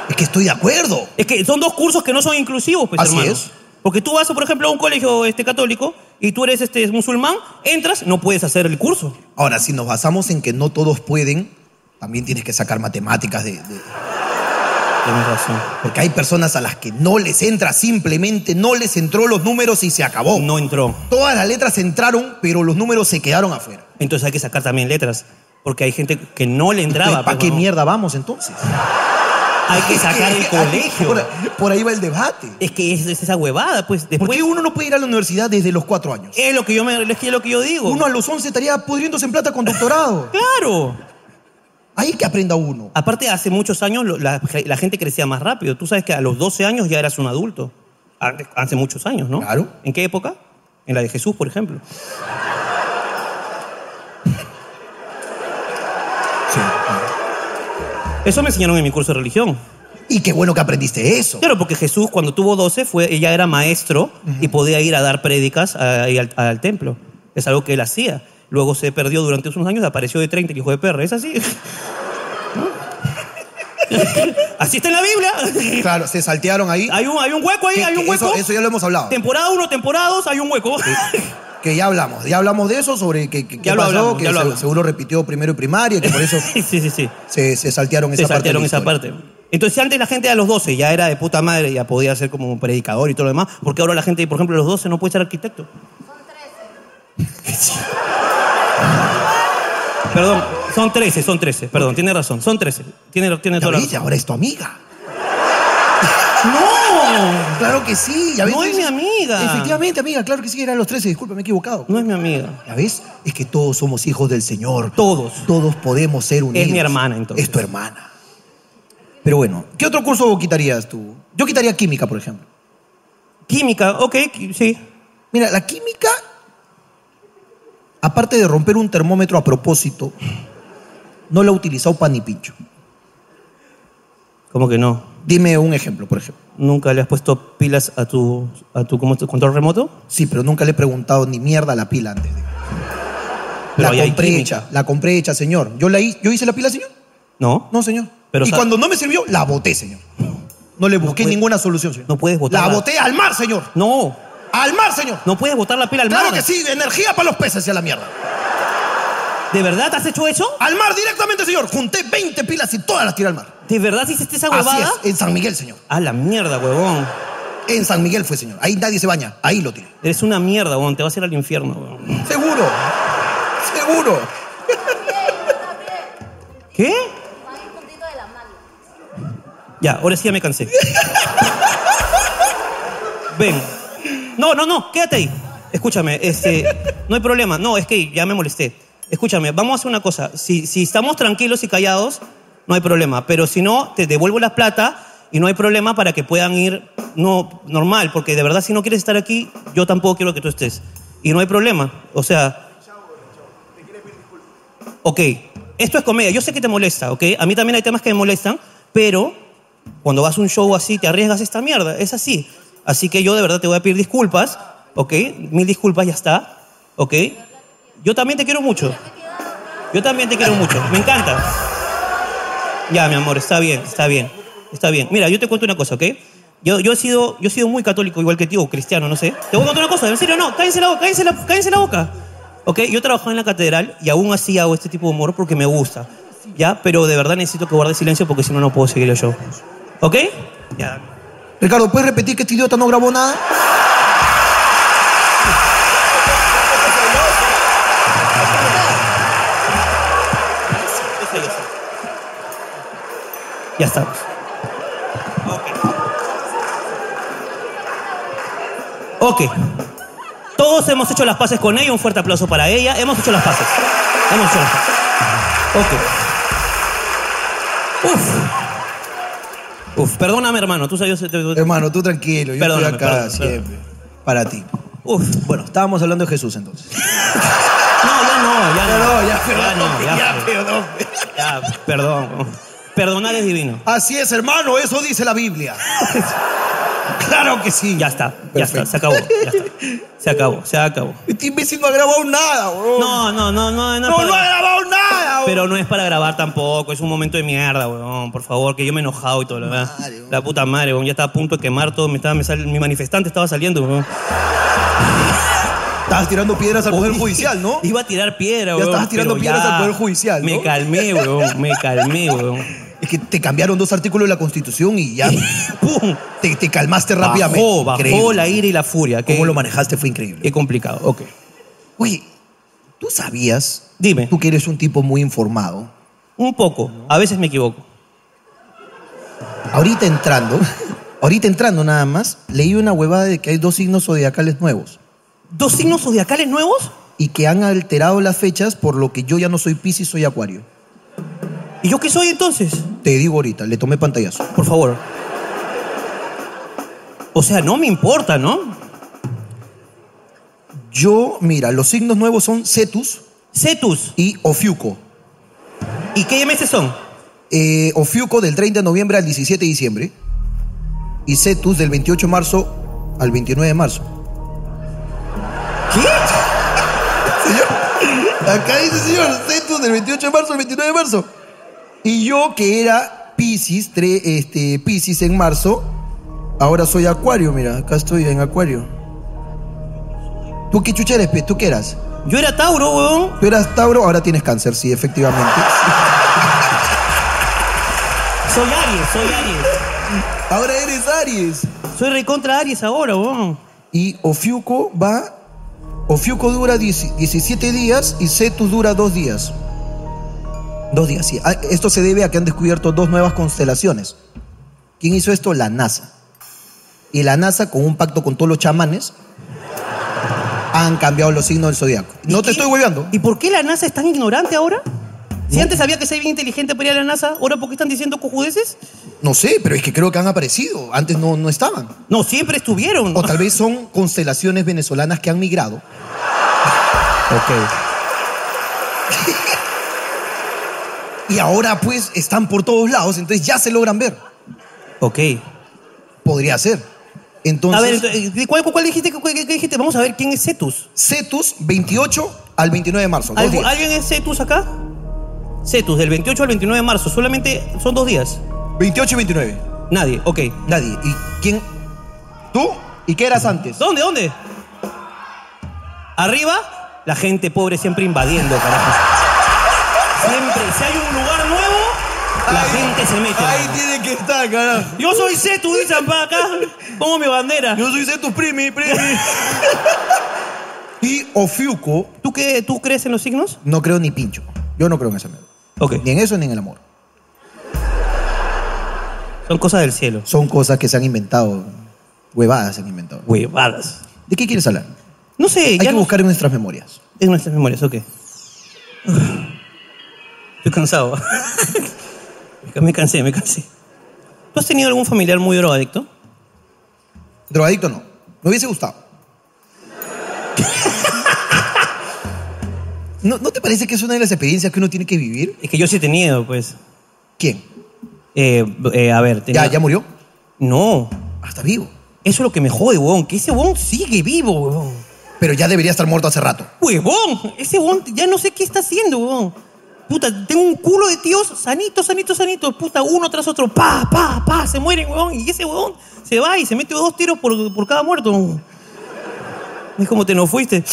Speaker 2: Es que estoy de acuerdo.
Speaker 1: Es que son dos cursos que no son inclusivos, pues,
Speaker 2: Así
Speaker 1: hermano.
Speaker 2: es.
Speaker 1: Porque tú vas, por ejemplo, a un colegio este, católico y tú eres este, musulmán, entras, no puedes hacer el curso.
Speaker 2: Ahora, si nos basamos en que no todos pueden, también tienes que sacar matemáticas de, de-
Speaker 1: Tienes razón.
Speaker 2: Porque hay personas a las que no les entra, simplemente no les entró los números y se acabó.
Speaker 1: No entró.
Speaker 2: Todas las letras entraron, pero los números se quedaron afuera.
Speaker 1: Entonces hay que sacar también letras. Porque hay gente que no le entraba.
Speaker 2: ¿Para
Speaker 1: pues,
Speaker 2: qué
Speaker 1: huevón.
Speaker 2: mierda vamos entonces?
Speaker 1: Hay que sacar el
Speaker 2: Ahí-
Speaker 1: colegio.
Speaker 2: Por, por ahí va el debate.
Speaker 1: Es que es, es esa huevada, pues.
Speaker 2: ¿Por
Speaker 1: Después
Speaker 2: qué uno no puede ir a la universidad desde los cuatro años?
Speaker 1: es lo que yo me, es que es lo que yo digo.
Speaker 2: Uno a los 11 estaría pudriéndose en plata con doctorado.
Speaker 1: Claro.
Speaker 2: Ahí que aprenda uno.
Speaker 1: Aparte, hace muchos años lo- la, la gente crecía más rápido. Tú sabes que a los 12 años ya eras un adulto. Antes- Hace muchos años, ¿no?
Speaker 2: Claro.
Speaker 1: ¿En qué época? En la de Jesús, por ejemplo. Eso me enseñaron en mi curso de religión.
Speaker 2: Y qué bueno que aprendiste eso.
Speaker 1: Claro, porque Jesús cuando tuvo 12 fue, ella era maestro y podía ir a dar prédicas ahí al, al templo. Es algo que él hacía. Luego se perdió durante unos años, apareció de 30, el hijo de perra. Es así. así está en la Biblia.
Speaker 2: Claro, se saltearon ahí.
Speaker 1: hay, un, hay un hueco ahí,
Speaker 2: Que-
Speaker 1: hay un
Speaker 2: que
Speaker 1: hueco.
Speaker 2: Eso, eso ya lo hemos hablado.
Speaker 1: Temporada 1, temporada 2, hay un hueco.
Speaker 2: Que ya hablamos. Ya hablamos de eso, sobre que, que- qué
Speaker 1: Ya lo
Speaker 2: pasó,
Speaker 1: hablamos,
Speaker 2: que
Speaker 1: ya lo
Speaker 2: se-
Speaker 1: hablamos.
Speaker 2: seguro repitió primero y primaria, que por eso
Speaker 1: sí, sí, sí.
Speaker 2: se, se saltearon esa
Speaker 1: se saltearon
Speaker 2: parte. de la
Speaker 1: esa
Speaker 2: historia.
Speaker 1: parte. Entonces antes la gente a los 12 ya era de puta madre, ya podía ser como un predicador y todo lo demás, porque ahora la gente, por ejemplo, a los 12 no puede ser arquitecto.
Speaker 3: Son 13.
Speaker 1: Perdón, son 13, son 13, perdón, tiene razón, son 13. Tiene, tiene toda
Speaker 2: Ya
Speaker 1: la
Speaker 2: ves,
Speaker 1: razón.
Speaker 2: ahora es tu amiga.
Speaker 1: ¡No!
Speaker 2: Claro que sí. ya ves,
Speaker 1: No es mi amiga.
Speaker 2: Efectivamente, amiga, claro que sí, eran los 13. Disculpa, me he equivocado.
Speaker 1: No es mi amiga.
Speaker 2: ¿Ya ves? Es que todos somos hijos del Señor.
Speaker 1: Todos.
Speaker 2: Todos podemos ser unidos.
Speaker 1: mi hermana, entonces.
Speaker 2: Es tu hermana. Pero bueno, ¿qué otro curso quitarías tú? Yo quitaría química, por ejemplo.
Speaker 1: Química, ok, qui- sí.
Speaker 2: Mira, la química, aparte de romper un termómetro a propósito, no la ha utilizado pan ni pincho.
Speaker 1: Como que no.
Speaker 2: Dime un ejemplo, por ejemplo.
Speaker 1: ¿Nunca le has puesto pilas a tu, a tu, ¿cómo es tu control remoto?
Speaker 2: Sí, pero nunca le he preguntado ni mierda a la pila antes. de-
Speaker 1: Pero ahí
Speaker 2: la
Speaker 1: hay
Speaker 2: compré
Speaker 1: química.
Speaker 2: hecha, la compré hecha, señor. ¿Yo, la hi- ¿Yo hice la pila, señor?
Speaker 1: No.
Speaker 2: No, señor.
Speaker 1: Pero
Speaker 2: y
Speaker 1: sa-
Speaker 2: cuando no me sirvió, la boté, señor. No le busqué
Speaker 1: puede-
Speaker 2: ninguna solución, señor.
Speaker 1: no puedes botar
Speaker 2: La
Speaker 1: la-
Speaker 2: boté al mar, señor.
Speaker 1: No.
Speaker 2: Al mar, señor.
Speaker 1: No puedes botar la pila al mar.
Speaker 2: Claro que sí, energía para los peces y a la mierda.
Speaker 1: ¿De verdad has hecho eso?
Speaker 2: Al mar directamente, señor. Junté 20 pilas y todas las tiré al mar.
Speaker 1: ¿De verdad hiciste esa
Speaker 2: Así
Speaker 1: huevada?
Speaker 2: es, en San Miguel, señor.
Speaker 1: A la mierda, huevón.
Speaker 2: En San Miguel fue, señor. Ahí nadie se baña. Ahí lo tiré.
Speaker 1: Eres una mierda, huevón. Te vas a ir al infierno, huevón.
Speaker 2: Seguro. Seguro.
Speaker 1: ¿Qué?
Speaker 3: Van un puntito de la mano.
Speaker 1: Ya, ahora sí ya me cansé. Ven. No, no, no, quédate ahí. Escúchame, este, no hay problema. No, es que ya me molesté. Escúchame, vamos a hacer una cosa. Si, si estamos tranquilos y callados, no hay problema. Pero si no, te devuelvo la plata y no hay problema para que puedan ir no, normal. Porque de verdad, si no quieres estar aquí, yo tampoco quiero que tú estés. Y no hay problema. O sea, ok, esto es comedia, yo sé que te molesta, ok, a mí también hay temas que me molestan, pero cuando vas a un show así te arriesgas esta mierda, es así. Así que yo de verdad te voy a pedir disculpas, ok, mil disculpas, ya está, ok. Yo también te quiero mucho, yo también te quiero mucho, me encanta. Ya, mi amor, está bien, está bien, está bien. Mira, yo te cuento una cosa, ¿ok? Yo, yo, he sido, yo he sido muy católico, igual que tío, cristiano, no sé. Te voy a contar una cosa, en serio, no, cállense la boca, cállense la, cállense la boca. ¿Ok? Yo trabajaba en la catedral y aún así hago este tipo de humor porque me gusta. Ya, pero de verdad necesito que guarde silencio porque si no, no puedo seguir el show. ¿Ok? Ya.
Speaker 2: Ricardo, ¿puedes repetir que este idiota no grabó nada?
Speaker 1: Yo sé, yo sé. Ya estamos. Ok. Ok. Todos hemos hecho las paces con ella. Un fuerte aplauso para ella. Hemos hecho las paces. Hemos hecho las paces. Ok. Uf. Uf, perdóname, hermano. Tú sabes. yo sé-
Speaker 2: Hermano, tú tranquilo, yo
Speaker 1: Perdóname,
Speaker 2: estoy acá
Speaker 1: perdón,
Speaker 2: siempre. Para ti.
Speaker 1: Uf.
Speaker 2: Bueno, estábamos hablando de Jesús entonces.
Speaker 1: No, ya no, ya no.
Speaker 2: perdón,
Speaker 1: no, ya,
Speaker 2: ya, perdón.
Speaker 1: ya, perdón. Perdonar es divino.
Speaker 2: Así es, hermano, eso dice la Biblia. claro que sí.
Speaker 1: Ya está, ya está, se acabó, ya está. Se acabó, se acabó.
Speaker 2: Este imbécil no ha grabado nada, bro.
Speaker 1: No, no, no, no, no. es
Speaker 2: no,
Speaker 1: para-
Speaker 2: no ha grabado nada,
Speaker 1: Pero no es para grabar tampoco, es un momento de mierda, weón. Por favor, que yo me he enojado y todo, la verdad.
Speaker 2: Madre, weón.
Speaker 1: La puta madre, weón. Ya estaba a punto de quemar todo, me estaba, me sal- mi manifestante estaba saliendo, weón.
Speaker 2: Estabas tirando piedras al poder judicial, ¿no?
Speaker 1: Iba a tirar piedra,
Speaker 2: Ya
Speaker 1: weón.
Speaker 2: estabas tirando
Speaker 1: pero
Speaker 2: piedras
Speaker 1: ya
Speaker 2: al Poder Judicial, ¿no?
Speaker 1: Me calmé, weón, me calmé, weón.
Speaker 2: Es que te cambiaron dos artículos de la Constitución y ya
Speaker 1: ¡Pum!
Speaker 2: te, te calmaste rápidamente.
Speaker 1: Bajó, bajó
Speaker 2: Increíble.
Speaker 1: la ira y la furia. que
Speaker 2: Cómo lo manejaste fue increíble.
Speaker 1: Qué complicado, ok.
Speaker 2: Oye, ¿tú sabías?
Speaker 1: Dime.
Speaker 2: Tú que eres un tipo muy informado.
Speaker 1: Un poco, a veces me equivoco.
Speaker 2: Ahorita entrando, ahorita entrando nada más, leí una huevada de que hay dos signos zodiacales nuevos
Speaker 1: ¿Dos signos zodiacales nuevos?
Speaker 2: y que han alterado las fechas por lo que yo ya no soy Piscis, soy Acuario.
Speaker 1: ¿Y yo qué soy entonces?
Speaker 2: Te digo ahorita, le tomé pantallazo.
Speaker 1: Por favor. O sea, no me importa, ¿no?
Speaker 2: Yo, mira, los signos nuevos son Cetus
Speaker 1: Cetus.
Speaker 2: y Ofiuco.
Speaker 1: ¿Y qué meses son?
Speaker 2: Eh, Ofiuco del 30 de noviembre al 17 de diciembre y Cetus del 28 de marzo al 29 de marzo.
Speaker 1: ¿Qué?
Speaker 2: Acá dice, señor, Cetus del 28 de marzo al 29 de marzo. Y yo, que era Piscis, tre- este, Piscis en marzo, ahora soy Acuario, mira, acá estoy en Acuario. ¿Tú qué chucha eres, pe? ¿Tú qué eras?
Speaker 1: Yo era Tauro, weón.
Speaker 2: Tú eras Tauro, ahora tienes cáncer, sí, efectivamente.
Speaker 1: Soy Aries, soy Aries.
Speaker 2: Ahora eres Aries.
Speaker 1: Soy recontra Aries ahora, weón.
Speaker 2: Y Ofiuco va... Ofiuco dura 10 17 días y Cetus dura 2 días. Dos días, sí. Ah, Esto se debe a que han descubierto dos nuevas constelaciones. ¿Quién hizo esto? La NASA. Y la NASA, con un pacto con todos los chamanes, han cambiado los signos del zodiaco. No te
Speaker 1: ¿Y-
Speaker 2: estoy hueveando.
Speaker 1: ¿Y por qué la NASA es tan ignorante ahora? Si antes sabía que soy bien inteligente para ir a la NASA, ¿ahora por qué están diciendo cojudeces?
Speaker 2: No sé, pero es que creo que han aparecido. Antes no, no estaban.
Speaker 1: No, siempre estuvieron.
Speaker 2: O tal vez son constelaciones venezolanas que han migrado.
Speaker 1: Ok.
Speaker 2: Y ahora, pues, están por todos lados. Entonces ya se logran ver.
Speaker 1: Ok.
Speaker 2: Podría ser. Entonces,
Speaker 1: A ver, entonces, ¿cuál, cuál dijiste? ¿Cuál- qué- qué dijiste? Vamos a ver quién es Cetus.
Speaker 2: Cetus, 28 al 29 de marzo. dos
Speaker 1: ¿Algu-
Speaker 2: días.
Speaker 1: ¿Alguien es Cetus acá? Cetus, del 28 al 29 de marzo. Solamente son dos días.
Speaker 2: 28 y 29.
Speaker 1: Nadie, ok.
Speaker 2: Nadie. ¿Y quién? ¿Tú? ¿Y qué eras antes?
Speaker 1: ¿Dónde, dónde? Arriba, la gente pobre siempre invadiendo, carajo. Siempre, si hay un lugar nuevo, la
Speaker 2: Ahí-
Speaker 1: gente se mete. hermano.
Speaker 2: tiene que estar, carajo.
Speaker 1: Yo soy Cetus, dicen para acá. Pongo mi bandera.
Speaker 2: Yo soy Cetus Primi, Primi. y Ofiuco,
Speaker 1: ¿Tú, qué, ¿Tú crees en los signos?
Speaker 2: no creo ni pincho. Yo no creo en esa mierda.
Speaker 1: Ok.
Speaker 2: Ni en eso ni en el amor.
Speaker 1: Son cosas del cielo.
Speaker 2: Son cosas que se han inventado. Huevadas se han inventado.
Speaker 1: Huevadas.
Speaker 2: ¿De qué quieres hablar?
Speaker 1: No sé,
Speaker 2: Hay
Speaker 1: ya
Speaker 2: que
Speaker 1: no-
Speaker 2: buscar en nuestras memorias.
Speaker 1: En nuestras memorias, ok. Estoy cansado. Me ca- me cansé, me cansé. ¿Tú has tenido algún familiar muy drogadicto?
Speaker 2: Drogadicto no. Me hubiese gustado. ¿No, ¿No te parece que es una de las experiencias que uno tiene que vivir?
Speaker 1: Es que yo sí he tenido, pues.
Speaker 2: ¿Quién?
Speaker 1: Eh, eh, a ver, tenía-
Speaker 2: ¿Ya, ya murió?
Speaker 1: No.
Speaker 2: Hasta vivo.
Speaker 1: Eso es lo que me jode, huevón. Que ese huevón sigue vivo, huevón.
Speaker 2: Pero ya debería estar muerto hace rato.
Speaker 1: ¡Huevón! Ese huevón ya no sé qué está haciendo, huevón. Puta, tengo un culo de tíos sanitos, sanitos, sanitos. Puta, uno tras otro. Pa, pa, pa. Se mueren, huevón. Y ese huevón se va y se mete dos tiros por, por cada muerto. huevón. Es como te nos fuiste.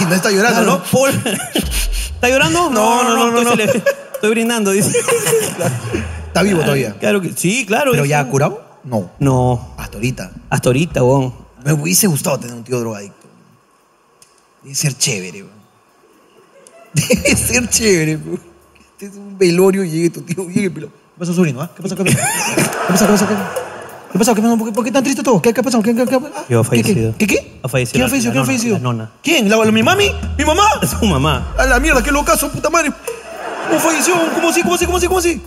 Speaker 2: Y no está llorando,
Speaker 1: Claro,
Speaker 2: ¿no?
Speaker 1: Paul. ¿Está llorando?
Speaker 2: No, no, no,
Speaker 1: estoy,
Speaker 2: no.
Speaker 1: cele- estoy brindando, dice.
Speaker 2: Está vivo todavía.
Speaker 1: Claro que sí, claro.
Speaker 2: ¿Pero
Speaker 1: eso.
Speaker 2: ya ha curado? No.
Speaker 1: No,
Speaker 2: Hasta ahorita.
Speaker 1: hasta ahorita, weón.
Speaker 2: Me hubiese gustado tener un tío drogadicto. Debe ser chévere, weón. Debe ser chévere, weón. Que estés en un velorio y llegue tu tío llegue, pero... ¿Qué pasó, sobrino? ah? ¿Qué pasó? ¿Qué pasó? ¿Qué pasó? ¿Qué pasó? ¿Qué pasó? ¿Qué pasó? ¿Qué pasó? ¿Por qué- ¿Por qué tan triste todo? ¿Qué, qué ha pasado? ¿Qué, qué, qué, ah?
Speaker 1: Yo ha
Speaker 2: ¿Qué, qué?
Speaker 1: fallecido.
Speaker 2: ¿Qué qué?
Speaker 1: Ha fallecido
Speaker 2: ¿Quién ha
Speaker 1: la- la
Speaker 2: fallecido? ¿Quién ha
Speaker 1: nona,
Speaker 2: fallecido?
Speaker 1: la nona.
Speaker 2: ¿Quién? ¿La, la- ¿Mi mami? ¿Mi mamá?
Speaker 1: Su mamá
Speaker 2: A la mierda, qué locazo, puta madre. ¿Cómo falleció? ¿Cómo así? ¿Cómo así? ¿Cómo así? ¿Cómo así?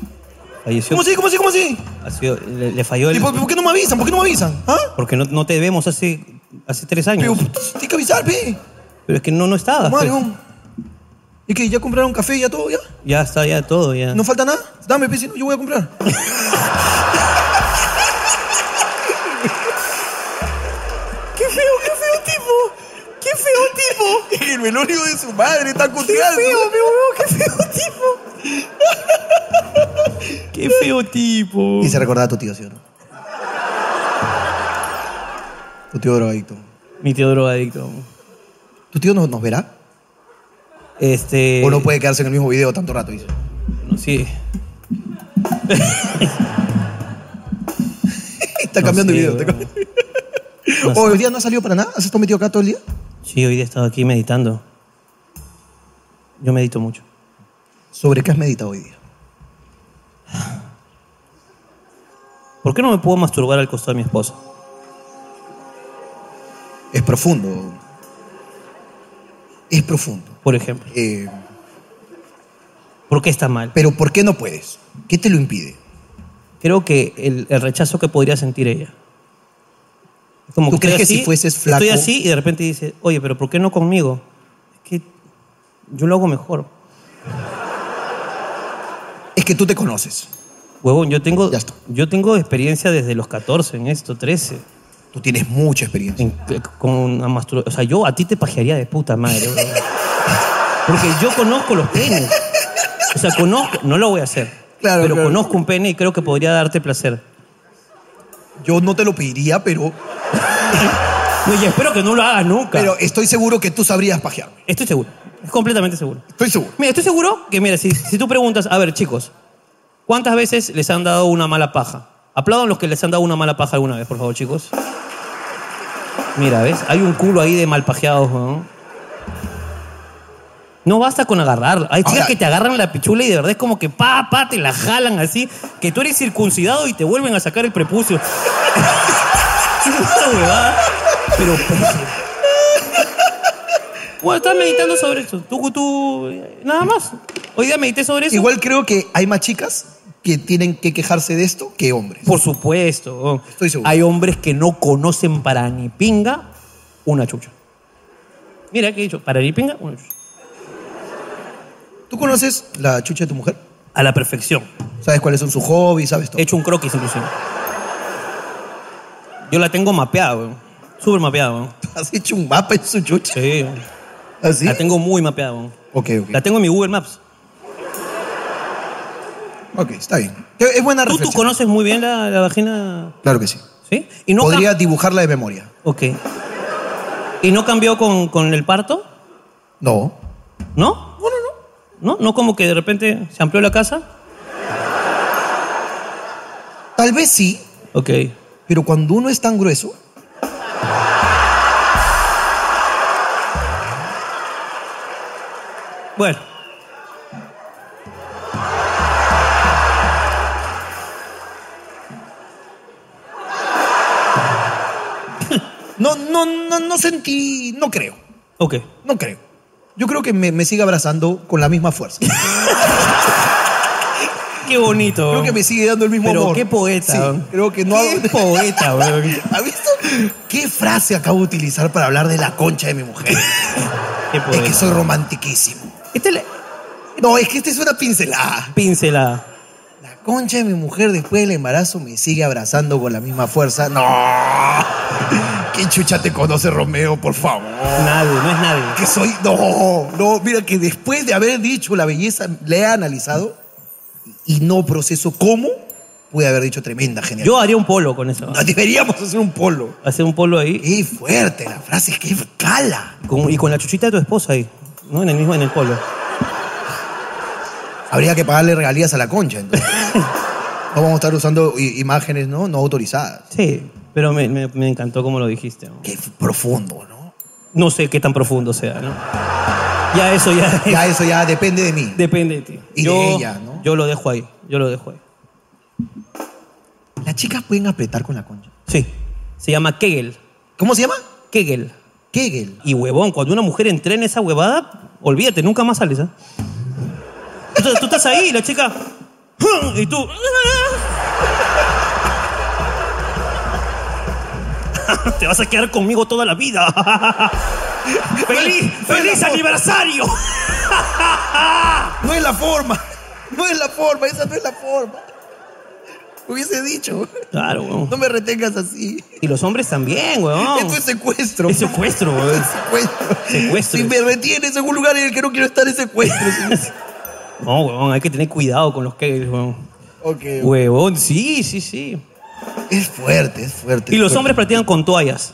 Speaker 1: falleció.
Speaker 2: ¿Cómo así? ¿Cómo así? ¿Cómo así?
Speaker 1: Ha sido- le, le falló
Speaker 2: ¿Y pues,
Speaker 1: el.
Speaker 2: por, por qué no me avisan? ¿Por qué no me avisan? ¿Ah?
Speaker 1: Porque no, no te vemos hace, hace tres años.
Speaker 2: Pero,
Speaker 1: Pero,
Speaker 2: puta, tienes que avisar, pe.
Speaker 1: es que no, no estaba. pues.
Speaker 2: Madre, weón. ¿Y qué? ¿Ya compraron café? ¿Ya todo? ¿Ya?
Speaker 1: Ya está, ya todo, ya.
Speaker 2: ¿No falta nada? Dame, pe, si no, yo voy a comprar. ¡Qué feo, qué feo tipo! ¡Qué feo tipo! El velorio de su madre está cocinando. ¡Qué feo, qué feo tipo!
Speaker 1: Qué feo tipo.
Speaker 2: Y se recordaba a tu tío, ¿sí o no? Tu tío drogadicto.
Speaker 1: Mi tío drogadicto.
Speaker 2: ¿Tu tío no- nos verá?
Speaker 1: Este.
Speaker 2: ¿O no puede quedarse en el mismo video tanto rato? Dice.
Speaker 1: no, Sí.
Speaker 2: Está
Speaker 1: No
Speaker 2: cambiando
Speaker 1: sé,
Speaker 2: el video. Está
Speaker 1: weón.
Speaker 2: cambiando. ¿O hoy día no ha salido para nada? ¿Has estado metido acá todo el día?
Speaker 1: Sí, hoy día he estado aquí meditando. Yo medito mucho.
Speaker 2: ¿Sobre qué has meditado hoy día?
Speaker 1: ¿Por qué no me puedo masturbar al costado de mi esposa?
Speaker 2: Es profundo. Es profundo.
Speaker 1: Por ejemplo.
Speaker 2: Eh,
Speaker 1: ¿Por qué está mal?
Speaker 2: pero ¿por qué no puedes? ¿Qué te lo impide?
Speaker 1: Creo que el, el rechazo que podría sentir ella. Es Como
Speaker 2: ¿Tú
Speaker 1: estoy
Speaker 2: crees que si fueses flaco-
Speaker 1: Estoy así y de repente dice, oye, pero ¿por qué no conmigo? Es que yo lo hago mejor.
Speaker 2: Es que tú te conoces.
Speaker 1: Huevón, yo tengo,
Speaker 2: Ya está.
Speaker 1: yo tengo experiencia desde los 14 en esto, 13.
Speaker 2: Tú tienes mucha experiencia.
Speaker 1: en- con una mastur- O sea, yo a ti te pajearía de puta madre, huevón. Porque yo conozco los penes. O sea, conozco, no lo voy a hacer.
Speaker 2: Claro,
Speaker 1: pero
Speaker 2: claro.
Speaker 1: conozco un pene y creo que podría darte placer.
Speaker 2: Yo no te lo pediría, pero,
Speaker 1: No, Y espero que no lo hagas nunca.
Speaker 2: pero estoy seguro que tú sabrías pajearme.
Speaker 1: Estoy seguro. Es completamente seguro.
Speaker 2: Estoy seguro.
Speaker 1: Mira, estoy seguro que, mira, si, si tú preguntas, a ver, chicos, ¿cuántas veces les han dado una mala paja? Aplaudan los que les han dado una mala paja alguna vez, por favor, chicos. Mira, ¿ves? Hay un culo ahí de malpajeados, ¿no? No basta con agarrar. Hay chicas
Speaker 2: Ahora-
Speaker 1: que te agarran la pichula y de verdad es como que pa, pa, te la jalan así, que tú eres circuncidado y te vuelven a sacar el prepucio. Es una huevada. Pero, bueno, estás meditando sobre eso. Tú, tú, eh, nada más. Hoy día medité sobre eso.
Speaker 2: Igual creo que hay más chicas que tienen que quejarse de esto que hombres.
Speaker 1: Por supuesto.
Speaker 2: Estoy seguro.
Speaker 1: Hay hombres que no conocen para ni pinga una chucha. Mira, ¿qué he dicho? Para ni pinga una chucha.
Speaker 2: ¿Tú conoces la chucha de tu mujer?
Speaker 1: A la perfección.
Speaker 2: ¿Sabes cuáles son sus hobbies? ¿Sabes todo?
Speaker 1: He hecho un croquis, inclusive. Yo la tengo mapeada, weón. Súper mapeada, weón.
Speaker 2: ¿Has hecho un mapa en su chucha?
Speaker 1: Sí. weón.
Speaker 2: ¿Así?
Speaker 1: Ah, La tengo muy mapeada, weón.
Speaker 2: Ok, ok.
Speaker 1: La tengo en mi Google Maps.
Speaker 2: Ok, está bien. Es buena
Speaker 1: ¿Tú, tú
Speaker 2: reflexión.
Speaker 1: conoces muy bien la, la vagina?
Speaker 2: Claro que sí.
Speaker 1: ¿Sí? Y no
Speaker 2: Podría dibujarla de memoria.
Speaker 1: Ok. ¿Y no cambió con, con el parto?
Speaker 2: No.
Speaker 1: ¿No? Bueno, no. ¿No? ¿No como que de repente se amplió la casa?
Speaker 2: Tal vez sí,
Speaker 1: Ok.
Speaker 2: pero cuando uno es tan grueso.
Speaker 1: Bueno.
Speaker 2: No, no, no, no sentí. No creo.
Speaker 1: Ok.
Speaker 2: No creo. Yo creo que me, me sigue abrazando con la misma fuerza.
Speaker 1: Qué bonito.
Speaker 2: Creo que me sigue dando el mismo
Speaker 1: Pero
Speaker 2: amor.
Speaker 1: qué poeta.
Speaker 2: Sí, creo que no
Speaker 1: Qué poeta, weón.
Speaker 2: ¿Has visto? ¿Qué frase acabo de utilizar para hablar de la concha de mi mujer?
Speaker 1: Qué
Speaker 2: Es que
Speaker 1: poeta. Este
Speaker 2: soy romantiquísimo.
Speaker 1: Esta es la
Speaker 2: No, es que esta es una pincelada.
Speaker 1: pincelada.
Speaker 2: La concha de mi mujer después del embarazo me sigue abrazando con la misma fuerza. No. ¿Qué chucha te conoce Romeo, por favor?
Speaker 1: Nadie, no es nadie.
Speaker 2: Que soy... No, no, mira que después de haber dicho la belleza, le he analizado y no proceso cómo pude haber dicho tremenda, genial.
Speaker 1: Yo haría un polo con eso.
Speaker 2: No, deberíamos hacer un polo.
Speaker 1: Hacer un polo ahí
Speaker 2: Qué fuerte la frase, qué cala.
Speaker 1: con- y con la chuchita de tu esposa ahí, ¿no? En el mismo, en el polo.
Speaker 2: Habría que pagarle regalías a la concha, entonces. No vamos a estar usando i- imágenes ¿no? no autorizadas.
Speaker 1: Sí, pero me, me- me encantó como lo dijiste. ¿no?
Speaker 2: Qué f- profundo, ¿no?
Speaker 1: No sé qué tan profundo sea, ¿no? Ya eso ya,
Speaker 2: Ya eso ya depende de mí.
Speaker 1: depende de ti.
Speaker 2: Y de ella, ¿no?
Speaker 1: Yo lo dejo ahí, yo lo dejo ahí.
Speaker 2: Las chicas pueden apretar con la concha.
Speaker 1: Sí, se llama Kegel.
Speaker 2: ¿Cómo se llama?
Speaker 1: Kegel.
Speaker 2: Kegel.
Speaker 1: Y huevón, cuando una mujer entrena esa huevada, olvídate, nunca más sales, ¿ah? Entonces tú estás ahí, y la chica. Y tú. Te vas a quedar conmigo toda la vida. ¡Feliz, feliz aniversario!
Speaker 2: No es la forma. No es la forma, esa no es la forma. Hubiese dicho.
Speaker 1: Claro, huevón.
Speaker 2: No me retengas así.
Speaker 1: Y los hombres también, huevón.
Speaker 2: Esto es secuestro.
Speaker 1: Es secuestro, huevón.
Speaker 2: secuestro.
Speaker 1: Secuestro.
Speaker 2: Si me retienes en un lugar en el que no quiero estar, es secuestro.
Speaker 1: No, huevón, hay que tener cuidado con los kegels, huevón.
Speaker 2: ok.
Speaker 1: Huevón, sí, sí, sí.
Speaker 2: Es fuerte, es fuerte.
Speaker 1: Y
Speaker 2: es
Speaker 1: los
Speaker 2: fuerte.
Speaker 1: hombres practican con toallas.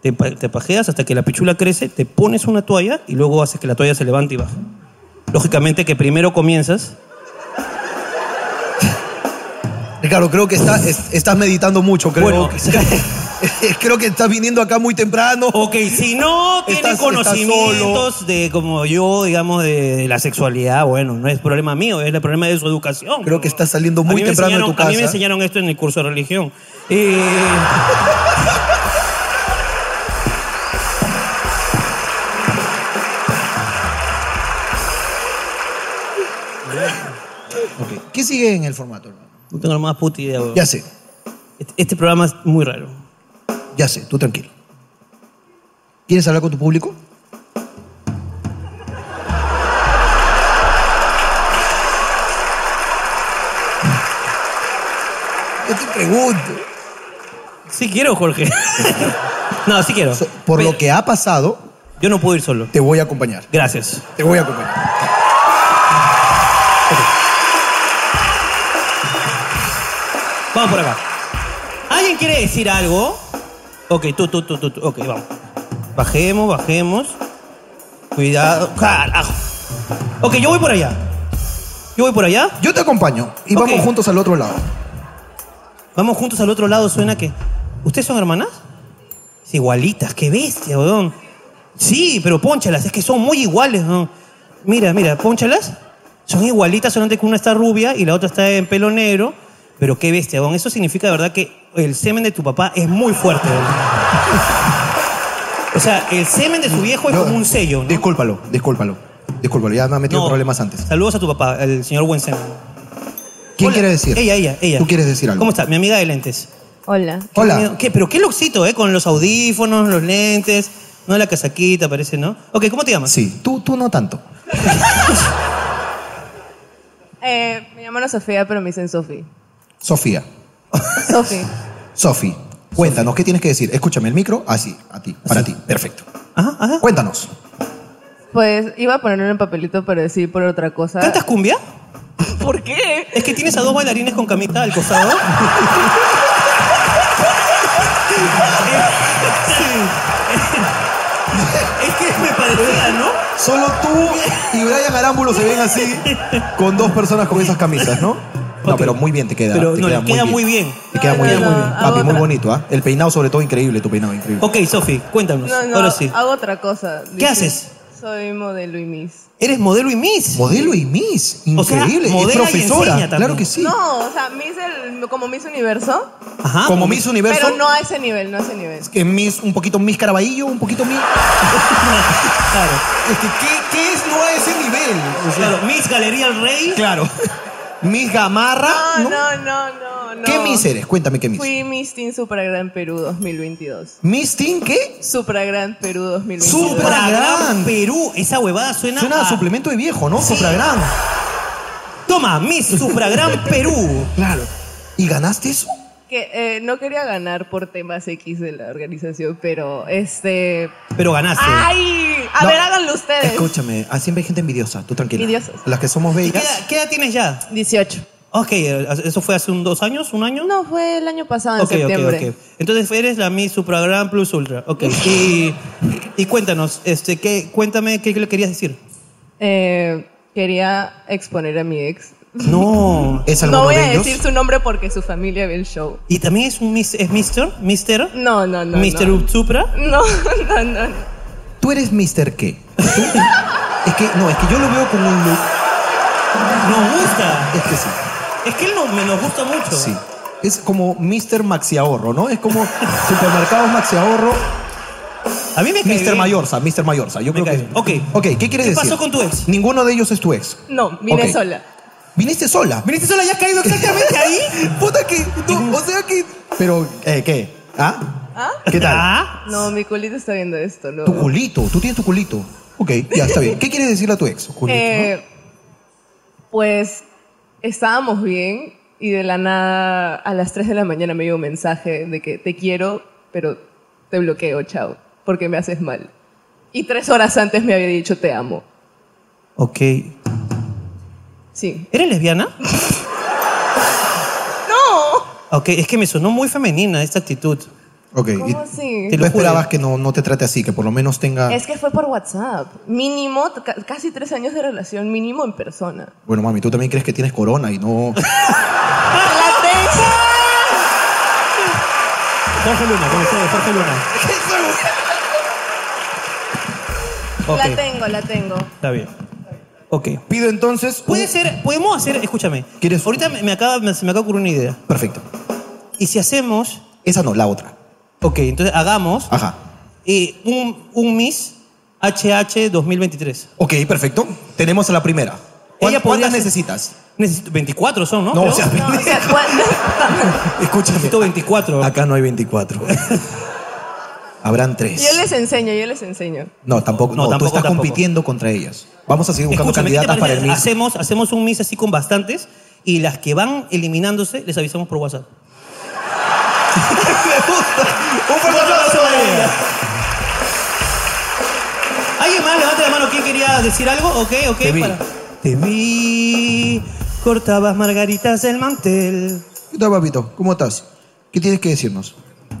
Speaker 1: Te, pa- te pajeas hasta que la pichula crece, te pones una toalla y luego haces que la toalla se levante y baje. Lógicamente que primero comienzas.
Speaker 2: Ricardo, creo que está- es- estás meditando mucho,
Speaker 1: Bueno.
Speaker 2: creo. que- creo que estás viniendo acá muy temprano.
Speaker 1: Ok, si no tienen
Speaker 2: Estás- estás
Speaker 1: conocimientos de como yo, digamos, de, de la sexualidad, bueno, no es problema mío, es el problema de su educación.
Speaker 2: Creo que estás saliendo muy
Speaker 1: A mí me
Speaker 2: temprano de
Speaker 1: enseñaron-
Speaker 2: tu
Speaker 1: A mí me
Speaker 2: casa.
Speaker 1: enseñaron esto en el curso de religión. Eh, Y-
Speaker 2: Ok. ¿Qué sigue en el formato, hermano?
Speaker 1: no tengo la más puta idea, weón.
Speaker 2: Ya sé,
Speaker 1: Este- este programa es muy raro.
Speaker 2: ya sé, tú tranquilo. ¿Quieres hablar con tu público? Yo te pregunto.
Speaker 1: Sí quiero, Jorge. no, sí quiero.
Speaker 2: So- Por lo que ha pasado,
Speaker 1: Yo no puedo ir solo.
Speaker 2: te voy a acompañar.
Speaker 1: Gracias.
Speaker 2: Te voy a acompañar.
Speaker 1: Vamos por acá. ¿Alguien quiere decir algo? Ok, tú, tú, tú, tú. tú. Ok, vamos. Bajemos, bajemos. Cuidado. Carajo. Ok, yo voy por allá. Yo voy por allá.
Speaker 2: Yo te acompaño y
Speaker 1: Ok.
Speaker 2: vamos juntos al otro lado.
Speaker 1: Vamos juntos al otro lado. Suena que. ¿Ustedes son hermanas? Es igualitas. Qué bestia, weón. Sí, pero pónchalas. Es que son muy iguales, weón. Mira, mira, pónchalas. Son igualitas, solamente que una está rubia y la otra está en pelo negro. Pero qué bestia, weón. Eso significa de verdad que el semen de tu papá es muy fuerte, weón. O sea, el semen de su viejo es
Speaker 2: Yo-
Speaker 1: como un sello, ¿no?
Speaker 2: Discúlpalo, discúlpalo. Discúlpalo, ya me ha metido en
Speaker 1: No.
Speaker 2: problemas antes.
Speaker 1: Saludos a tu papá, el señor Buen Semen.
Speaker 2: ¿Quién
Speaker 1: Hola.
Speaker 2: quiere decir?
Speaker 1: Ella, ella, ella.
Speaker 2: ¿Tú quieres decir algo?
Speaker 1: ¿Cómo está? Mi amiga de lentes.
Speaker 4: Hola.
Speaker 1: Qué
Speaker 2: Hola.
Speaker 1: miedo. ¿Qué? Pero qué loxito, ¿eh? Con los audífonos, los lentes, no la casaquita, parece, ¿no? Ok, ¿cómo te llamas?
Speaker 2: Sí, tú, tú no tanto.
Speaker 4: Eh, me llamo Ana Sofía, pero me dicen Sofi.
Speaker 2: Sofía,
Speaker 4: Sofi.
Speaker 2: Sofi, cuéntanos, ¿qué tienes que decir? Escúchame el micro, así, a ti, para ti. Perfecto.
Speaker 1: Ajá, ajá.
Speaker 2: Cuéntanos.
Speaker 4: Pues iba a ponerlo en el papelito para decir por otra cosa.
Speaker 1: ¿Cantas cumbia?
Speaker 4: ¿Por qué?
Speaker 1: Es que tienes a dos bailarines con camita al costado. es que me parecía, ¿no?
Speaker 2: Solo tú y Brian Arámbulo se ven así, con dos personas con esas camisas, ¿no? No,
Speaker 1: Ok.
Speaker 2: pero muy bien te queda.
Speaker 1: Pero
Speaker 2: te
Speaker 1: no, le queda muy bien.
Speaker 2: Te queda
Speaker 4: No,
Speaker 2: muy
Speaker 4: no,
Speaker 2: bien.
Speaker 4: no, hago
Speaker 2: Papi, muy
Speaker 4: otra.
Speaker 2: bonito, ¿ah? El peinado, sobre todo, increíble, tu peinado, increíble.
Speaker 1: Ok, Sofi, cuéntanos.
Speaker 4: No, no,
Speaker 1: Ahora sí.
Speaker 4: hago otra cosa.
Speaker 1: ¿Qué haces?
Speaker 4: Soy modelo y Miss.
Speaker 1: Eres modelo y Miss.
Speaker 2: Modelo y Miss,
Speaker 1: O sea,
Speaker 2: increíble. y
Speaker 1: modela y
Speaker 2: profesora,
Speaker 1: enseña también.
Speaker 2: claro que sí.
Speaker 4: No, o sea, Miss el- como Miss Universo,
Speaker 1: Ajá.
Speaker 2: Como Miss Universo,
Speaker 4: pero no a ese nivel, no a ese nivel.
Speaker 2: que Miss, un poquito Miss Caraballo, un poquito Miss...
Speaker 1: Claro.
Speaker 2: Es que, ¿qué, qué es no a ese nivel? O sea,
Speaker 1: Claro, Miss Galería El Rey.
Speaker 2: claro. Miss Gamarra,
Speaker 4: Ah, No,
Speaker 2: Ah, ¿no?
Speaker 4: no, no, no, no.
Speaker 2: ¿Qué Miss eres? Cuéntame qué Miss.
Speaker 4: Fui Miss Teen Supra Gran Perú 2022.
Speaker 2: ¿Miss Teen qué?
Speaker 4: Supra Gran Perú 2022.
Speaker 2: Supra-
Speaker 1: Supra Gran
Speaker 2: Gran.
Speaker 1: Perú. Esa huevada suena,
Speaker 2: Suena
Speaker 1: a-
Speaker 2: a suplemento de viejo, ¿no? Supragran.
Speaker 1: Toma, Miss Supra Gran Perú.
Speaker 2: Claro. ¿Y ganaste eso?
Speaker 4: Que eh, no quería ganar por temas X de la organización, pero este.
Speaker 1: Pero ganaste.
Speaker 4: ¡Ay! A
Speaker 2: No.
Speaker 4: ver, háganlo ustedes.
Speaker 2: Escúchame, ah, siempre hay gente envidiosa, tú tranquila.
Speaker 4: Envidiosas.
Speaker 2: Las que somos
Speaker 1: ¿Y qué,
Speaker 2: bellas.
Speaker 1: edad, qué edad tienes ya?
Speaker 4: 18.
Speaker 1: Ok, ¿eso fue hace un, dos años? ¿Un año?
Speaker 4: No, fue el año pasado, en
Speaker 1: Ok, ok,
Speaker 4: septiembre.
Speaker 1: ok. Entonces eres la Miss Supra Gran Plus Ultra. Ok. Y, y cuéntanos, este, ¿qué, cuéntame qué, qué le querías decir.
Speaker 4: Eh, quería exponer a mi ex.
Speaker 1: No.
Speaker 2: ¿Es alguno
Speaker 4: No voy
Speaker 2: de
Speaker 4: a
Speaker 2: ellos?
Speaker 4: decir su nombre porque su familia ve el show.
Speaker 1: ¿Y también es un mis- es Mister? ¿Mister?
Speaker 4: No, no, no.
Speaker 1: ¿Mister
Speaker 4: no.
Speaker 1: Supra?
Speaker 4: No, no, no. no.
Speaker 2: ¿Tú eres Mr. qué? ¿Tú? es que, no, es que yo lo veo como un look.
Speaker 1: Nos gusta.
Speaker 2: Es que sí,
Speaker 1: Es que él nos, me nos gusta mucho.
Speaker 2: sí. Es como Mr. Maxi Ahorro, ¿no? Es como supermercados Maxi Ahorro,
Speaker 1: A mí me cae
Speaker 2: Mr.
Speaker 1: bien.
Speaker 2: Mayorza, Mr. Mayorza. Yo
Speaker 1: Me
Speaker 2: creo que.
Speaker 1: cae bien. Ok.
Speaker 2: Ok, ¿qué quieres
Speaker 1: ¿Qué
Speaker 2: decir?
Speaker 1: pasó con tu ex?
Speaker 2: Ninguno de ellos es tu ex.
Speaker 4: No, vine
Speaker 2: Ok.
Speaker 4: sola.
Speaker 2: ¿Viniste sola?
Speaker 1: ¿Viniste sola ya has caído exactamente ahí?
Speaker 2: Puta que. no, o sea que. Pero, eh, ¿qué? ¿Ah?
Speaker 4: ¿Ah?
Speaker 2: ¿Qué tal?
Speaker 1: Ah,
Speaker 4: No, mi culito está viendo esto, ¿no?
Speaker 2: Tu culito, tú tienes tu culito. Ok, ya está bien. ¿Qué quieres decirle a tu ex? Culito, ¿no?
Speaker 4: Eh, Pues estábamos bien y de la nada a las 3 de la mañana me llegó un mensaje de que te quiero, pero te bloqueo, chao, porque me haces mal. Y tres horas antes me había dicho te amo.
Speaker 1: Ok.
Speaker 4: Sí.
Speaker 1: ¿Eres lesbiana?
Speaker 4: ¡No!
Speaker 1: Ok, es que me sonó muy femenina esta actitud.
Speaker 2: Ok, y
Speaker 4: ¿Cómo así?
Speaker 1: Te
Speaker 2: tú
Speaker 1: lo juro.
Speaker 2: esperabas que no, no te trate así, que por lo menos tenga.
Speaker 4: Es que fue por WhatsApp. Mínimo, ca- casi tres años de relación, mínimo en persona.
Speaker 2: Bueno, mami, tú también crees que tienes corona y no.
Speaker 4: ¡La tengo!
Speaker 1: Jorge Luna, con ustedes, Jorge Luna. Ok,
Speaker 4: La tengo, la tengo.
Speaker 1: está bien. Ok.
Speaker 2: Pido entonces. un-
Speaker 1: Puede ser, podemos hacer, escúchame.
Speaker 2: ¿Quieres-
Speaker 1: Ahorita me, me acaba, me- se me acaba de ocurrir una idea.
Speaker 2: Perfecto.
Speaker 1: Y si hacemos,
Speaker 2: Esa no, la otra.
Speaker 1: ok, entonces hagamos
Speaker 2: Ajá.
Speaker 1: eh, un, un Miss HH 2023.
Speaker 2: Ok, perfecto. Tenemos a la primera. ¿Cuán-
Speaker 1: Ella podría
Speaker 2: ¿Cuántas
Speaker 1: ser-
Speaker 2: necesitas?
Speaker 1: Necesito 24 son, ¿no?
Speaker 2: No,
Speaker 1: Creo.
Speaker 2: o sea,
Speaker 4: No, o sea, ¿cuál-
Speaker 2: escúchame.
Speaker 1: necesito 24.
Speaker 2: Acá no hay 24. Habrán tres.
Speaker 4: Yo les enseño, yo les enseño.
Speaker 2: No, tampoco. No,
Speaker 1: No,
Speaker 2: tú
Speaker 1: tampoco,
Speaker 2: estás
Speaker 1: tampoco.
Speaker 2: compitiendo contra ellas. Vamos a seguir buscando
Speaker 1: Escúchame, ¿qué te
Speaker 2: candidatas para el
Speaker 1: parece?
Speaker 2: Miss.
Speaker 1: Hacemos, hacemos un Miss así con bastantes y las que van eliminándose les avisamos por WhatsApp.
Speaker 2: Un fuerte aplauso para ella.
Speaker 1: ¿Alguien más levanta la mano? ¿Quién quería decir algo? Ok, ok.
Speaker 2: Te vi.
Speaker 1: Te vi, cortabas margaritas del mantel.
Speaker 2: ¿Qué tal, papito? ¿Cómo estás? ¿Qué tienes que decirnos?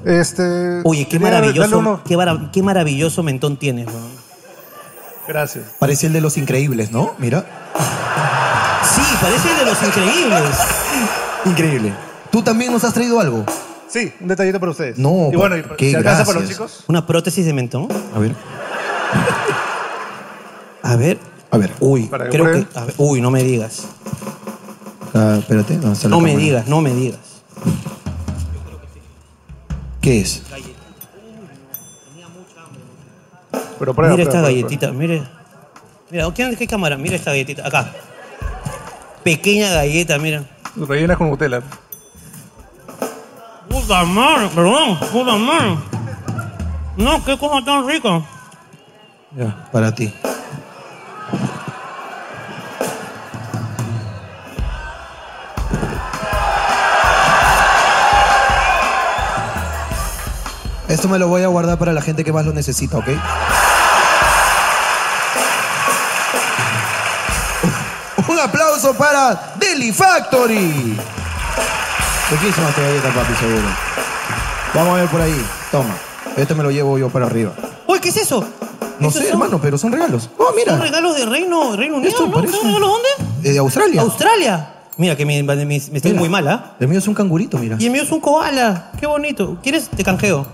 Speaker 5: Este.
Speaker 1: Oye, qué
Speaker 5: quería darle
Speaker 1: maravilloso,
Speaker 5: uno-
Speaker 1: qué, mara- qué maravilloso mentón tienes, weón.
Speaker 5: Gracias.
Speaker 2: Parece el de los increíbles, ¿no? Mira.
Speaker 1: Sí, parece de los increíbles.
Speaker 2: Increíble. ¿Tú también nos has traído algo?
Speaker 5: Sí, un detallito para ustedes.
Speaker 2: No,
Speaker 5: y bueno, y-
Speaker 2: qué
Speaker 5: ¿se alcanza para los
Speaker 2: gracias.
Speaker 5: chicos?
Speaker 1: ¿Una prótesis de mentón?
Speaker 2: A ver.
Speaker 1: A ver.
Speaker 2: A ver.
Speaker 1: Uy,
Speaker 5: Para que
Speaker 1: creo que.
Speaker 5: prueben.
Speaker 1: a ver, uy, no me digas.
Speaker 2: Ah, espérate. No, está la
Speaker 1: No me
Speaker 2: cámara.
Speaker 1: digas, no me digas.
Speaker 2: ¿Qué es?
Speaker 5: Pero prueba,
Speaker 1: mira
Speaker 5: prueba,
Speaker 1: esta
Speaker 5: prueba,
Speaker 1: galletita, mire. Mira, ¿quién qué cámara? Mira esta galletita, acá. Pequeña galleta, mira.
Speaker 5: prueba. Rellenas con Nutella.
Speaker 1: Puta madre, perdón, puta madre. No, qué cosa tan rica.
Speaker 2: Ya, para ti. Esto me lo voy a guardar para la gente que más lo necesita, ¿ok? Un aplauso para Deli Factory. Riquísima esta galleta, papi, seguro. Vamos a ver por ahí. Toma. Este me lo llevo yo para arriba.
Speaker 1: Uy, ¿qué es eso?
Speaker 2: No
Speaker 1: ¿Esos
Speaker 2: sé,
Speaker 1: son-
Speaker 2: hermano, pero son regalos. Oh,
Speaker 1: Son
Speaker 2: mira.
Speaker 1: regalos de Reino, Reino Unido,
Speaker 2: Esto
Speaker 1: ¿no?
Speaker 2: parece-
Speaker 1: ¿Son regalos dónde?
Speaker 2: eh, De Australia.
Speaker 1: Australia. Mira que me, me, me estoy
Speaker 2: Mira.
Speaker 1: muy mala.
Speaker 2: El mío es un cangurito, mira.
Speaker 1: Y el mío es un koala. Qué bonito. ¿Quieres? Te canjeo.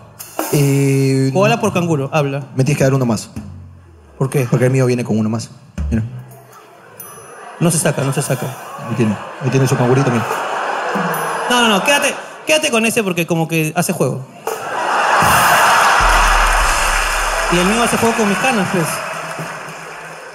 Speaker 2: Eh,
Speaker 1: Koala por canguro. Habla.
Speaker 2: me tienes que dar uno más. ¿Por qué? Porque el mío viene con uno más. Mira,
Speaker 1: No se saca, no se saca.
Speaker 2: ahí tiene. Ahí tiene su cangurito, mira.
Speaker 1: No, no, no. Quédate, quédate con ese porque como que hace juego. Y el mío hace juego con mis canas, pues.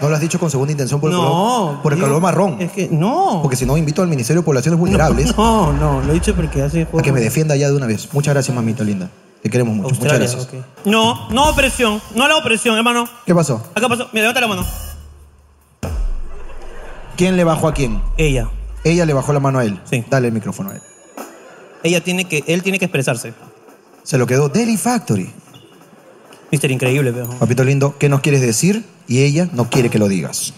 Speaker 2: No lo has dicho con segunda intención por el,
Speaker 1: no.
Speaker 2: color, por el
Speaker 1: digo-
Speaker 2: color marrón.
Speaker 1: Es que no.
Speaker 2: Porque si no, invito al Ministerio de Poblaciones Vulnerables
Speaker 1: No, no. Lo he dicho porque hace juego.
Speaker 2: a que me defienda ya de una vez. Muchas gracias, mamita linda. Te queremos mucho.
Speaker 1: Australia,
Speaker 2: Muchas gracias.
Speaker 1: ok. No, no opresión. No la opresión, hermano.
Speaker 2: ¿Qué pasó?
Speaker 1: Acá pasó. Mira, levanta la mano.
Speaker 2: ¿Quién le bajó a quién?
Speaker 1: Ella.
Speaker 2: Ella le bajó la mano a él.
Speaker 1: Sí.
Speaker 2: Dale el micrófono a él.
Speaker 1: Ella tiene que, él tiene que expresarse.
Speaker 2: Se lo quedó Deli Factory.
Speaker 1: Mister Increíble, pero.
Speaker 2: Papito lindo, ¿qué nos quieres decir? Y ella no quiere que lo digas.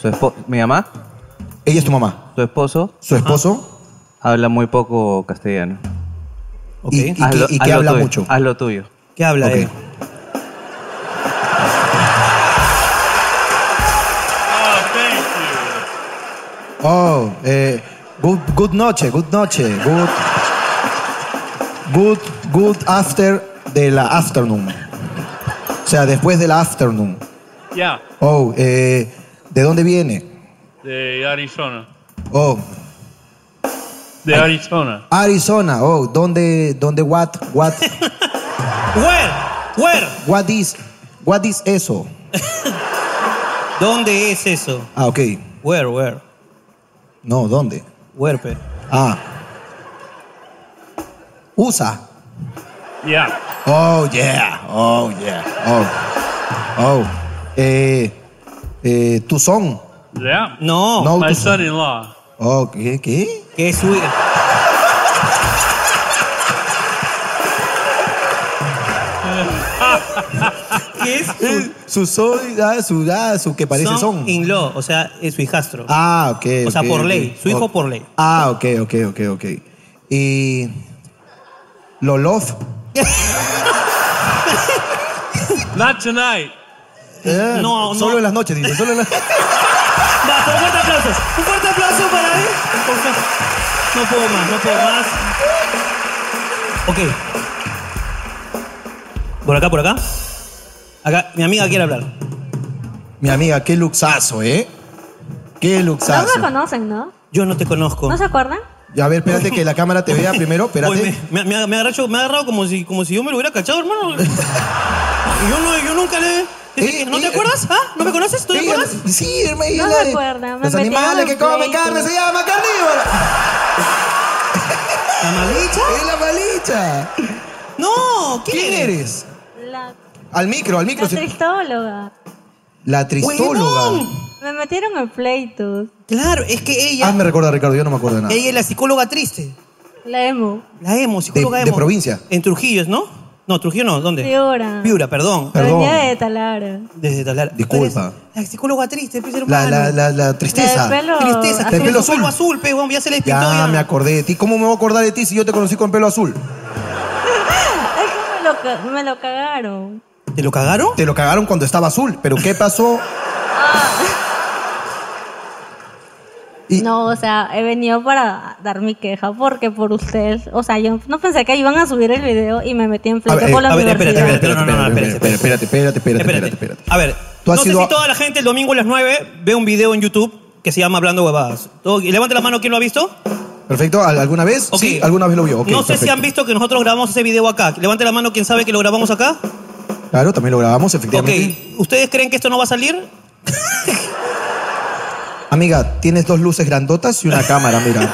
Speaker 6: Su espo- mi mamá
Speaker 2: Ella es tu mamá.
Speaker 4: Su esposo
Speaker 2: Su esposo.
Speaker 4: habla muy poco castellano.
Speaker 1: Ok.
Speaker 2: Y-
Speaker 4: Haz
Speaker 2: que-
Speaker 4: lo-
Speaker 2: y que
Speaker 4: haz lo
Speaker 2: habla
Speaker 4: tuyo,
Speaker 2: mucho.
Speaker 4: Haz lo tuyo.
Speaker 1: ¿Qué habla
Speaker 2: Ok.
Speaker 1: él?
Speaker 7: Ah,
Speaker 2: Oh, eh, good, good noche, good noche, good, good, good after de la afternoon. O sea, después de la afternoon.
Speaker 7: Ya,
Speaker 2: Oh, eh, ¿de dónde viene?
Speaker 7: de Arizona.
Speaker 2: Oh,
Speaker 7: De Arizona.
Speaker 2: Arizona. Oh, ¿dónde, dónde, what, what,
Speaker 1: Where? Where?
Speaker 2: what is, what is eso?
Speaker 1: ¿Dónde es eso?
Speaker 2: Ah, ok.
Speaker 1: Where, where?
Speaker 2: No, ¿dónde?
Speaker 1: Where, pe.
Speaker 2: Ah. USA.
Speaker 7: Ya.
Speaker 2: Oh yeah, oh yeah, oh, oh. Eh, eh, tu son.
Speaker 7: Yeah.
Speaker 1: No.
Speaker 2: No.
Speaker 7: My
Speaker 2: Tucson.
Speaker 7: son-in-law.
Speaker 2: Oh, ¿qué? ¿Qué?
Speaker 1: ¿Qué es Where? ¿Qué es Eh, su-
Speaker 2: Su son, ah, su, ah, su que parece son.
Speaker 1: in law, o sea, es su hijastro.
Speaker 2: Ah, ok.
Speaker 1: O sea,
Speaker 2: ok,
Speaker 1: por
Speaker 2: ok.
Speaker 1: ley, su hijo
Speaker 2: Oh.
Speaker 1: por ley.
Speaker 2: Ah, ok, ok, ok, ok. Y. Lolov.
Speaker 7: Not tonight.
Speaker 2: Eh,
Speaker 1: No, no.
Speaker 2: Solo en las noches, dice. Solo en las
Speaker 1: Basta, un fuerte aplauso. Un fuerte aplauso para él. Por favor. No puedo más, no puedo más. Ok. Por acá, por acá. Acá, mi amiga quiere hablar.
Speaker 2: Mi amiga, qué luxazo, ¿eh? Qué
Speaker 8: No se
Speaker 2: luxazo.
Speaker 8: conocen, ¿no?
Speaker 1: Yo no te conozco.
Speaker 8: ¿No se acuerdan?
Speaker 2: Ya, a ver, espérate que la cámara te vea primero.
Speaker 1: Oye,
Speaker 2: Espérate.
Speaker 1: me, me- me ha- me ha agarrado, me ha agarrado como, si, como si yo me lo hubiera cachado, hermano. yo, no, yo nunca le... Dice
Speaker 2: Eh,
Speaker 1: que, ¿No te
Speaker 2: eh,
Speaker 1: acuerdas? ¿Ah? ¿No me conoces? ¿Tú te
Speaker 2: Sí,
Speaker 1: acuerdas?
Speaker 2: el- Sí, hermano. y
Speaker 8: No
Speaker 2: la
Speaker 8: me
Speaker 2: de-
Speaker 8: acuerdo, me
Speaker 2: Los
Speaker 8: metieron
Speaker 2: animales
Speaker 8: en
Speaker 2: que comen
Speaker 8: pleito.
Speaker 2: carne se llaman carnívoros.
Speaker 1: ¿La malicha?
Speaker 2: Es la malicha.
Speaker 1: No, ¿quién,
Speaker 2: ¿Quién
Speaker 1: eres?
Speaker 2: eres?
Speaker 8: La,
Speaker 2: Al micro, al micro.
Speaker 8: la
Speaker 2: se-
Speaker 8: tristóloga.
Speaker 2: La tristóloga.
Speaker 1: ¡Huevón!
Speaker 8: Me metieron en pleitos.
Speaker 1: Claro, es que ella,
Speaker 2: Hazme recordar, Ricardo, yo Ah, no me acuerdo de nada.
Speaker 1: ella es la psicóloga triste.
Speaker 8: La emo.
Speaker 1: La emo, psicóloga
Speaker 2: de
Speaker 1: emo.
Speaker 2: provincia.
Speaker 1: En Trujillo, ¿no? No, Trujillo no, ¿dónde?
Speaker 8: Piura.
Speaker 1: Piura, perdón.
Speaker 2: Perdón.
Speaker 8: Venía de Talara.
Speaker 1: Desde Talar.
Speaker 2: Disculpa.
Speaker 1: Tú eres La psicóloga tristeza pues,
Speaker 2: La,
Speaker 1: hermano.
Speaker 2: la, la, la tristeza.
Speaker 8: La del pelo-
Speaker 1: Tristeza,
Speaker 8: azul.
Speaker 1: tiene
Speaker 2: pelo
Speaker 1: su
Speaker 2: azul.
Speaker 1: azul, pe, huevón, ya se le pintó.
Speaker 2: Ya
Speaker 1: Ya,
Speaker 2: me acordé de ti. ¿Cómo me voy a acordar de ti si yo te conocí con pelo azul?
Speaker 8: Es que me lo, ca- me lo cagaron.
Speaker 1: ¿Te lo cagaron?
Speaker 2: Te lo cagaron cuando estaba azul, pero ¿qué pasó? Y-
Speaker 8: No, o sea, he venido para dar mi queja porque por ustedes, o sea, yo no pensé que iban a subir el video y me metí en
Speaker 2: A
Speaker 8: pleito
Speaker 2: ver, eh,
Speaker 8: con la
Speaker 1: a ver, espérate,
Speaker 8: universidad.
Speaker 1: espérate, espérate, no, no, no,
Speaker 2: espérate, espérate, espérate, espérate, espérate,
Speaker 1: Espérate.
Speaker 2: espérate.
Speaker 1: A ver,
Speaker 2: Tú has
Speaker 1: no sé
Speaker 2: sido-
Speaker 1: si toda la gente el domingo a las 9 ve un video en YouTube que se llama Hablando Huevadas. Todo- y Levante la mano, ¿quién lo ha visto?
Speaker 2: Perfecto, ¿al- ¿alguna vez?
Speaker 1: Ok.
Speaker 2: Sí, alguna vez lo vio. Ok,
Speaker 1: no sé si
Speaker 2: perfecto.
Speaker 1: han visto que nosotros grabamos ese video acá. Levante la mano, ¿quién sabe que lo grabamos acá?
Speaker 2: Claro, también lo grabamos,
Speaker 1: Ok,
Speaker 2: efectivamente.
Speaker 1: ¿ustedes creen que esto no va a salir?
Speaker 2: Amiga, tienes dos luces grandotas y una cámara, mira.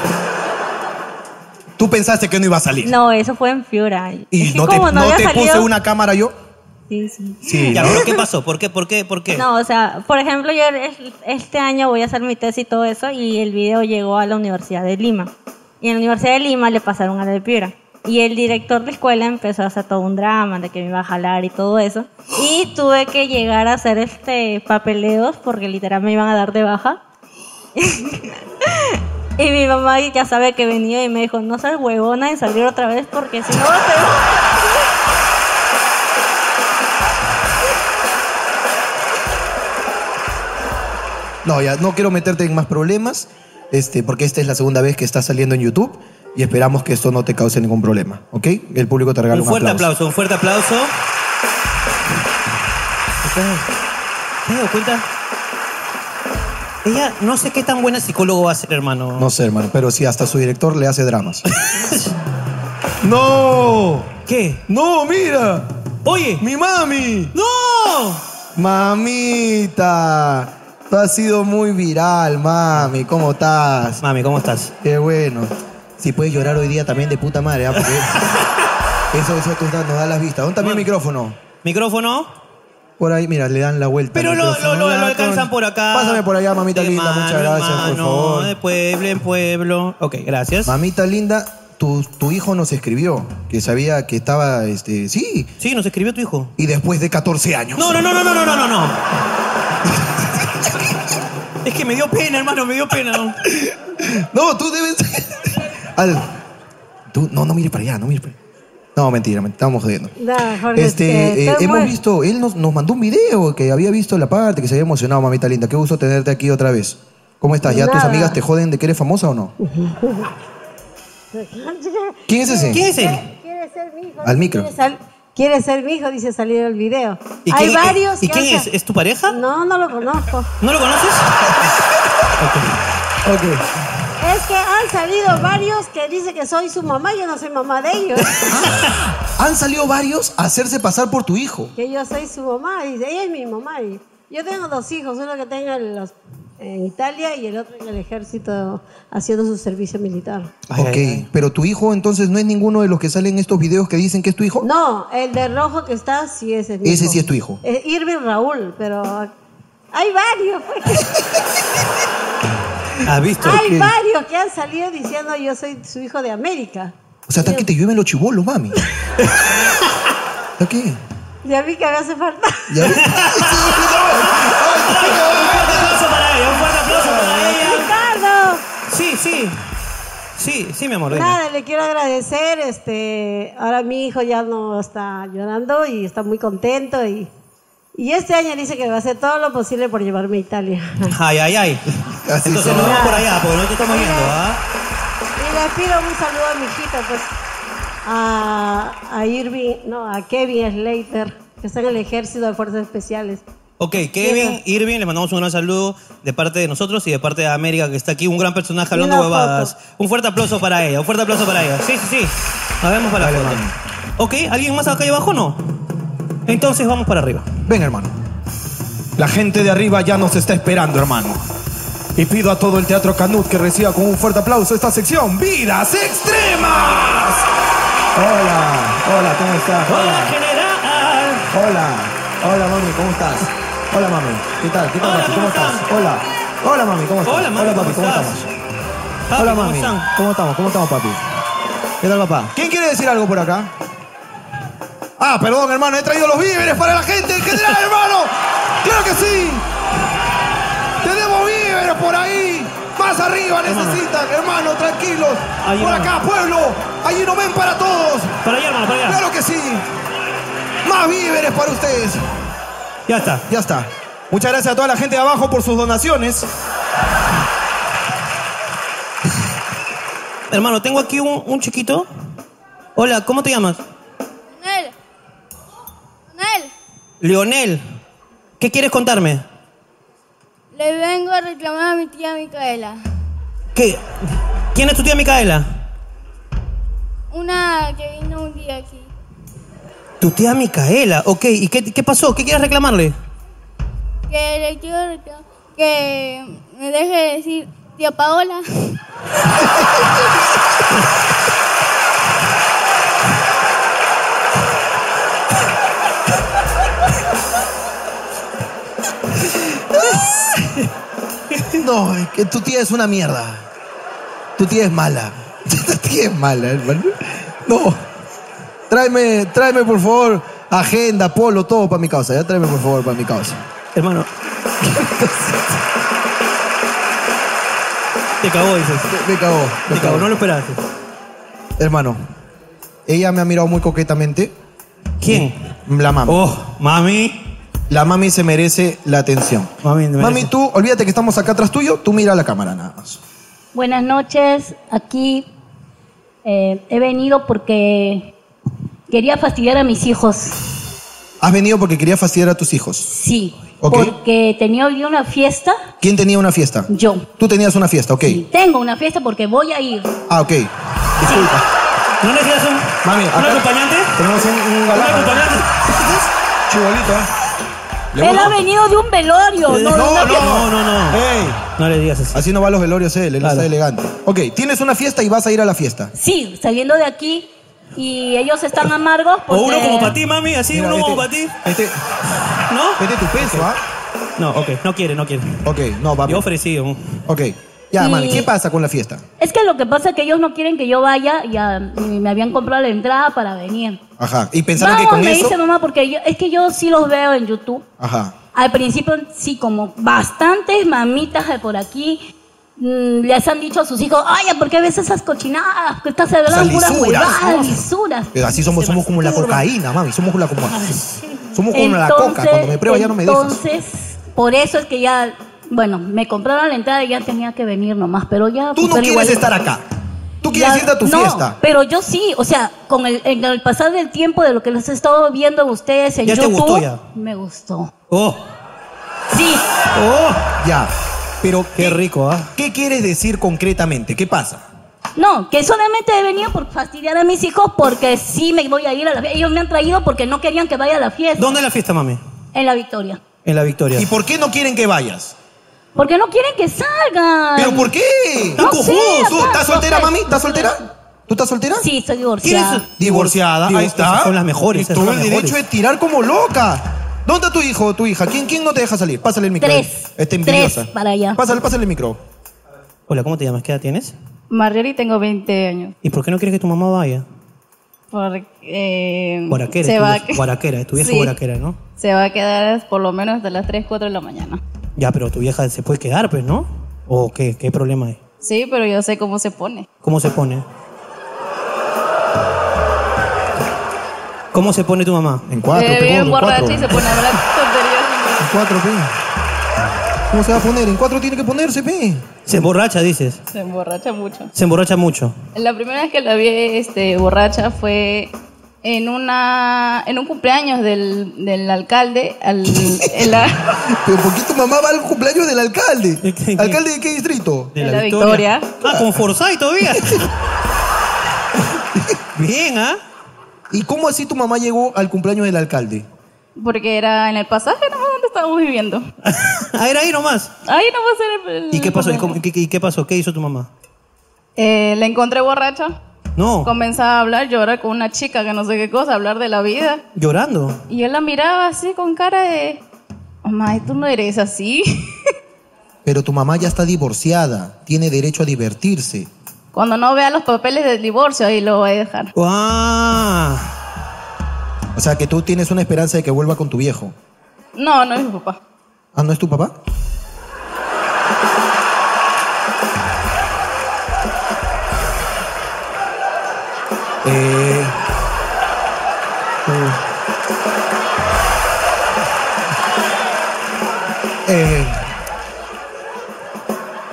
Speaker 2: Tú pensaste que no iba a salir.
Speaker 8: No, eso fue en Fiora.
Speaker 2: Y
Speaker 8: Es que
Speaker 2: no te,
Speaker 8: como
Speaker 2: no
Speaker 8: había
Speaker 2: te puse
Speaker 8: salido-
Speaker 2: una cámara yo. Mm,
Speaker 8: Sí, sí.
Speaker 2: Sí,
Speaker 1: Ya,
Speaker 2: ¿no?
Speaker 1: pero ¿qué pasó? ¿Por qué? ¿Por qué? ¿Por qué?
Speaker 8: No, o sea, por ejemplo, yo es- este año voy a hacer mi tesis y todo eso, y el video llegó a la Universidad de Lima. Y en la Universidad de Lima le pasaron a la de Piura. Y el director de escuela empezó a hacer todo un drama de que me iba a jalar y todo eso. Y tuve que llegar a hacer este papeleos porque literal me iban a dar de baja. y mi mamá ya sabe que venía y me dijo, no seas huevona en salir otra vez porque si no te...
Speaker 2: No, ya no quiero meterte en más problemas, este, porque esta es la segunda vez que estás saliendo en YouTube y esperamos que esto no te cause ningún problema, ¿ok? El público te regala
Speaker 1: Un
Speaker 2: un,
Speaker 1: fuerte aplauso, un fuerte aplauso. ¿Te has dado cuenta? Ella, no sé qué tan buena psicólogo va a ser, hermano.
Speaker 2: No sé, hermano, pero sí, hasta su director le hace dramas.
Speaker 9: ¡No!
Speaker 1: ¿Qué?
Speaker 2: ¡No, mira!
Speaker 1: Oye,
Speaker 2: ¡Mi mami!
Speaker 1: ¡no!
Speaker 2: ¡Mamita! Tú has sido muy viral, mami. ¿Cómo estás?
Speaker 1: Mami, ¿cómo estás?
Speaker 2: Qué bueno. Si puedes llorar hoy día también de puta madre, ¿ah? Porque eso, eso tú da- nos da las vistas. ¿Dónde está mi micrófono?
Speaker 1: Micrófono.
Speaker 2: Por ahí, mira, le dan la vuelta.
Speaker 1: Pero
Speaker 2: al
Speaker 1: lo,
Speaker 2: micrófono.
Speaker 1: lo- lo-
Speaker 2: Ah,
Speaker 1: lo alcanzan
Speaker 2: con-
Speaker 1: por acá.
Speaker 2: Pásame por allá, mamita
Speaker 1: De
Speaker 2: linda.
Speaker 1: mano
Speaker 2: Muchas
Speaker 1: en
Speaker 2: gracias, por
Speaker 1: mano,
Speaker 2: favor.
Speaker 1: De pueblo en pueblo. Ok, gracias.
Speaker 2: Mamita linda, tu, tu hijo nos escribió que sabía que estaba, este, sí.
Speaker 1: Sí, nos escribió tu hijo.
Speaker 2: Y después de 14 años.
Speaker 1: No, no, no, no, no, no, no, no. Es que me dio pena, hermano, me dio pena.
Speaker 2: No, tú debes. Al- tú- no, no mire para allá, no mire para allá. No, mentira, mentira, estamos jodiendo.
Speaker 10: Da, Jorge,
Speaker 2: Este,
Speaker 10: te-
Speaker 2: eh,
Speaker 10: estás
Speaker 2: hemos
Speaker 10: muerto.
Speaker 2: visto, él nos, nos mandó un video que había visto la parte, que se había emocionado, mamita linda. Qué gusto tenerte aquí otra vez. ¿Cómo estás? ¿Ya tus
Speaker 10: Nada.
Speaker 2: amigas te joden de que eres famosa o no? ¿Quién es ese?
Speaker 1: ¿Quién es él?
Speaker 10: Quiere ser mi hijo.
Speaker 2: Al micro.
Speaker 10: Quiere, sal- quiere ser mi hijo, dice salir el video.
Speaker 1: ¿Y
Speaker 10: Hay
Speaker 1: quién- eh,
Speaker 10: varios.
Speaker 1: ¿Y
Speaker 10: que
Speaker 1: quién es?
Speaker 10: hacen-
Speaker 1: ¿Es tu pareja?
Speaker 10: No, no lo conozco.
Speaker 1: ¿No lo conoces?
Speaker 2: Ok.
Speaker 10: Es que han salido varios que dicen que soy su mamá, yo no soy mamá de ellos.
Speaker 2: Han salido varios a hacerse pasar por tu hijo.
Speaker 10: que yo soy su mamá, dice, ella es mi mamá. Y yo tengo dos hijos, uno que tenga en, los- en Italia y el otro en el ejército haciendo su servicio militar.
Speaker 1: Ay,
Speaker 2: ok,
Speaker 1: ay, ay.
Speaker 2: pero tu hijo entonces no es ninguno de los que salen en estos videos que dicen que es tu hijo.
Speaker 10: No, el de rojo que está, sí, ese es mi
Speaker 2: Ese
Speaker 10: hijo.
Speaker 2: sí es tu hijo.
Speaker 10: Eh, Irving Raúl, pero hay varios, pues.
Speaker 1: ¿Has visto?
Speaker 10: hay varios que han salido diciendo yo soy su hijo de América.
Speaker 2: O sea, hasta que te llueven los chibolos, mami. ¿Está qué?
Speaker 10: Y a mí que me hace falta.
Speaker 2: ¿Ya ves?
Speaker 1: Un aplauso para ella, un fuerte aplauso para ella.
Speaker 10: Ricardo,
Speaker 1: Sí, sí. Sí, sí, mi amor. dime.
Speaker 10: nada, le quiero agradecer. Este, ahora mi hijo ya no está llorando y está muy contento y, y este año dice que va a hacer todo lo posible por llevarme a Italia.
Speaker 1: Ay, ay, ay.
Speaker 2: Así
Speaker 1: Entonces
Speaker 2: son.
Speaker 1: no vamos por allá, porque no te estamos yendo, ¿ah?
Speaker 10: Y le pido un saludo a mi hijita, pues, a, a Irving, no, a Kevin Slater, que está en el ejército de fuerzas especiales.
Speaker 1: Ok, Kevin, Irving, le mandamos un gran saludo de parte de nosotros y de parte de América, que está aquí, un gran personaje hablando
Speaker 10: la foto.
Speaker 1: huevadas. Un fuerte aplauso para ella, un fuerte aplauso para ella. Sí, sí, sí. Nos vemos para la foto. Ok, ¿alguien más acá abajo no? Entonces vamos para arriba.
Speaker 2: Ven, hermano. La gente de arriba ya nos está esperando, hermano. Y pido a todo el Teatro Canut que reciba con un fuerte aplauso esta sección Vidas Extremas. Hola, hola, ¿cómo estás?
Speaker 1: ¡Hola, general!
Speaker 2: Hola, hola mami, ¿cómo estás? Hola mami, ¿qué tal? ¿Qué tal,
Speaker 1: Hola,
Speaker 2: papi?
Speaker 1: ¿cómo
Speaker 2: ¿Cómo
Speaker 1: están?
Speaker 2: estás? Hola, hola mami, ¿cómo estás?
Speaker 1: Hola, mami,
Speaker 2: papi,
Speaker 1: ¿cómo
Speaker 2: ¿cómo
Speaker 1: estás?
Speaker 2: estamos?
Speaker 1: Papi,
Speaker 2: hola
Speaker 1: ¿cómo
Speaker 2: mami,
Speaker 1: están?
Speaker 2: ¿cómo estamos? ¿Cómo estamos papi? ¿Qué tal papá? ¿Quién quiere decir algo por acá? Ah, perdón hermano, he traído los víveres para la gente en general hermano. ¡Claro que sí! Tenemos víveres por ahí. Más arriba necesitan, hermano, tranquilos.
Speaker 1: Ahí, Ah.
Speaker 2: por
Speaker 1: hermano.
Speaker 2: acá, pueblo. Allí no ven para todos.
Speaker 1: Para allá, hermano, para allá.
Speaker 2: Claro que sí. Más víveres para ustedes.
Speaker 1: Ya está.
Speaker 2: Ya está. Muchas gracias a toda la gente de abajo por sus donaciones.
Speaker 1: Hermano, tengo aquí un, un chiquito. Hola, ¿cómo te llamas?
Speaker 3: Leonel. Leonel,
Speaker 1: Leonel. ¿Qué quieres contarme?
Speaker 3: le vengo a reclamar a mi tía Micaela.
Speaker 1: ¿Qué? ¿Quién es tu tía Micaela?
Speaker 3: Una que vino un día aquí.
Speaker 1: Tu tía Micaela. Ok, ¿y qué, qué pasó? ¿Qué quieres reclamarle?
Speaker 3: Que le quiero reclamar. Que me deje de decir tía Paola.
Speaker 2: No, es que tu tía es una mierda. Tu tía es mala. Tu tía es mala, hermano. No. Tráeme, tráeme por favor agenda, polo, todo para mi causa. Ya tráeme por favor para mi causa.
Speaker 1: Hermano. te cagó, dices.
Speaker 2: Me cagó.
Speaker 1: Te
Speaker 2: Me
Speaker 1: cagó, no
Speaker 2: cagó.
Speaker 1: lo esperaste.
Speaker 2: Hermano, ella me ha mirado muy coquetamente.
Speaker 1: ¿Quién?
Speaker 2: La mami.
Speaker 1: Oh, mami.
Speaker 2: La mami se merece la atención.
Speaker 1: Mami, me
Speaker 2: Mami,
Speaker 1: merece.
Speaker 2: tú, olvídate que estamos acá atrás tuyo, tú mira a la cámara nada más.
Speaker 11: Buenas noches, aquí eh, he venido porque quería fastidiar a mis hijos,
Speaker 2: Has venido porque quería fastidiar a tus hijos.
Speaker 11: sí,
Speaker 2: Ok.
Speaker 11: porque tenía hoy día una fiesta,
Speaker 2: ¿Quién tenía una fiesta?
Speaker 11: yo.
Speaker 2: Tú tenías una fiesta, ok.
Speaker 11: Y tengo una fiesta porque voy a ir.
Speaker 2: Ah, ok. Disculpa.
Speaker 1: ¿No necesitas un,
Speaker 2: Mami,
Speaker 1: un
Speaker 2: acá-
Speaker 1: acompañante?
Speaker 2: Tenemos un, un
Speaker 1: ¿Un
Speaker 2: galán.
Speaker 1: acompañante?
Speaker 2: Chibolito, ¿eh? Le
Speaker 11: Él
Speaker 2: gusta.
Speaker 11: ha venido de un velorio, no,
Speaker 1: No, no,
Speaker 11: no,
Speaker 1: no, no.
Speaker 2: Ey,
Speaker 1: No le digas así.
Speaker 2: Así no va a los velorios él, él
Speaker 1: Claro.
Speaker 2: está elegante. Ok, tienes una fiesta y vas a ir a la fiesta.
Speaker 11: Sí, saliendo de aquí y ellos están amargos
Speaker 1: O
Speaker 11: porque...
Speaker 1: uno como para ti, mami, así,
Speaker 2: Mira,
Speaker 1: uno como para
Speaker 2: vete-
Speaker 1: ti.
Speaker 2: Vete,
Speaker 1: ¿No?
Speaker 2: vete Este, tu peso, ¿ah?
Speaker 1: No, ok, no quiere, no quiere.
Speaker 2: Ok, no, papi.
Speaker 1: Yo ofrecí un-
Speaker 2: Ok. Ya,
Speaker 11: Y-
Speaker 2: mami, ¿qué pasa con la fiesta?
Speaker 11: Es que lo que pasa es que ellos no quieren que yo vaya y, ah, y me habían comprado la entrada para venir.
Speaker 2: Ajá. Y pensaron
Speaker 11: Vamos,
Speaker 2: que con
Speaker 11: me
Speaker 2: eso.
Speaker 11: dice mamá, porque yo- es que yo sí los veo en YouTube.
Speaker 2: Ajá.
Speaker 11: Al principio, sí, como bastantes mamitas de por aquí mm, les han dicho a sus hijos, ay, ¿por qué ves esas cochinadas? Que estás hablando puras
Speaker 2: lisuras,
Speaker 11: huevadas,
Speaker 2: ¿no?
Speaker 11: lisuras.
Speaker 2: Pero así somos, somos como la cocaína, mami. Somos como la como- Somos como la
Speaker 11: Entonces-
Speaker 2: coca. Cuando me prueba ya no me dejas.
Speaker 11: Entonces, por eso es que ya, bueno, me compraron la entrada y ya tenía que venir nomás, pero ya...
Speaker 2: Tú no
Speaker 11: pero
Speaker 2: quieres
Speaker 11: igual-
Speaker 2: estar acá. Tú quieres
Speaker 11: Ya-
Speaker 2: irte a tu
Speaker 11: no,
Speaker 2: fiesta.
Speaker 11: pero yo sí, o sea, con el, en el pasar del tiempo de lo que les he estado viendo a ustedes en
Speaker 2: Ya te
Speaker 11: YouTube,
Speaker 2: gustó ya.
Speaker 11: me gustó.
Speaker 2: Oh.
Speaker 11: Sí.
Speaker 2: Oh. Ya. Pero qué, rico, ¿ah? ¿Qué quieres decir concretamente? ¿Qué pasa?
Speaker 11: No, que solamente he venido por fastidiar a mis hijos porque sí me voy a ir a la fiesta. Ellos me han traído porque no querían que vaya a la fiesta.
Speaker 2: ¿Dónde es la fiesta, mami?
Speaker 11: En la Victoria.
Speaker 2: En la Victoria. ¿Y por qué no quieren que vayas?
Speaker 11: Porque no quieren que salgan.
Speaker 2: ¿Pero por qué? ¿Tú
Speaker 11: No
Speaker 2: cojudo,
Speaker 11: sé,
Speaker 2: tú?
Speaker 11: acá,
Speaker 2: ¿Estás soltera,
Speaker 11: no sé.
Speaker 2: mami? ¿Estás soltera? ¿Tú estás soltera?
Speaker 11: Sí, estoy
Speaker 2: ¿Quieres?
Speaker 11: divorciada.
Speaker 2: Divorciada,
Speaker 1: Digo,
Speaker 2: ahí está.
Speaker 1: esas son las mejores,
Speaker 2: Y
Speaker 1: esas
Speaker 2: todo
Speaker 1: son
Speaker 2: el
Speaker 1: las
Speaker 2: derecho de
Speaker 1: mejores.
Speaker 2: tirar como loca. ¿Dónde está tu hijo o tu hija? ¿Quién, ¿Quién no te deja salir? Pásale el micro.
Speaker 11: Tres.
Speaker 2: Está
Speaker 11: Tres
Speaker 2: envidiosa.
Speaker 11: para allá.
Speaker 2: Pásale, pásale el micro. Hola, ¿cómo te llamas? ¿Qué edad tienes?
Speaker 12: Marjorie, tengo 20 años.
Speaker 1: ¿Y por qué no quieres que tu mamá vaya?
Speaker 12: Porque, eh,
Speaker 1: Guaraquera,
Speaker 12: se, va a,
Speaker 1: estudias- Guaraquera, tu vieja
Speaker 12: Sí.
Speaker 1: Guaraquera, ¿no?
Speaker 12: se va a quedar por lo menos hasta las 3, 4 de la mañana.
Speaker 1: Ya, pero tu vieja se puede quedar, pues, ¿no? ¿O qué, qué problema hay?
Speaker 12: Sí, pero yo sé cómo se pone.
Speaker 1: ¿Cómo se pone? ¿Cómo se pone tu mamá? En
Speaker 12: Eh, bien borracha y se pone a hablar tonterías.
Speaker 2: En cuatro, pe. ¿Cómo se va a poner? En cuatro tiene que ponerse, pe.
Speaker 1: Se emborracha, dices.
Speaker 12: Se emborracha mucho.
Speaker 1: Se emborracha mucho.
Speaker 12: La primera vez que la vi este, borracha fue en una en un cumpleaños del, del alcalde. Al, en la,
Speaker 2: Pero ¿por qué tu mamá va al cumpleaños del alcalde? ¿Alcalde de qué distrito?
Speaker 12: De la la Victoria.
Speaker 1: Ah, con Forsyth todavía. Bien, ¿ah?
Speaker 2: ¿Y cómo así tu mamá llegó al cumpleaños del alcalde?
Speaker 12: porque era en el pasaje nomás donde estábamos viviendo.
Speaker 1: Ah, era ahí nomás.
Speaker 12: Ahí nomás era el- el-
Speaker 1: ¿Y qué pasó? ¿Y, cómo- y qué, y qué pasó? ¿Qué hizo tu mamá?
Speaker 12: Eh, la encontré borracha.
Speaker 1: No,
Speaker 12: Comenzaba a hablar, llorar con una chica que no sé qué cosa, hablar de la vida.
Speaker 1: llorando.
Speaker 12: Y yo la miraba así con cara de, mamá, tú no eres así.
Speaker 2: Pero tu mamá ya está divorciada, tiene derecho a divertirse.
Speaker 12: Cuando no vea los papeles del divorcio, ahí lo voy a dejar.
Speaker 1: ¡Ah!
Speaker 2: O sea que tú tienes una esperanza de que vuelva con tu viejo.
Speaker 12: No, no es mi papá.
Speaker 2: ¿Ah, no es tu papá? Eh, eh, eh,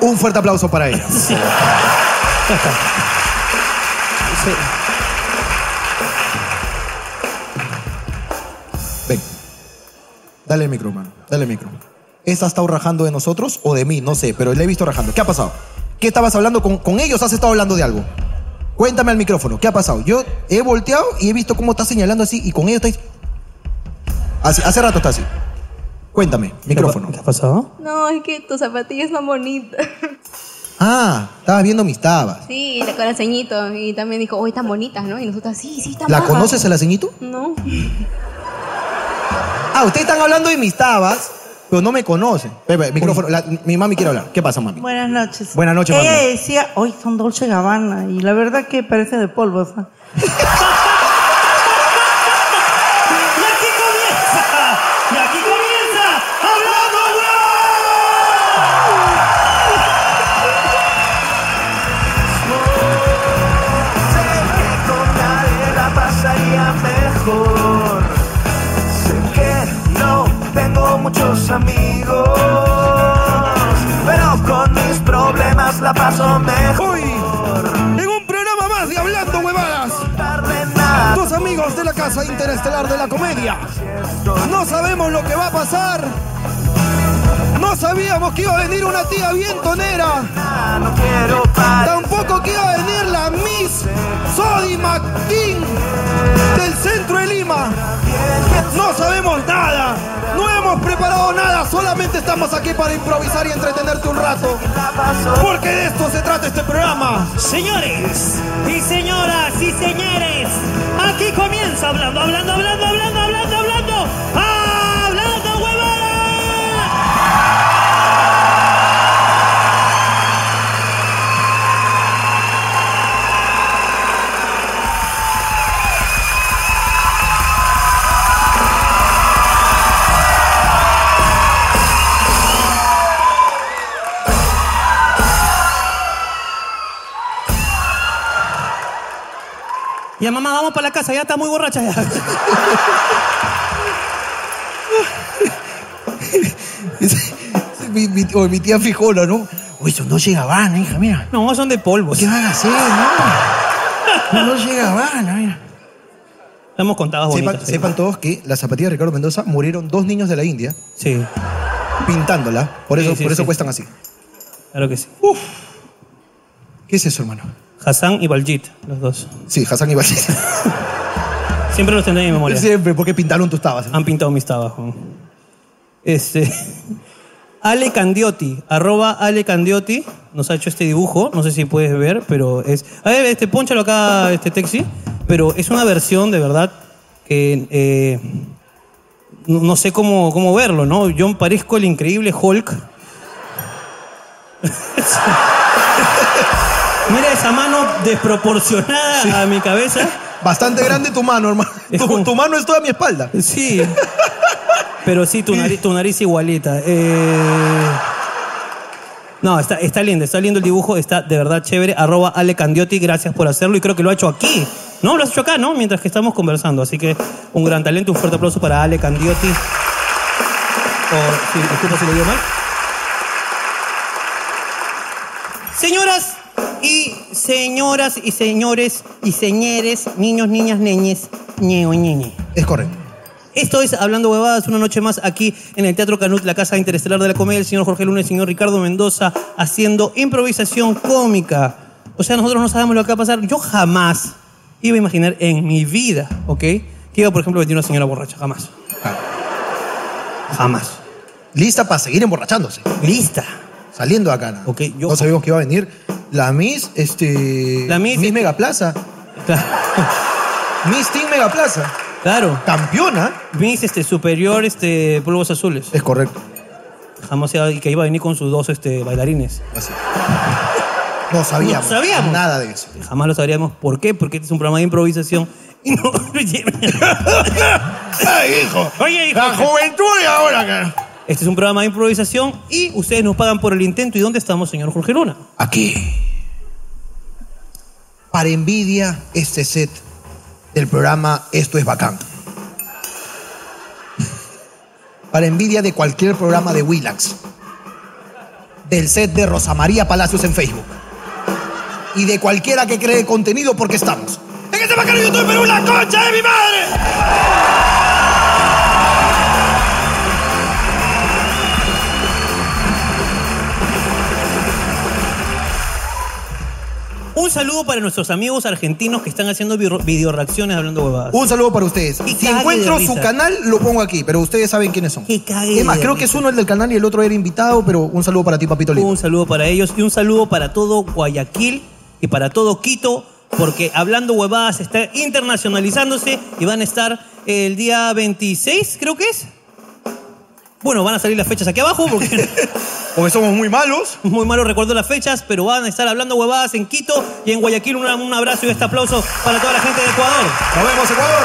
Speaker 2: un fuerte aplauso para ella. Ven. Dale el micro, mano. Dale el micro. ¿Esa ha estado rajando de nosotros o de mí? No sé, pero le he visto rajando. ¿Qué ha pasado? ¿Qué estabas hablando con, con ellos? ¿Has estado hablando de algo? Cuéntame al micrófono. ¿Qué ha pasado? Yo he volteado y he visto cómo está señalando así y con ellos está así. Hace rato está así. Cuéntame, micrófono. ¿Qué ha pasado?
Speaker 13: No, es que tus zapatillas son bonitas.
Speaker 2: Ah, estabas viendo mis tabas.
Speaker 13: Sí, la- con el ceñito. Y también dijo, hoy están bonitas, ¿no? Y nosotros, sí, sí, están
Speaker 2: ¿La
Speaker 13: bajas".
Speaker 2: conoces a la ceñito?
Speaker 13: No.
Speaker 2: Ah, ustedes están hablando de mis tabas, pero no me conocen. Pepe, micrófono. La- mi mami quiere hablar. ¿Qué pasa, mami?
Speaker 14: Buenas noches.
Speaker 2: Buenas noches,
Speaker 14: Ella
Speaker 2: mami.
Speaker 14: decía, hoy son Dolce Gabbana y la verdad que parece de polvo. ¿sabes?
Speaker 7: Y aquí comienza. Y aquí comienza. Hablando
Speaker 15: la pasaría mejor. Sé que no tengo muchos amigos, pero con mis problemas la paso mejor.
Speaker 2: en un programa más de Hablando Huevadas. Dos amigos de la casa interestelar de la comedia. No sabemos lo que va a pasar. No sabíamos que iba a venir una tía bien tonera. Tampoco que iba a venir la Miss Sodi McKean del centro de Lima. No sabemos nada. No hemos preparado nada. Solamente estamos aquí para improvisar y entretenerte un rato. Porque de esto se trata este programa.
Speaker 15: Señores
Speaker 1: y señoras y señores, aquí comienza hablando, hablando, hablando, hablando, hablando, hablando, hablando Ya, mamá, vamos para la casa, ya está muy borracha. Ya.
Speaker 2: mi, mi- o mi tía frijona, ¿no? Uy, eso no llegaban, hija, mira.
Speaker 1: No, son de polvo.
Speaker 2: ¿Qué van a hacer, no? No, no llegaban, mira.
Speaker 1: Hemos contado
Speaker 2: Sepan,
Speaker 1: bonitas.
Speaker 2: sepan todos que las zapatillas de Ricardo Mendoza murieron dos niños de la India.
Speaker 1: Sí.
Speaker 2: Pintándola. Por eso,
Speaker 1: Sí, sí,
Speaker 2: por eso
Speaker 1: sí.
Speaker 2: cuestan así.
Speaker 1: Claro que sí.
Speaker 2: ¿Qué es eso, hermano?
Speaker 1: Hassan y Baljit, los dos.
Speaker 2: Sí, Hassan y Baljit.
Speaker 1: Siempre los tendré en mi memoria.
Speaker 2: Siempre, porque pintaron tus tabas.
Speaker 1: Han pintado mis tabas, Juan. Este. Ale Candiotti, arroba Ale Candiotti, nos ha hecho este dibujo. No sé si puedes ver, pero es. A ver, este, ponchalo acá, este Texi. Pero es una versión de verdad que. eh, no, no sé cómo, cómo verlo, ¿no? Yo parezco el increíble Hulk. Mira esa mano desproporcionada a mi cabeza.
Speaker 2: Bastante grande tu mano, hermano. Tu, tu mano es toda mi espalda.
Speaker 1: Sí. Pero sí, tu nariz, tu nariz igualita. Eh, No, está, está lindo, está lindo el dibujo, está de verdad chévere. Arroba Ale Candiotti, gracias por hacerlo y creo que lo ha hecho aquí. No, lo has hecho acá, ¿no? Mientras que estamos conversando. Así que un gran talento, un fuerte aplauso para Ale Candiotti. O- sí, disculpa si lo digo mal. Señoras y señoras y señores y señores, niños, niñas, neñes, ñeo, ñeñe.
Speaker 2: Es correcto.
Speaker 1: Esto es Hablando Huevadas, una noche más aquí en el Teatro Canut, la Casa Interestelar de la Comedia, el señor Jorge Luna y el señor Ricardo Mendoza haciendo improvisación cómica. O sea, nosotros no sabemos lo que va a pasar. Yo jamás iba a imaginar en mi vida, ¿ok? Que iba, por ejemplo, a venir una señora borracha, jamás. Jamás.
Speaker 2: Ah. Lista para seguir emborrachándose.
Speaker 1: Lista.
Speaker 2: Saliendo de acá. ¿no?
Speaker 1: yo-
Speaker 2: no sabíamos que iba a venir la Miss, este... La Miss... Miss Megaplaza. Miss Team Megaplaza.
Speaker 1: Claro.
Speaker 2: Campeona.
Speaker 1: Miss este, superior este, polvos azules.
Speaker 2: Es correcto.
Speaker 1: Jamás iba, y que iba a venir con sus dos este, bailarines.
Speaker 2: Así. No sabíamos.
Speaker 1: No sabíamos.
Speaker 2: Nada de eso.
Speaker 1: Jamás lo sabríamos. ¿Por qué? Porque este es un programa de improvisación. Y no...
Speaker 2: ¡Ay, hijo!
Speaker 1: Oye, hijo.
Speaker 2: La juventud de ahora, cara.
Speaker 1: Este es un programa de improvisación y ustedes nos pagan por el intento. ¿Y dónde estamos, señor Jorge Luna?
Speaker 2: Aquí. Para envidia, este set del programa Esto es Bacán. Para envidia de cualquier programa de Willax. Del set de Rosa María Palacios en Facebook. Y de cualquiera que cree contenido porque estamos.
Speaker 7: ¡En este bacano YouTube Perú, la concha de mi madre!
Speaker 1: Un saludo para nuestros amigos argentinos que están haciendo video, reacciones hablando huevadas.
Speaker 2: Un saludo para ustedes.
Speaker 1: Y
Speaker 2: Si
Speaker 1: cague
Speaker 2: encuentro
Speaker 1: de
Speaker 2: su
Speaker 1: risa.
Speaker 2: canal, lo pongo aquí, pero ustedes saben quiénes son.
Speaker 1: cague
Speaker 2: Es más,
Speaker 1: de
Speaker 2: creo que es uno el del canal y el otro era invitado, pero un saludo para ti, papito lindo.
Speaker 1: Un saludo para ellos y un saludo para todo Guayaquil y para todo Quito, porque hablando huevadas está internacionalizándose y van a estar el día 26, creo que es. Bueno, van a salir las fechas aquí abajo porque,
Speaker 2: porque somos muy malos.
Speaker 1: Muy malos, recuerdo las fechas, pero van a estar hablando huevadas en Quito y en Guayaquil. Un, un abrazo y este aplauso para toda la gente de Ecuador.
Speaker 2: ¡Nos vemos, Ecuador!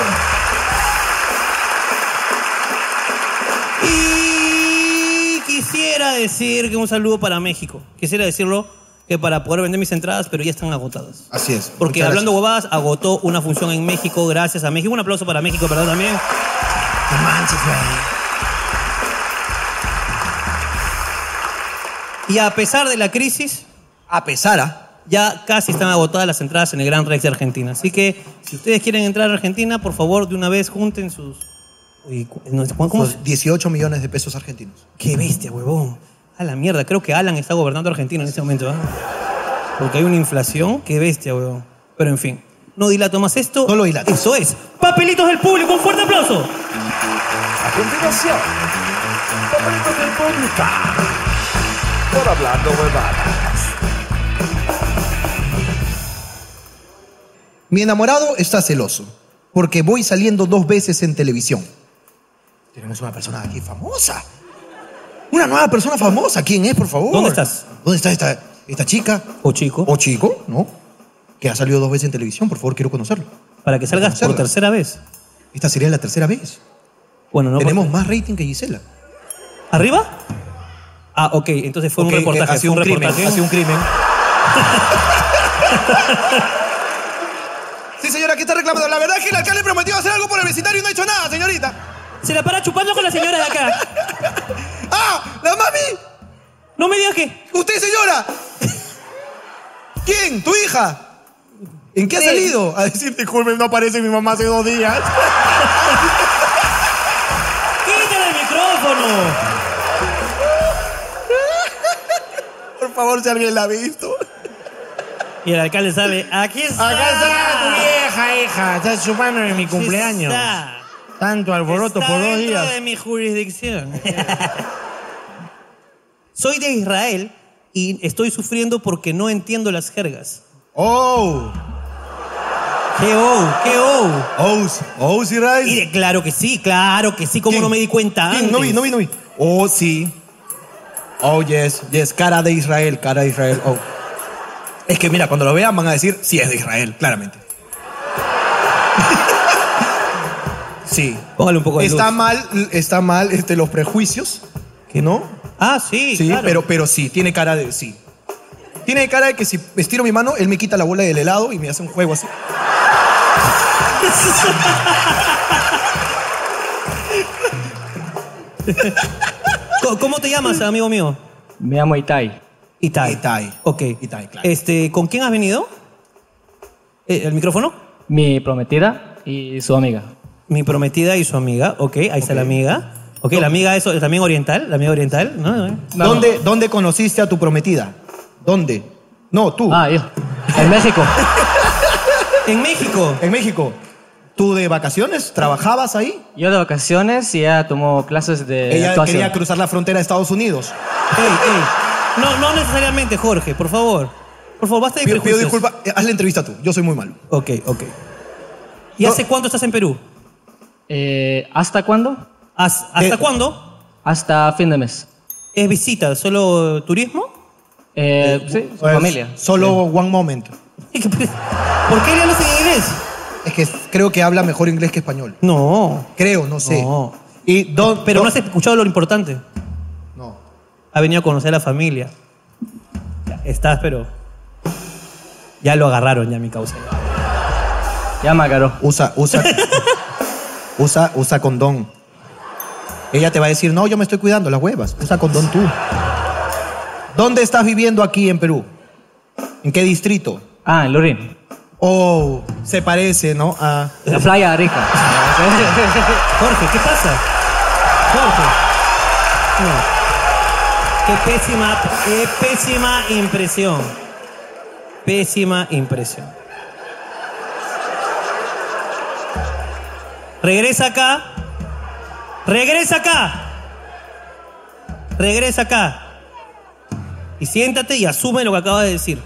Speaker 1: Y quisiera decir que un saludo para México. Quisiera decirlo que para poder vender mis entradas, pero ya están agotadas.
Speaker 2: Así es.
Speaker 1: Porque
Speaker 2: Muchas
Speaker 1: hablando huevadas, agotó una función en México, gracias a México. Un aplauso para México, perdón, también. Y a pesar de la crisis,
Speaker 2: a pesar
Speaker 1: ¿ah?
Speaker 2: a,
Speaker 1: ya casi están agotadas las entradas en el Gran Rex de Argentina. Así que si ustedes quieren entrar a Argentina, por favor, de una vez junten sus... Uy, cu- no sé, ¿cómo- cómo se-
Speaker 2: Los 18 millones de pesos argentinos.
Speaker 1: Qué bestia, huevón. A la mierda, creo que Alan está gobernando Argentina en este momento, ¿ah? Porque hay una inflación, qué bestia, huevón. Pero en fin, no dilato más esto. No lo dilato. Eso es. Papelitos del público, un fuerte aplauso.
Speaker 15: A continuación, papelitos del público. Por hablando huevadas.
Speaker 2: Mi enamorado está celoso porque voy saliendo dos veces en televisión. Tenemos una persona aquí famosa. Una nueva persona famosa. ¿Quién es, por favor?
Speaker 1: ¿Dónde estás?
Speaker 2: ¿Dónde está esta, esta chica?
Speaker 1: ¿O chico?
Speaker 2: ¿O chico? ¿No? Que ha salido dos veces en televisión. Por favor, quiero conocerlo.
Speaker 1: Para que salgas por tercera vez.
Speaker 2: Esta sería la tercera vez.
Speaker 1: Bueno, no.
Speaker 2: Tenemos más rating que Gisela.
Speaker 1: ¿Arriba? Ah, ok, entonces fue
Speaker 2: Ok,
Speaker 1: un
Speaker 2: eh,
Speaker 1: reportaje.
Speaker 2: ha sido
Speaker 1: fue
Speaker 2: un crimen,
Speaker 1: reportaje.
Speaker 2: ha sido un crimen. Sí, señora, ¿qué está reclamando? La verdad es que el alcalde prometió hacer algo por el vecindario y no ha hecho nada, señorita. Se la para chupando con la señora de acá. ¡Ah! ¡La mami! No me digas que. ¡Usted, señora! ¿Quién? ¿Tu hija? ¿En qué ha
Speaker 7: Sí.
Speaker 2: salido? A decir, disculpe, no aparece mi mamá hace dos días. ¡Quítale el micrófono! Por favor, si alguien la ha visto.
Speaker 1: Y el alcalde sabe, aquí está.
Speaker 9: Acá está tu vieja, hija. Estás chupando en mi cumpleaños.
Speaker 1: está.
Speaker 9: Tanto alboroto
Speaker 1: Está
Speaker 9: por dos
Speaker 1: dentro
Speaker 9: días.
Speaker 1: de mi jurisdicción. Soy de Israel y estoy sufriendo porque no entiendo las jergas.
Speaker 2: ¡Oh!
Speaker 1: ¿Qué oh? ¿Qué oh?
Speaker 2: ¡Oh! ¡Oh, Israel!
Speaker 1: Y de- claro que sí, claro que sí. ¿Cómo no me di cuenta
Speaker 2: ¿Quién? No vi,
Speaker 1: antes?
Speaker 2: no vi, no vi. Oh, sí. Oh, yes, yes. Cara de Israel, cara de Israel. Oh. Es que mira, cuando lo vean van a decir, sí es de Israel, claramente. sí.
Speaker 1: Póngale un poco de
Speaker 2: Está
Speaker 1: luz.
Speaker 2: mal, está mal este, los prejuicios, ¿que no?
Speaker 1: Ah, sí,
Speaker 2: Sí,
Speaker 1: claro.
Speaker 2: pero, pero sí, tiene cara de sí. Tiene cara de que si estiro mi mano, él me quita la bola del helado y me hace un juego así.
Speaker 1: Co- ¿Cómo te llamas, amigo mío?
Speaker 16: Me llamo Itai.
Speaker 1: Itai. Itai. Ok. Itai, claro. Este, ¿Con quién has venido? Eh, ¿El micrófono?
Speaker 16: Mi prometida y su amiga.
Speaker 1: Mi prometida y su amiga. Ok, ahí está la amiga. Ok, la amiga eso, también oriental, la amiga oriental, ¿no?
Speaker 2: ¿Dónde, ¿Dónde conociste a tu prometida? ¿Dónde? No,
Speaker 1: Uh.
Speaker 2: tú. Ah,
Speaker 16: yo. En México.
Speaker 1: ¿En México?
Speaker 2: En México. ¿Tú de vacaciones? ¿Trabajabas ahí?
Speaker 16: Yo de vacaciones y ella tomó clases
Speaker 4: Eh,
Speaker 16: de
Speaker 2: Ella
Speaker 16: Eh, actuación.
Speaker 2: quería cruzar la frontera de Estados Unidos.
Speaker 1: Ey, ey. No, no necesariamente, Jorge, por favor. Por favor, basta de
Speaker 2: Pido, pido
Speaker 1: prejuicios.
Speaker 2: disculpa, eh, haz la entrevista tú. Yo soy muy malo. Pues,
Speaker 1: Ok, ok. ¿Y hace cuánto estás en Perú?
Speaker 16: Eh, ¿Hasta cuándo?
Speaker 2: Eh,
Speaker 1: ¿Hasta cuándo?
Speaker 16: Hasta fin de mes.
Speaker 1: ¿Es visita? ¿Solo turismo?
Speaker 16: Eh, sí, su
Speaker 2: Pues,
Speaker 16: familia.
Speaker 2: Solo one moment.
Speaker 1: ¿Por qué le hablas en inglés?
Speaker 2: Es que creo que habla mejor inglés que español.
Speaker 1: No.
Speaker 2: Creo, no sé.
Speaker 1: No.
Speaker 2: Y
Speaker 1: Pero
Speaker 2: don-
Speaker 1: no has escuchado lo importante.
Speaker 2: No.
Speaker 1: Ha venido a conocer a la familia. Ya, estás, pero. Ya lo agarraron, ya mi causa.
Speaker 16: Ya Macaro.
Speaker 2: Usa, usa. usa, usa condón. Ella te va a decir, no, yo me estoy cuidando las huevas. Usa condón tú. ¿Dónde estás viviendo aquí en Perú? ¿En qué distrito?
Speaker 16: Ah, en Lurín.
Speaker 2: Oh, se parece, ¿no? A...
Speaker 16: La playa rica.
Speaker 1: Jorge, ¿qué pasa? Jorge. No. Qué pésima, qué pésima impresión. Pésima impresión. Regresa acá. Regresa acá. Regresa acá. Y siéntate y asume lo que acabas de decir.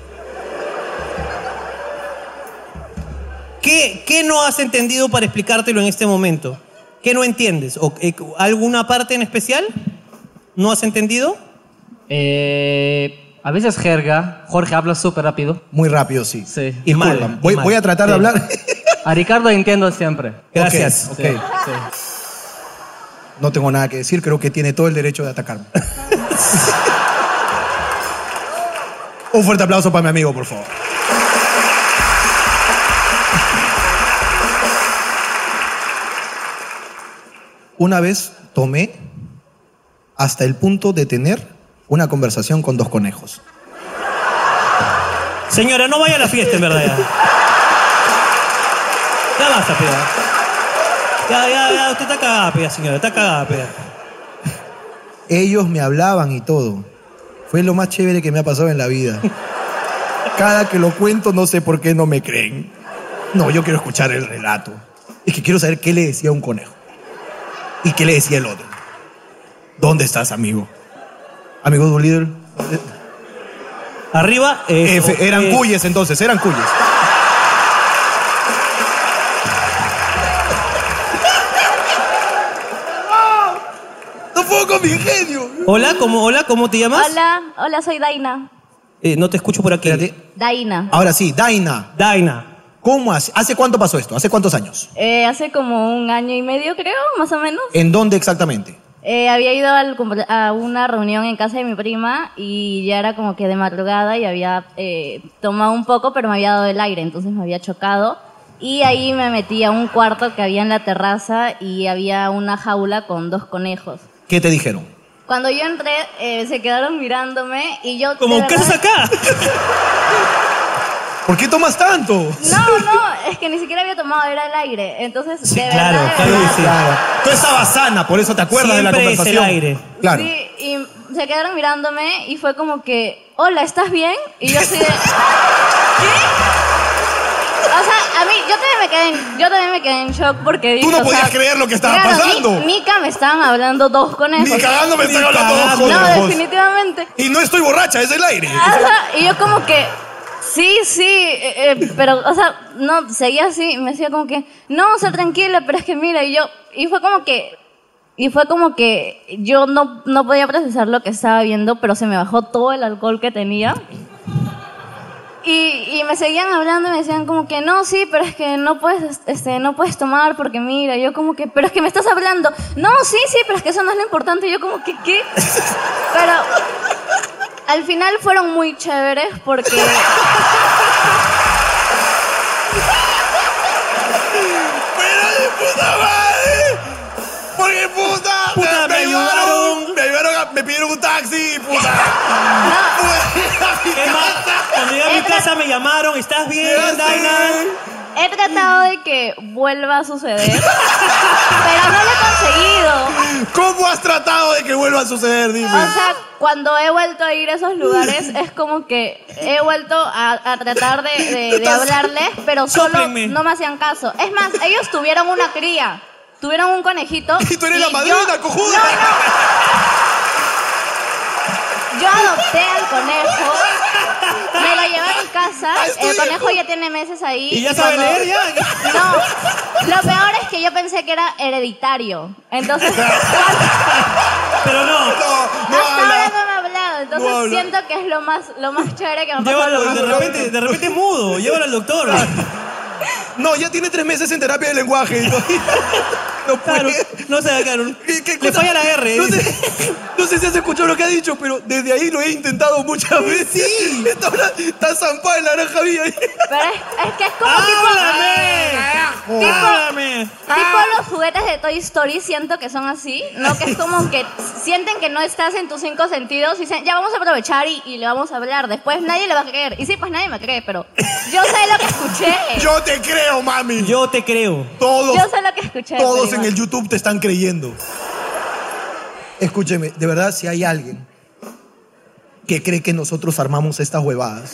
Speaker 1: ¿Qué, qué no has entendido para explicártelo en este momento? ¿Qué no entiendes? ¿O, eh, ¿Alguna parte en especial? ¿No has entendido?
Speaker 16: Eh, a veces jerga. Jorge habla súper rápido.
Speaker 2: Muy rápido, sí.
Speaker 16: Sí.
Speaker 2: Disculpa, voy- voy a tratar de hablar.
Speaker 16: A Ricardo entiendo siempre.
Speaker 2: Gracias.
Speaker 16: Sí,
Speaker 2: Ok. No tengo nada que decir, creo que tiene todo el derecho de atacarme. Un fuerte aplauso para mi amigo, por favor. Una vez tomé hasta el punto de tener una conversación con dos conejos.
Speaker 1: Señora, no vaya a la fiesta, en verdad. Ya, ya basta, pega. Ya, ya, ya, usted está cagada, pega, señora, está cagada, pega.
Speaker 2: Ellos me hablaban y todo. Fue lo más chévere que me ha pasado en la vida. Cada que lo cuento, no sé por qué no me creen. No, yo quiero escuchar el relato. Es que quiero saber qué le decía un conejo. Y qué le decía el otro. ¿Dónde estás, amigo? Amigo Doolittle.
Speaker 1: Arriba.
Speaker 2: F,
Speaker 1: o-
Speaker 2: eran
Speaker 1: eh.
Speaker 2: cuyes entonces, eran cuyes. ¡No puedo con mi ingenio!
Speaker 1: Hola, ¿cómo, hola, ¿cómo te llamas?
Speaker 11: Hola, hola, soy Daina.
Speaker 1: Eh, no te escucho por aquí.
Speaker 11: Daina.
Speaker 2: Ahora sí, Daina.
Speaker 1: Daina.
Speaker 2: ¿Cómo hace? ¿Hace cuánto pasó esto? ¿Hace cuántos años?
Speaker 12: Eh, hace como un año y medio, creo, más o menos.
Speaker 2: ¿En dónde exactamente?
Speaker 12: Eh, había ido al cumple- a una reunión en casa de mi prima y ya era como que de madrugada y había eh, tomado un poco, pero me había dado el aire, entonces me había chocado
Speaker 17: Y ahí me metí a un cuarto que había en la terraza y había una jaula con dos conejos.
Speaker 2: ¿Qué te dijeron?
Speaker 17: Cuando yo entré, eh, se quedaron mirándome y yo...
Speaker 2: Como,
Speaker 17: de
Speaker 2: ¿qué haces acá? ¿Por qué tomas tanto?
Speaker 17: No, no, es que ni siquiera había tomado, era el aire. Entonces, de verdad,
Speaker 2: Claro,
Speaker 17: de
Speaker 2: claro,
Speaker 17: verdad,
Speaker 2: sí. Tú estabas sana, por eso te acuerdas de la
Speaker 1: Siempre es el
Speaker 2: conversación.
Speaker 1: aire.
Speaker 2: Claro.
Speaker 17: Sí, y se quedaron mirándome y fue como que, hola, ¿estás bien? Y yo así de... ¿Qué? O sea, a mí, yo también me quedé en, yo también me quedé en shock porque dije,
Speaker 15: no
Speaker 17: o sea,
Speaker 15: podías creer lo que estaba
Speaker 17: claro,
Speaker 15: pasando.
Speaker 17: mi- Mica me estaban hablando dos conejos.
Speaker 15: Ni cagando me están Ni hablando dos cagando. conejos.
Speaker 17: No, definitivamente.
Speaker 15: Y no estoy borracha, es el aire.
Speaker 17: Ajá, y yo como que, sí, sí, eh, eh, pero, o sea, no, seguía así, y me decía como que, no, o sea, tranquila, pero es que mira, y yo, y fue como que, y fue como que yo no, no podía procesar lo que estaba viendo, pero se me bajó todo el alcohol que tenía. Y, y me seguían hablando y me decían como que no, sí, pero es que no puedes, este, no puedes tomar porque mira, yo como que, pero es que me estás hablando. No, sí, sí, pero es que eso no es lo importante. Y yo como que, ¿qué? Pero al final fueron muy chéveres porque...
Speaker 15: ¡Puta madre! Porque puta, me, me ayudaron, me ayudaron, a- me pidieron un taxi, puta.
Speaker 1: Es más, cuando llegué a mi casa me llamaron, ¿estás bien, Dainan?
Speaker 17: He tratado de que vuelva a suceder, pero no lo he conseguido.
Speaker 15: ¿Cómo has tratado de que vuelva a suceder, dime?
Speaker 17: O sea, cuando he vuelto a ir a esos lugares es como que he vuelto a, a tratar de, de- de hablarles, pero solo
Speaker 15: Sóplenme.
Speaker 17: no me hacían caso. Es más, ellos tuvieron una cría, tuvieron un conejito. Y
Speaker 15: tú eres la madrina, cojuda.
Speaker 17: Yo adopté al conejo, me lo llevé a mi casa,
Speaker 15: Ah,
Speaker 17: el conejo ya tiene meses ahí.
Speaker 15: ¿Y ya sabe
Speaker 17: cuando-
Speaker 15: leer ya?
Speaker 17: No, lo peor es que yo pensé que era hereditario, entonces...
Speaker 1: Pero no.
Speaker 17: Hasta ahora no me ha hablado, entonces
Speaker 1: No habla.
Speaker 17: siento que es lo más, lo más chévere que me ha pasado.
Speaker 1: Llévalo, de repente, de repente es mudo, llévalo al doctor.
Speaker 2: No, ya tiene tres meses en terapia de lenguaje. No, no
Speaker 1: Claro, no se
Speaker 2: Le
Speaker 1: falla la R,
Speaker 2: No sé, no sé si has escuchado lo que ha dicho, pero desde ahí lo he intentado muchas veces. Sí. Está, una- está zampada en la naranja vía.
Speaker 17: Pero es, es que es como
Speaker 1: Ah,
Speaker 17: tipo... Tipo,
Speaker 1: ¡Háblame!
Speaker 17: tipo los juguetes de Toy Story siento que son así, ¿no? Que es como que sienten que no estás en tus cinco sentidos y dicen, ya vamos a aprovechar y, y le vamos a hablar. Después nadie le va a creer. Y sí, pues nadie me cree, pero yo sé lo que escuché.
Speaker 15: Yo te creo, mami.
Speaker 1: Yo te creo.
Speaker 15: Todos,
Speaker 17: Yo sé lo que escuché. pero
Speaker 15: todos en
Speaker 17: pues, igual.
Speaker 15: el YouTube te están creyendo.
Speaker 2: Escúcheme, de verdad, si hay alguien que cree que nosotros armamos estas huevadas,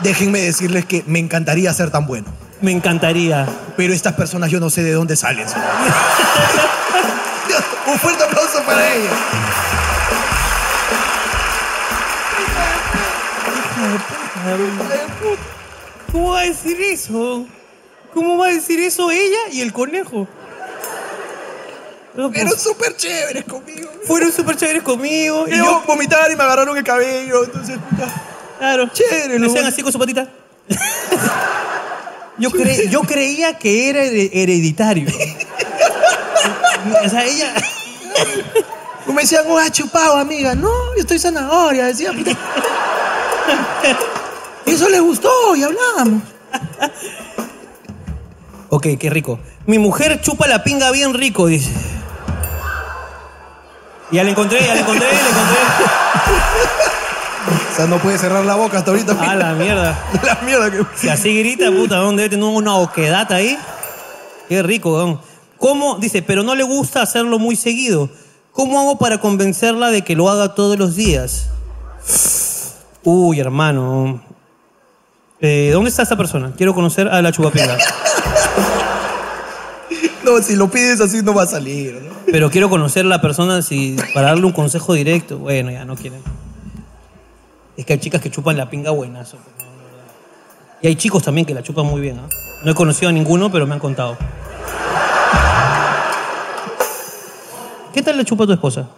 Speaker 2: déjenme decirles que me encantaría ser tan bueno.
Speaker 1: Me encantaría.
Speaker 2: Pero estas personas yo no sé de dónde salen.
Speaker 15: Un fuerte aplauso para ella.
Speaker 1: ¿Cómo va a decir eso? ¿Cómo va a decir eso ella y el conejo? Fueron
Speaker 2: súper chéveres conmigo.
Speaker 1: Fueron súper chéveres conmigo.
Speaker 2: Y yo vomitar y me agarraron el cabello. Entonces, puta.
Speaker 1: Claro.
Speaker 2: Chévere,
Speaker 1: Me
Speaker 2: lo
Speaker 1: hacían
Speaker 2: bueno.
Speaker 1: así con su patita. Yo, cre- yo creía que era here- hereditario. o sea, ella.
Speaker 2: Me decían, oh, ha chupado, amiga. No, yo estoy zanahoria. Decía, puta. Y Eso les gustó y hablábamos.
Speaker 1: Ok, qué rico. Mi mujer chupa la pinga bien rico, dice. Ya la encontré, ya la encontré, la encontré.
Speaker 2: O sea, no puede cerrar la boca hasta ahorita.
Speaker 1: A la mierda.
Speaker 2: La mierda que.
Speaker 1: Si así grita, puta, ¿dónde debe tener una oquedad ahí? Qué rico, weón. ¿Cómo? Dice, pero no le gusta hacerlo muy seguido. ¿Cómo hago para convencerla de que lo haga todos los días? Uy, hermano. Eh, ¿Dónde está esta persona? Quiero conocer a la chupapinga.
Speaker 2: No, si lo pides así no va a salir. ¿no?
Speaker 1: Pero quiero conocer a la persona si, para darle un consejo directo. Bueno, ya no quieren. Es que hay chicas que chupan la pinga buenazo. pues, no, no, no. Y hay chicos también que la chupan muy bien. ¿ah? No he conocido a ninguno, pero me han contado. ¿Qué tal le chupa tu esposa?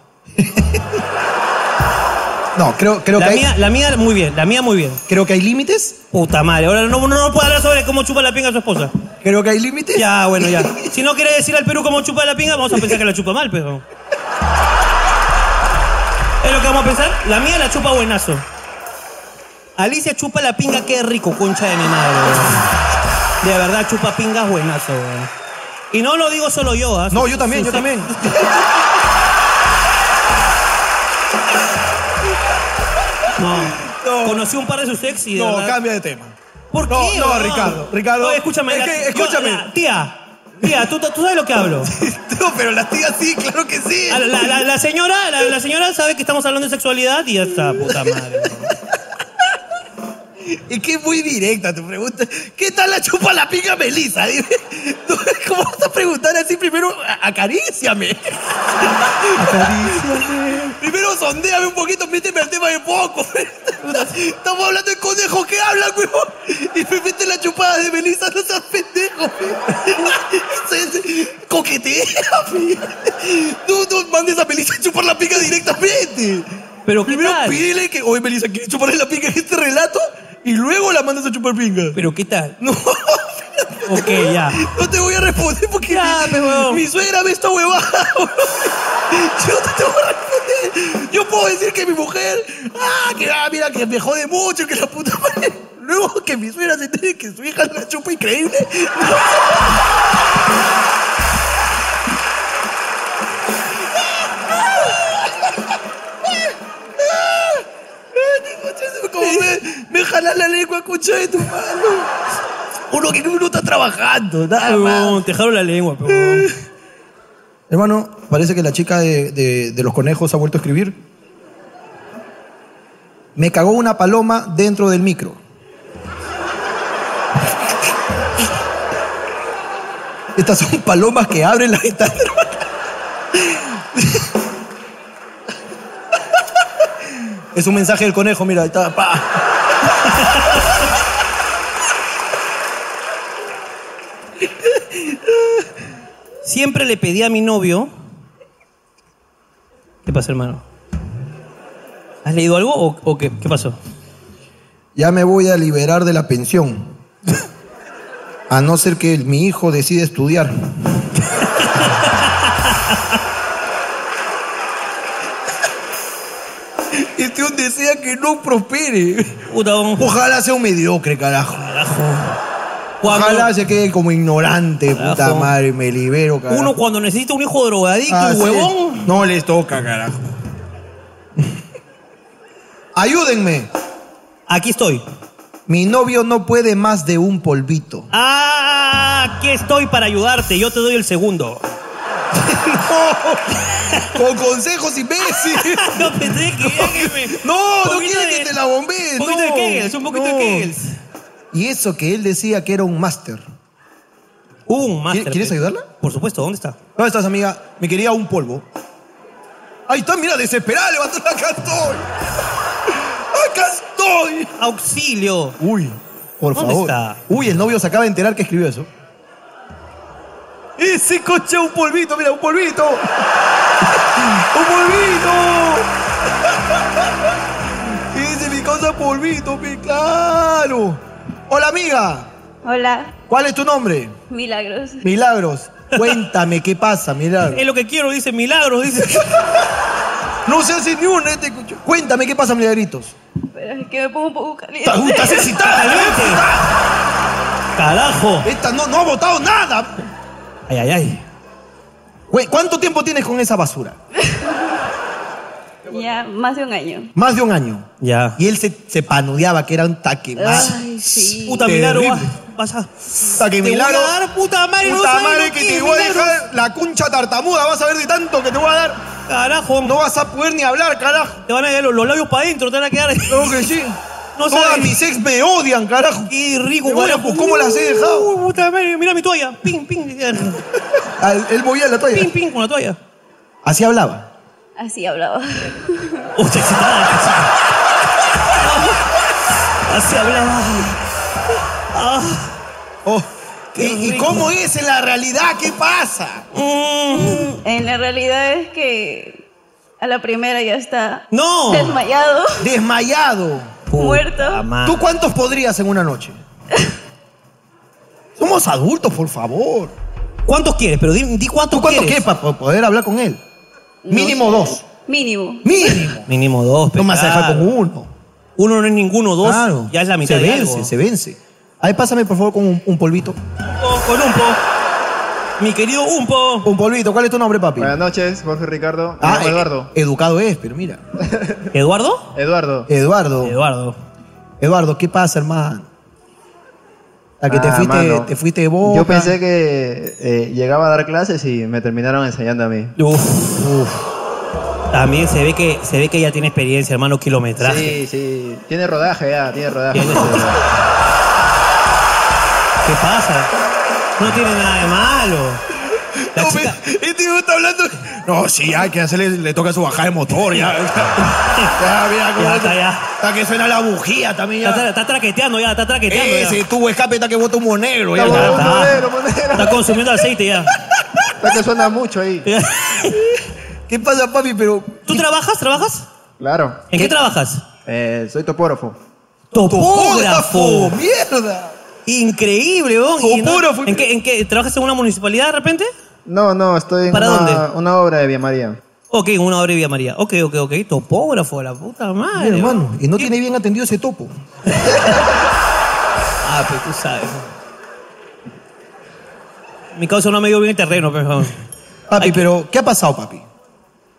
Speaker 2: No, creo, creo
Speaker 1: la
Speaker 2: que hay-
Speaker 1: mía, La mía muy bien, la mía muy bien.
Speaker 2: Creo que hay límites.
Speaker 1: Puta madre, ahora no, no, no puedo hablar sobre cómo chupa la pinga su esposa.
Speaker 2: Creo que hay límites.
Speaker 1: Ya, bueno, ya. Si no quiere decir al Perú cómo chupa la pinga, vamos a pensar que la chupa mal, pero. Es lo que vamos a pensar. La mía la chupa buenazo. Alicia chupa la pinga, qué rico, concha de mi madre. weón. De verdad, chupapingas buenazo, weón. Y no lo digo solo yo, ¿ah? No, yo también, yo también. no. Conocí un par de sus ex y de
Speaker 2: No,
Speaker 1: verdad-
Speaker 2: cambia de tema.
Speaker 1: ¿Por
Speaker 2: No,
Speaker 1: qué?
Speaker 2: no,
Speaker 1: weón?
Speaker 2: Ricardo, Ricardo.
Speaker 1: Oye, escúchame.
Speaker 2: Es
Speaker 1: la-
Speaker 2: que-
Speaker 1: yo-
Speaker 2: escúchame.
Speaker 1: la- tía, tía, ¿tú, tú sabes lo que hablo.
Speaker 15: No, pero las tías sí, claro que sí.
Speaker 1: Ah, La, la- la señora, la, la señora sabe que estamos hablando de sexualidad y ya está, puta madre.
Speaker 15: Es que es muy directa tu pregunta. ¿Qué tal la chupa la pinga Melissa? Dime, ¿tú ¿Cómo vas a preguntar así? Primero, a- acaríciame. acaríciame. Primero, sondéame un poquito, méteme al tema de poco. Estamos hablando de conejos que hablan, huevón. Y me mete la chupada de Melissa, no seas pendejo. Se- se- Coquetea, pe. No, no mandes a Melissa a chupar la pinga directamente.
Speaker 1: Pero
Speaker 15: Primero pídele que, oye Melissa, ¿quieres chuparle la pinga en este relato? Y luego la mandas a chupar pinga.
Speaker 1: Pero Ah. ¿qué tal?
Speaker 15: No.
Speaker 1: ok, ya.
Speaker 15: No te voy a responder porque mi, mi suegra ve esta huevada. huevón. Yo no te voy a responder. Yo puedo decir que mi mujer, ah, que ah, mira, que me jode mucho, que la puta madre. Luego que mi suegra se entere que su hija la chupa increíble. Como me, me jalas la lengua, concha de tu mano. Uno que uno está trabajando, nada más.
Speaker 1: te jalo la lengua, pero.
Speaker 2: Hermano, parece que la chica de, de- de los conejos ha vuelto a escribir. Me cagó una paloma dentro del micro. Estas son palomas que abren la ventana. hermano. Es un mensaje del conejo, mira, ahí está. pa.
Speaker 1: Siempre le pedí a mi novio. ¿Qué pasa, hermano? ¿Has leído algo o, o qué, qué pasó?
Speaker 2: Ya me voy a liberar de la pensión. A no ser que el- mi hijo decida estudiar.
Speaker 15: Este un desea que no prospere.
Speaker 2: Ojalá sea un mediocre, carajo.
Speaker 1: Cuando-
Speaker 2: Ojalá se quede como ignorante,
Speaker 1: Carajo.
Speaker 2: puta madre, me libero, carajo.
Speaker 1: Uno cuando necesita un hijo drogadicto
Speaker 2: Ah,
Speaker 1: y
Speaker 2: sí.
Speaker 1: huevón.
Speaker 2: No les toca, carajo. Ayúdenme.
Speaker 1: Aquí estoy.
Speaker 2: Mi novio no puede más de un polvito.
Speaker 1: ¡Ah! Aquí estoy para ayudarte. Yo te doy el segundo.
Speaker 2: Con consejos imbéciles.
Speaker 1: no pensé que. que me-
Speaker 2: No, no
Speaker 1: Poquito
Speaker 2: quiere
Speaker 1: de-
Speaker 2: que te la bombees.
Speaker 1: Un poquito
Speaker 2: no.
Speaker 1: de Kegels, un poquito
Speaker 2: No.
Speaker 1: de Kegels.
Speaker 2: Y eso que él decía que era un máster.
Speaker 1: Un máster.
Speaker 2: ¿Quieres ayudarla?
Speaker 1: Por supuesto, ¿dónde está?
Speaker 2: ¿Dónde estás, amiga? Me quería un polvo.
Speaker 15: Ahí está, mira, desesperada, levantó la acá estoy. Acá estoy.
Speaker 1: ¡Auxilio!
Speaker 2: Uy, por
Speaker 1: ¿Dónde
Speaker 2: favor.
Speaker 1: está?
Speaker 2: Uy, el novio se acaba de enterar que escribió eso.
Speaker 15: Ese coche un polvito, mira, un polvito. un polvito.
Speaker 2: Dice mi cosa polvito, mi claro. Hola, amiga.
Speaker 10: Hola,
Speaker 2: ¿Cuál es tu nombre?
Speaker 10: milagros.
Speaker 2: Milagros. Cuéntame qué pasa, Milagros.
Speaker 1: Es lo que quiero, dice Milagros, dice.
Speaker 2: No se hace ni una, este cucho. Cuéntame qué pasa, Milagritos.
Speaker 4: Pero es que me pongo un poco caliente.
Speaker 2: Estás- estás excitada,
Speaker 1: Caliente. ¡Carajo!
Speaker 2: Esta no, no ha votado nada.
Speaker 1: Ay, ay, ay.
Speaker 2: Güey, ¿Cuánto tiempo tienes con esa basura?
Speaker 12: Ya, más de un año.
Speaker 2: Más de un año.
Speaker 1: Ya.
Speaker 2: Y él se, se panudeaba que era un taque.
Speaker 12: Ay, sí.
Speaker 1: Puta Milagro, vas, vas a.
Speaker 2: Taque
Speaker 1: Te voy
Speaker 2: milagro.
Speaker 1: a dar, puta madre, no
Speaker 2: Puta
Speaker 1: sabes
Speaker 2: madre
Speaker 1: lo
Speaker 2: que
Speaker 1: que
Speaker 2: te
Speaker 1: es,
Speaker 2: voy a
Speaker 1: Milagros.
Speaker 2: dejar la concha tartamuda. Vas a ver de tanto que te voy a dar.
Speaker 1: Carajo.
Speaker 2: No vas a poder ni hablar, carajo.
Speaker 1: Te van a quedar los, los labios para adentro, te van a quedar.
Speaker 2: Claro que sí.
Speaker 1: No
Speaker 2: Todas
Speaker 1: sabes.
Speaker 2: mis ex me odian, carajo.
Speaker 1: Qué rico,
Speaker 2: Me voy a-
Speaker 1: carajo.
Speaker 2: ¿Cómo las he dejado?
Speaker 1: Uy, puta madre, mira mi toalla. Ping, ping.
Speaker 2: Al- él movía la toalla.
Speaker 1: Ping, ping con la toalla.
Speaker 2: Así hablaba.
Speaker 12: Así hablaba.
Speaker 1: Uy, está excitada. Así hablaba.
Speaker 2: Oh. ¿Y, y
Speaker 12: rico.
Speaker 2: cómo es en la realidad? ¿Qué pasa?
Speaker 12: En la realidad es que a la primera ya está
Speaker 1: ¡No!
Speaker 12: desmayado,
Speaker 2: Desmayado.
Speaker 12: muerto.
Speaker 2: ¿Tú cuántos podrías en una noche? Somos adultos, por favor.
Speaker 1: ¿Cuántos quieres? Pero di, di cuántos
Speaker 2: ¿Tú cuántos
Speaker 1: quieres.
Speaker 2: quieres para poder hablar con él? Mínimo dos.
Speaker 12: Mínimo.
Speaker 2: Mínimo.
Speaker 1: Mínimo dos,
Speaker 2: No me vas a dejar
Speaker 1: pecado.
Speaker 2: con uno.
Speaker 1: Uno no es ninguno, dos
Speaker 2: Claro.
Speaker 1: ya es la mitad
Speaker 2: Se
Speaker 1: de
Speaker 2: vence,
Speaker 1: algo.
Speaker 2: se vence. Ahí pásame, por favor, con un, un polvito.
Speaker 1: Con Umpo. Mi querido Umpo.
Speaker 2: Un polvito. ¿Cuál es tu nombre, papi?
Speaker 18: Buenas noches, Jorge Ricardo.
Speaker 2: Ah,
Speaker 18: Me llamo
Speaker 2: eh,
Speaker 18: Eduardo.
Speaker 2: educado es, pero mira.
Speaker 1: ¿Eduardo?
Speaker 18: Eduardo.
Speaker 2: Eduardo.
Speaker 1: Eduardo.
Speaker 2: Eduardo, ¿qué pasa, hermano? A que te
Speaker 18: Ah,
Speaker 2: fuiste,
Speaker 18: mano.
Speaker 2: te fuiste de boca.
Speaker 18: Yo pensé que eh, llegaba a dar clases y me terminaron enseñando a mí.
Speaker 1: Uf. También se ve que se ve que ya tiene experiencia, hermano,
Speaker 2: Ah,
Speaker 1: kilometraje.
Speaker 18: Sí, sí. Tiene rodaje ya, tiene rodaje.
Speaker 1: ¿Qué pasa? No tiene nada de malo. La chica-
Speaker 15: Este hijo está hablando. No, sí, hay que hacerle, le toca su bajada de motor, ya. Ya, mira cómo
Speaker 1: Ya,
Speaker 15: está,
Speaker 1: está, ya.
Speaker 15: Está que suena la bujía también,
Speaker 1: Está,
Speaker 15: ya.
Speaker 1: está traqueteando ya, está traqueteando ya.
Speaker 15: Ese tubo escape está que bota humo negro, ya.
Speaker 1: Está
Speaker 15: Ya,
Speaker 1: botando
Speaker 15: está.
Speaker 1: humo negro, Está consumiendo aceite ya.
Speaker 18: Está que suena mucho ahí.
Speaker 2: ¿Qué pasa, papi? Pero.
Speaker 1: ¿Tú trabajas? ¿Trabajas?
Speaker 18: Claro.
Speaker 1: ¿En qué trabajas?
Speaker 18: Eh, soy topógrafo.
Speaker 1: ¡Topógrafo!
Speaker 2: ¡Mierda!
Speaker 1: Increíble, bon. ¿Y no-
Speaker 18: Topógrafo.
Speaker 1: ¿En qué, en qué? ¿Trabajas en una municipalidad de repente?
Speaker 18: No, no, estoy en
Speaker 1: ¿Para
Speaker 18: una,
Speaker 1: dónde?
Speaker 18: una obra de Vía María.
Speaker 1: Ok, en una hora y Vía María. Ok, ok, ok. Topógrafo, la puta madre.
Speaker 2: Mira,
Speaker 1: bon.
Speaker 2: hermano, y no tiene bien atendido ese topo.
Speaker 1: Ah, pero tú sabes. Mi causa no me dio bien el terreno, pero.
Speaker 2: Papi, pero ¿qué ha pasado, papi?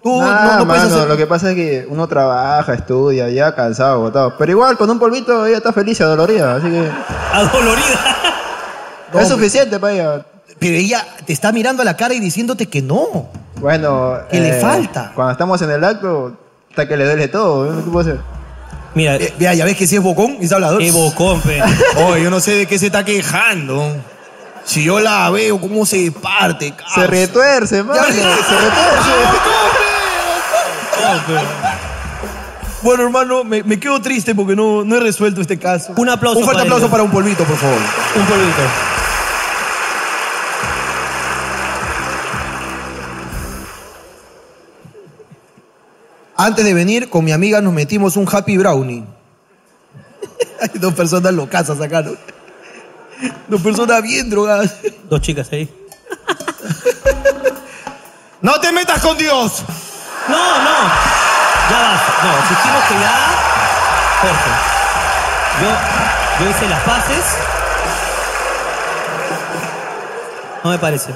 Speaker 2: Tú
Speaker 18: Nada,
Speaker 2: Uh, no, no puedes
Speaker 18: mano,
Speaker 2: hacer.
Speaker 18: lo que pasa es que uno trabaja, estudia, ya cansado, agotado. Pero igual, con un polvito ella está feliz y adolorida, así que...
Speaker 1: Adolorida.
Speaker 18: es suficiente para ella.
Speaker 2: Pero ella te está mirando a la cara y diciéndote que no.
Speaker 18: Bueno...
Speaker 2: pues. ¿Qué le falta?
Speaker 18: eh, Cuando estamos en el acto, hasta que le duele todo, ¿eh? ¿qué puedo hacer?
Speaker 15: Eh,
Speaker 1: Mira,
Speaker 2: Vea, ya ves que si es bocón y es hablador.
Speaker 1: Es bocón, pe.
Speaker 15: Oh, yo no sé de qué se está quejando. Si yo la veo, cómo se parte.
Speaker 2: Ah,
Speaker 18: Se retuerce, mano, se
Speaker 2: Bueno, hermano, me, me quedo triste porque no, no he resuelto este caso.
Speaker 1: Un aplauso
Speaker 2: Un fuerte
Speaker 1: para
Speaker 2: aplauso
Speaker 1: ellos.
Speaker 2: para un polvito, por favor.
Speaker 1: Un polvito.
Speaker 2: Antes de venir, con mi amiga nos metimos un happy brownie. Hay dos personas locas sacaron. Dos personas bien drogadas.
Speaker 1: Dos chicas ahí.
Speaker 15: No te metas con Dios.
Speaker 1: No, no. Ya basta. No, dijimos que ya. Jorge. Yo, yo hice las paces. No me parece.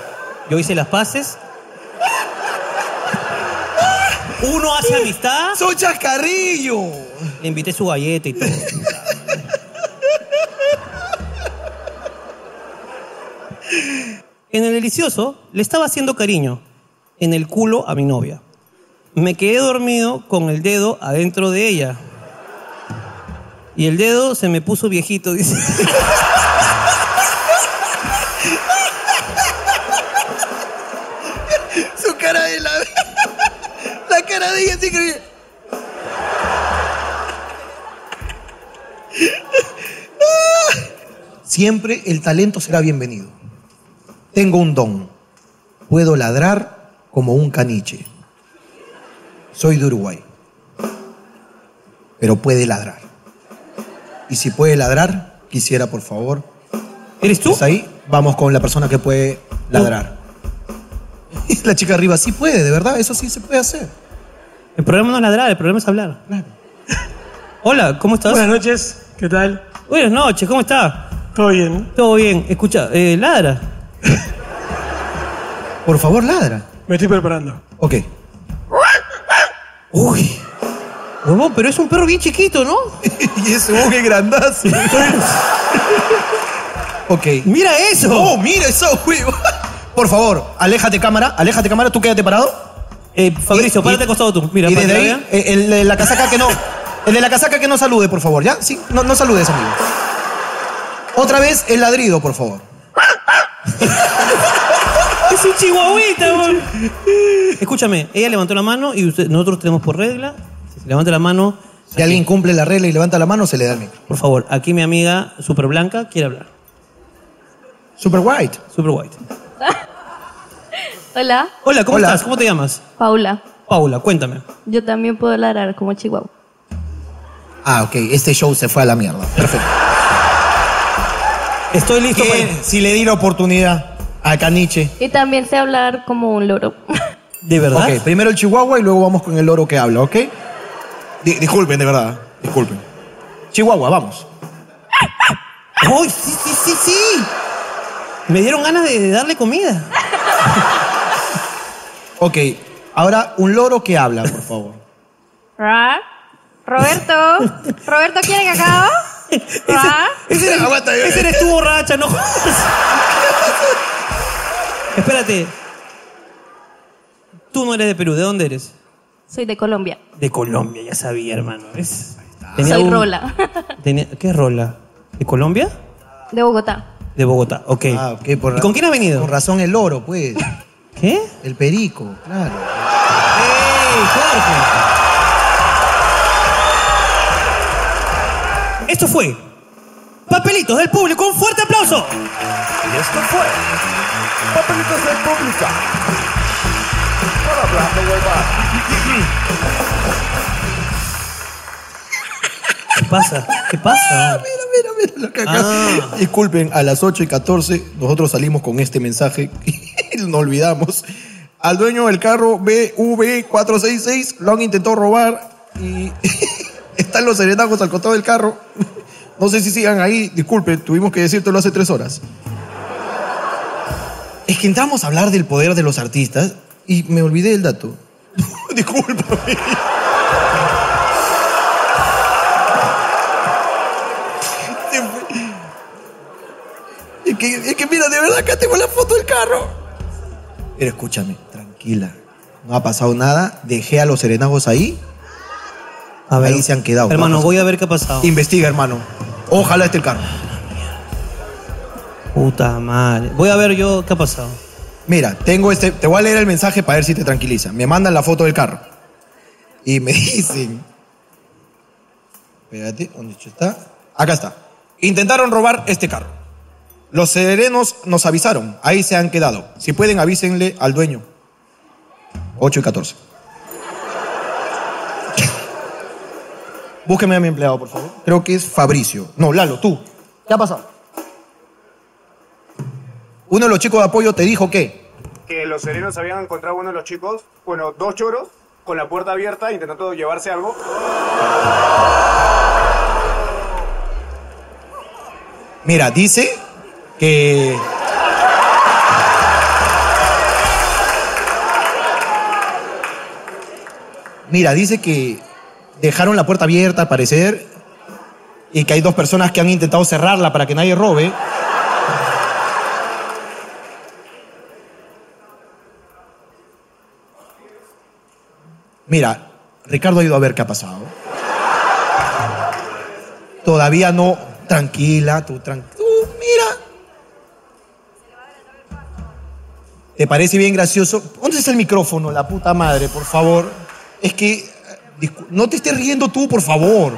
Speaker 1: Yo hice las paces. Uno hace amistad.
Speaker 15: ¡Soy chascarrillo!
Speaker 1: Le invité su galleta y todo. En el delicioso le estaba haciendo cariño en el culo a mi novia. Me quedé dormido con el dedo adentro de ella. Y el dedo se me puso viejito, dice.
Speaker 15: Su cara de la. La cara de ella sí que.
Speaker 2: "Ah". Siempre el talento será bienvenido. Tengo un don. Puedo ladrar como un caniche. Soy de Uruguay. Pero puede ladrar. Y si puede ladrar, quisiera, por favor.
Speaker 1: ¿Eres tú?
Speaker 2: ahí vamos con la persona que puede ladrar. la chica arriba sí puede, de verdad, eso sí se puede hacer.
Speaker 1: El problema no es ladrar, el problema es hablar. Hola, ¿cómo estás? Buenas noches, ¿qué tal? Buenas noches, ¿cómo estás? Todo bien. Todo bien. Escucha, eh, ladra.
Speaker 2: Por favor, ladra.
Speaker 19: Me estoy preparando.
Speaker 2: Ok. Uy.
Speaker 1: Huevón, pero es un perro bien chiquito, ¿no?
Speaker 2: y ese huevón que grandazo. ok.
Speaker 1: Mira eso.
Speaker 2: Oh, mira eso, huevo. Por favor, aléjate cámara, aléjate cámara, tú quédate parado.
Speaker 1: eh, Fabricio, párate al costado tú. Mira,
Speaker 2: y
Speaker 1: para
Speaker 2: desde
Speaker 1: que
Speaker 2: ahí,
Speaker 1: vean.
Speaker 2: eh, el de la casaca que no. El de la casaca que no salude, por favor, ¿ya? Sí, no, no saludes, amigo. Otra vez el ladrido, por favor.
Speaker 1: Es un chihuahuita, weón. Escúchame, ella levantó la mano y usted- nosotros tenemos por regla. Si se levanta la mano.
Speaker 2: Si alguien cumple la regla y levanta la mano, se le da el micro.
Speaker 1: Por favor, aquí mi amiga Super Blanca quiere hablar.
Speaker 2: Super White.
Speaker 1: Super White.
Speaker 20: Hola,
Speaker 1: Hola, ¿cómo
Speaker 20: Hola.
Speaker 1: estás? ¿Cómo te llamas?
Speaker 20: Paula.
Speaker 1: Paula, cuéntame.
Speaker 20: Yo también puedo ladrar como Chihuahua.
Speaker 2: Ah, ok, este show se fue a la mierda. Perfecto.
Speaker 1: Estoy listo
Speaker 2: para. Si le di la oportunidad a Caniche.
Speaker 20: Y también sé hablar como un loro.
Speaker 1: ¿De
Speaker 2: verdad? Ok, primero el chihuahua y luego vamos con el loro que habla, ¿ok?
Speaker 15: Di- disculpen, de verdad. Disculpen.
Speaker 2: Chihuahua, vamos.
Speaker 1: ¡Uy, sí, sí, sí, sí! Me dieron ganas de, de darle comida.
Speaker 2: Ok, ahora un loro que habla, por favor.
Speaker 19: Ra. Roberto. Roberto quiere cacao. Ra.
Speaker 1: Ese eres, ese eres tú, borracha, no jodas. Espérate. Tú no eres de Perú, ¿de dónde eres?
Speaker 20: Soy de Colombia.
Speaker 1: De Colombia, ya sabía, hermano. ¿Ves?
Speaker 20: Soy
Speaker 1: un-
Speaker 20: Rola.
Speaker 1: tenía- ¿Qué es Rola? ¿De Colombia?
Speaker 20: De Bogotá.
Speaker 1: De Bogotá, ok. ¿Y con quién ha venido?
Speaker 2: Ah, Con razón el loro, pues.
Speaker 1: ¿Qué?
Speaker 2: El perico, claro.
Speaker 1: Esto fue Papelitos del Público. Un fuerte aplauso.
Speaker 7: Y esto fue Papelitos del Público. Por hablar de huevadas.
Speaker 1: ¿Qué pasa? ¿Qué pasa?
Speaker 2: mira, mira, mira lo que acá-
Speaker 1: Ah.
Speaker 2: Disculpen, a las 8 y 14 nosotros salimos con este mensaje y nos olvidamos. Al dueño del carro BV466 lo han intentado robar y están los serenajos al costado del carro. No sé si sigan ahí, disculpen, tuvimos que decírtelo hace tres horas. Es que entramos a hablar del poder de los artistas y me olvidé del dato. Disculpame. Es que, es que mira, de verdad acá tengo la foto del carro. Pero escúchame, tranquila. No ha pasado nada. Dejé a los serenajos ahí. A ver, ahí se han quedado.
Speaker 1: Hermano, voy a ver qué ha pasado.
Speaker 2: Investiga, hermano. Ojalá esté el carro.
Speaker 1: Puta madre. Voy a ver yo qué ha pasado.
Speaker 2: Mira, tengo este. Te voy a leer el mensaje para ver si te tranquiliza. Me mandan la foto del carro. Y me dicen. Espérate, ¿dónde está? Acá está. Intentaron robar este carro. Los serenos nos avisaron. Ahí se han quedado. Si pueden, avísenle al dueño. 8 y 14. Búsqueme a mi empleado, por favor. Creo que es Fabricio. No, Lalo, tú. ¿Qué ha pasado? Uno de los chicos de apoyo te dijo que.
Speaker 21: que los serenos habían encontrado uno de los chicos, bueno, dos choros, con la puerta abierta intentando llevarse algo.
Speaker 2: Mira, dice que. Mira, dice que dejaron la puerta abierta al parecer y que hay dos personas que han intentado cerrarla para que nadie robe. Mira, Ricardo ha ido a ver qué ha pasado. Todavía no. Tranquila, tú tranquila. mira. ¿Te parece bien gracioso? ¿Dónde está el micrófono, la puta madre, por favor? Es que. eh, discu- No te estés riendo tú, por favor.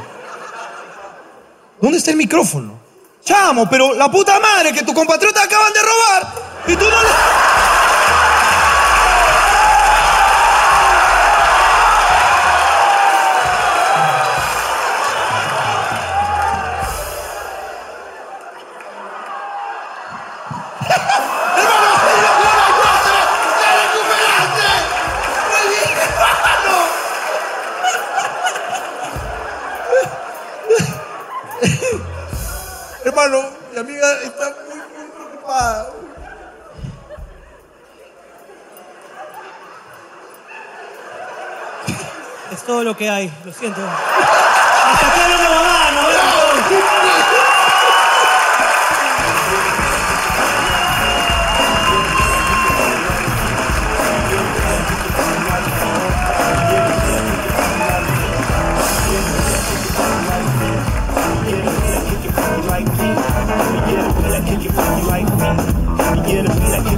Speaker 2: ¿Dónde está el micrófono? Chamo, pero la puta madre que tus compatriotas acaban de robar y tú no le... Hermano, mi amiga está muy, muy preocupada.
Speaker 1: Es todo lo que hay. Lo siento. Hasta aquí habló mi mamá, nos vemos.
Speaker 7: Like me, you get a feel like me. You get a feel like me.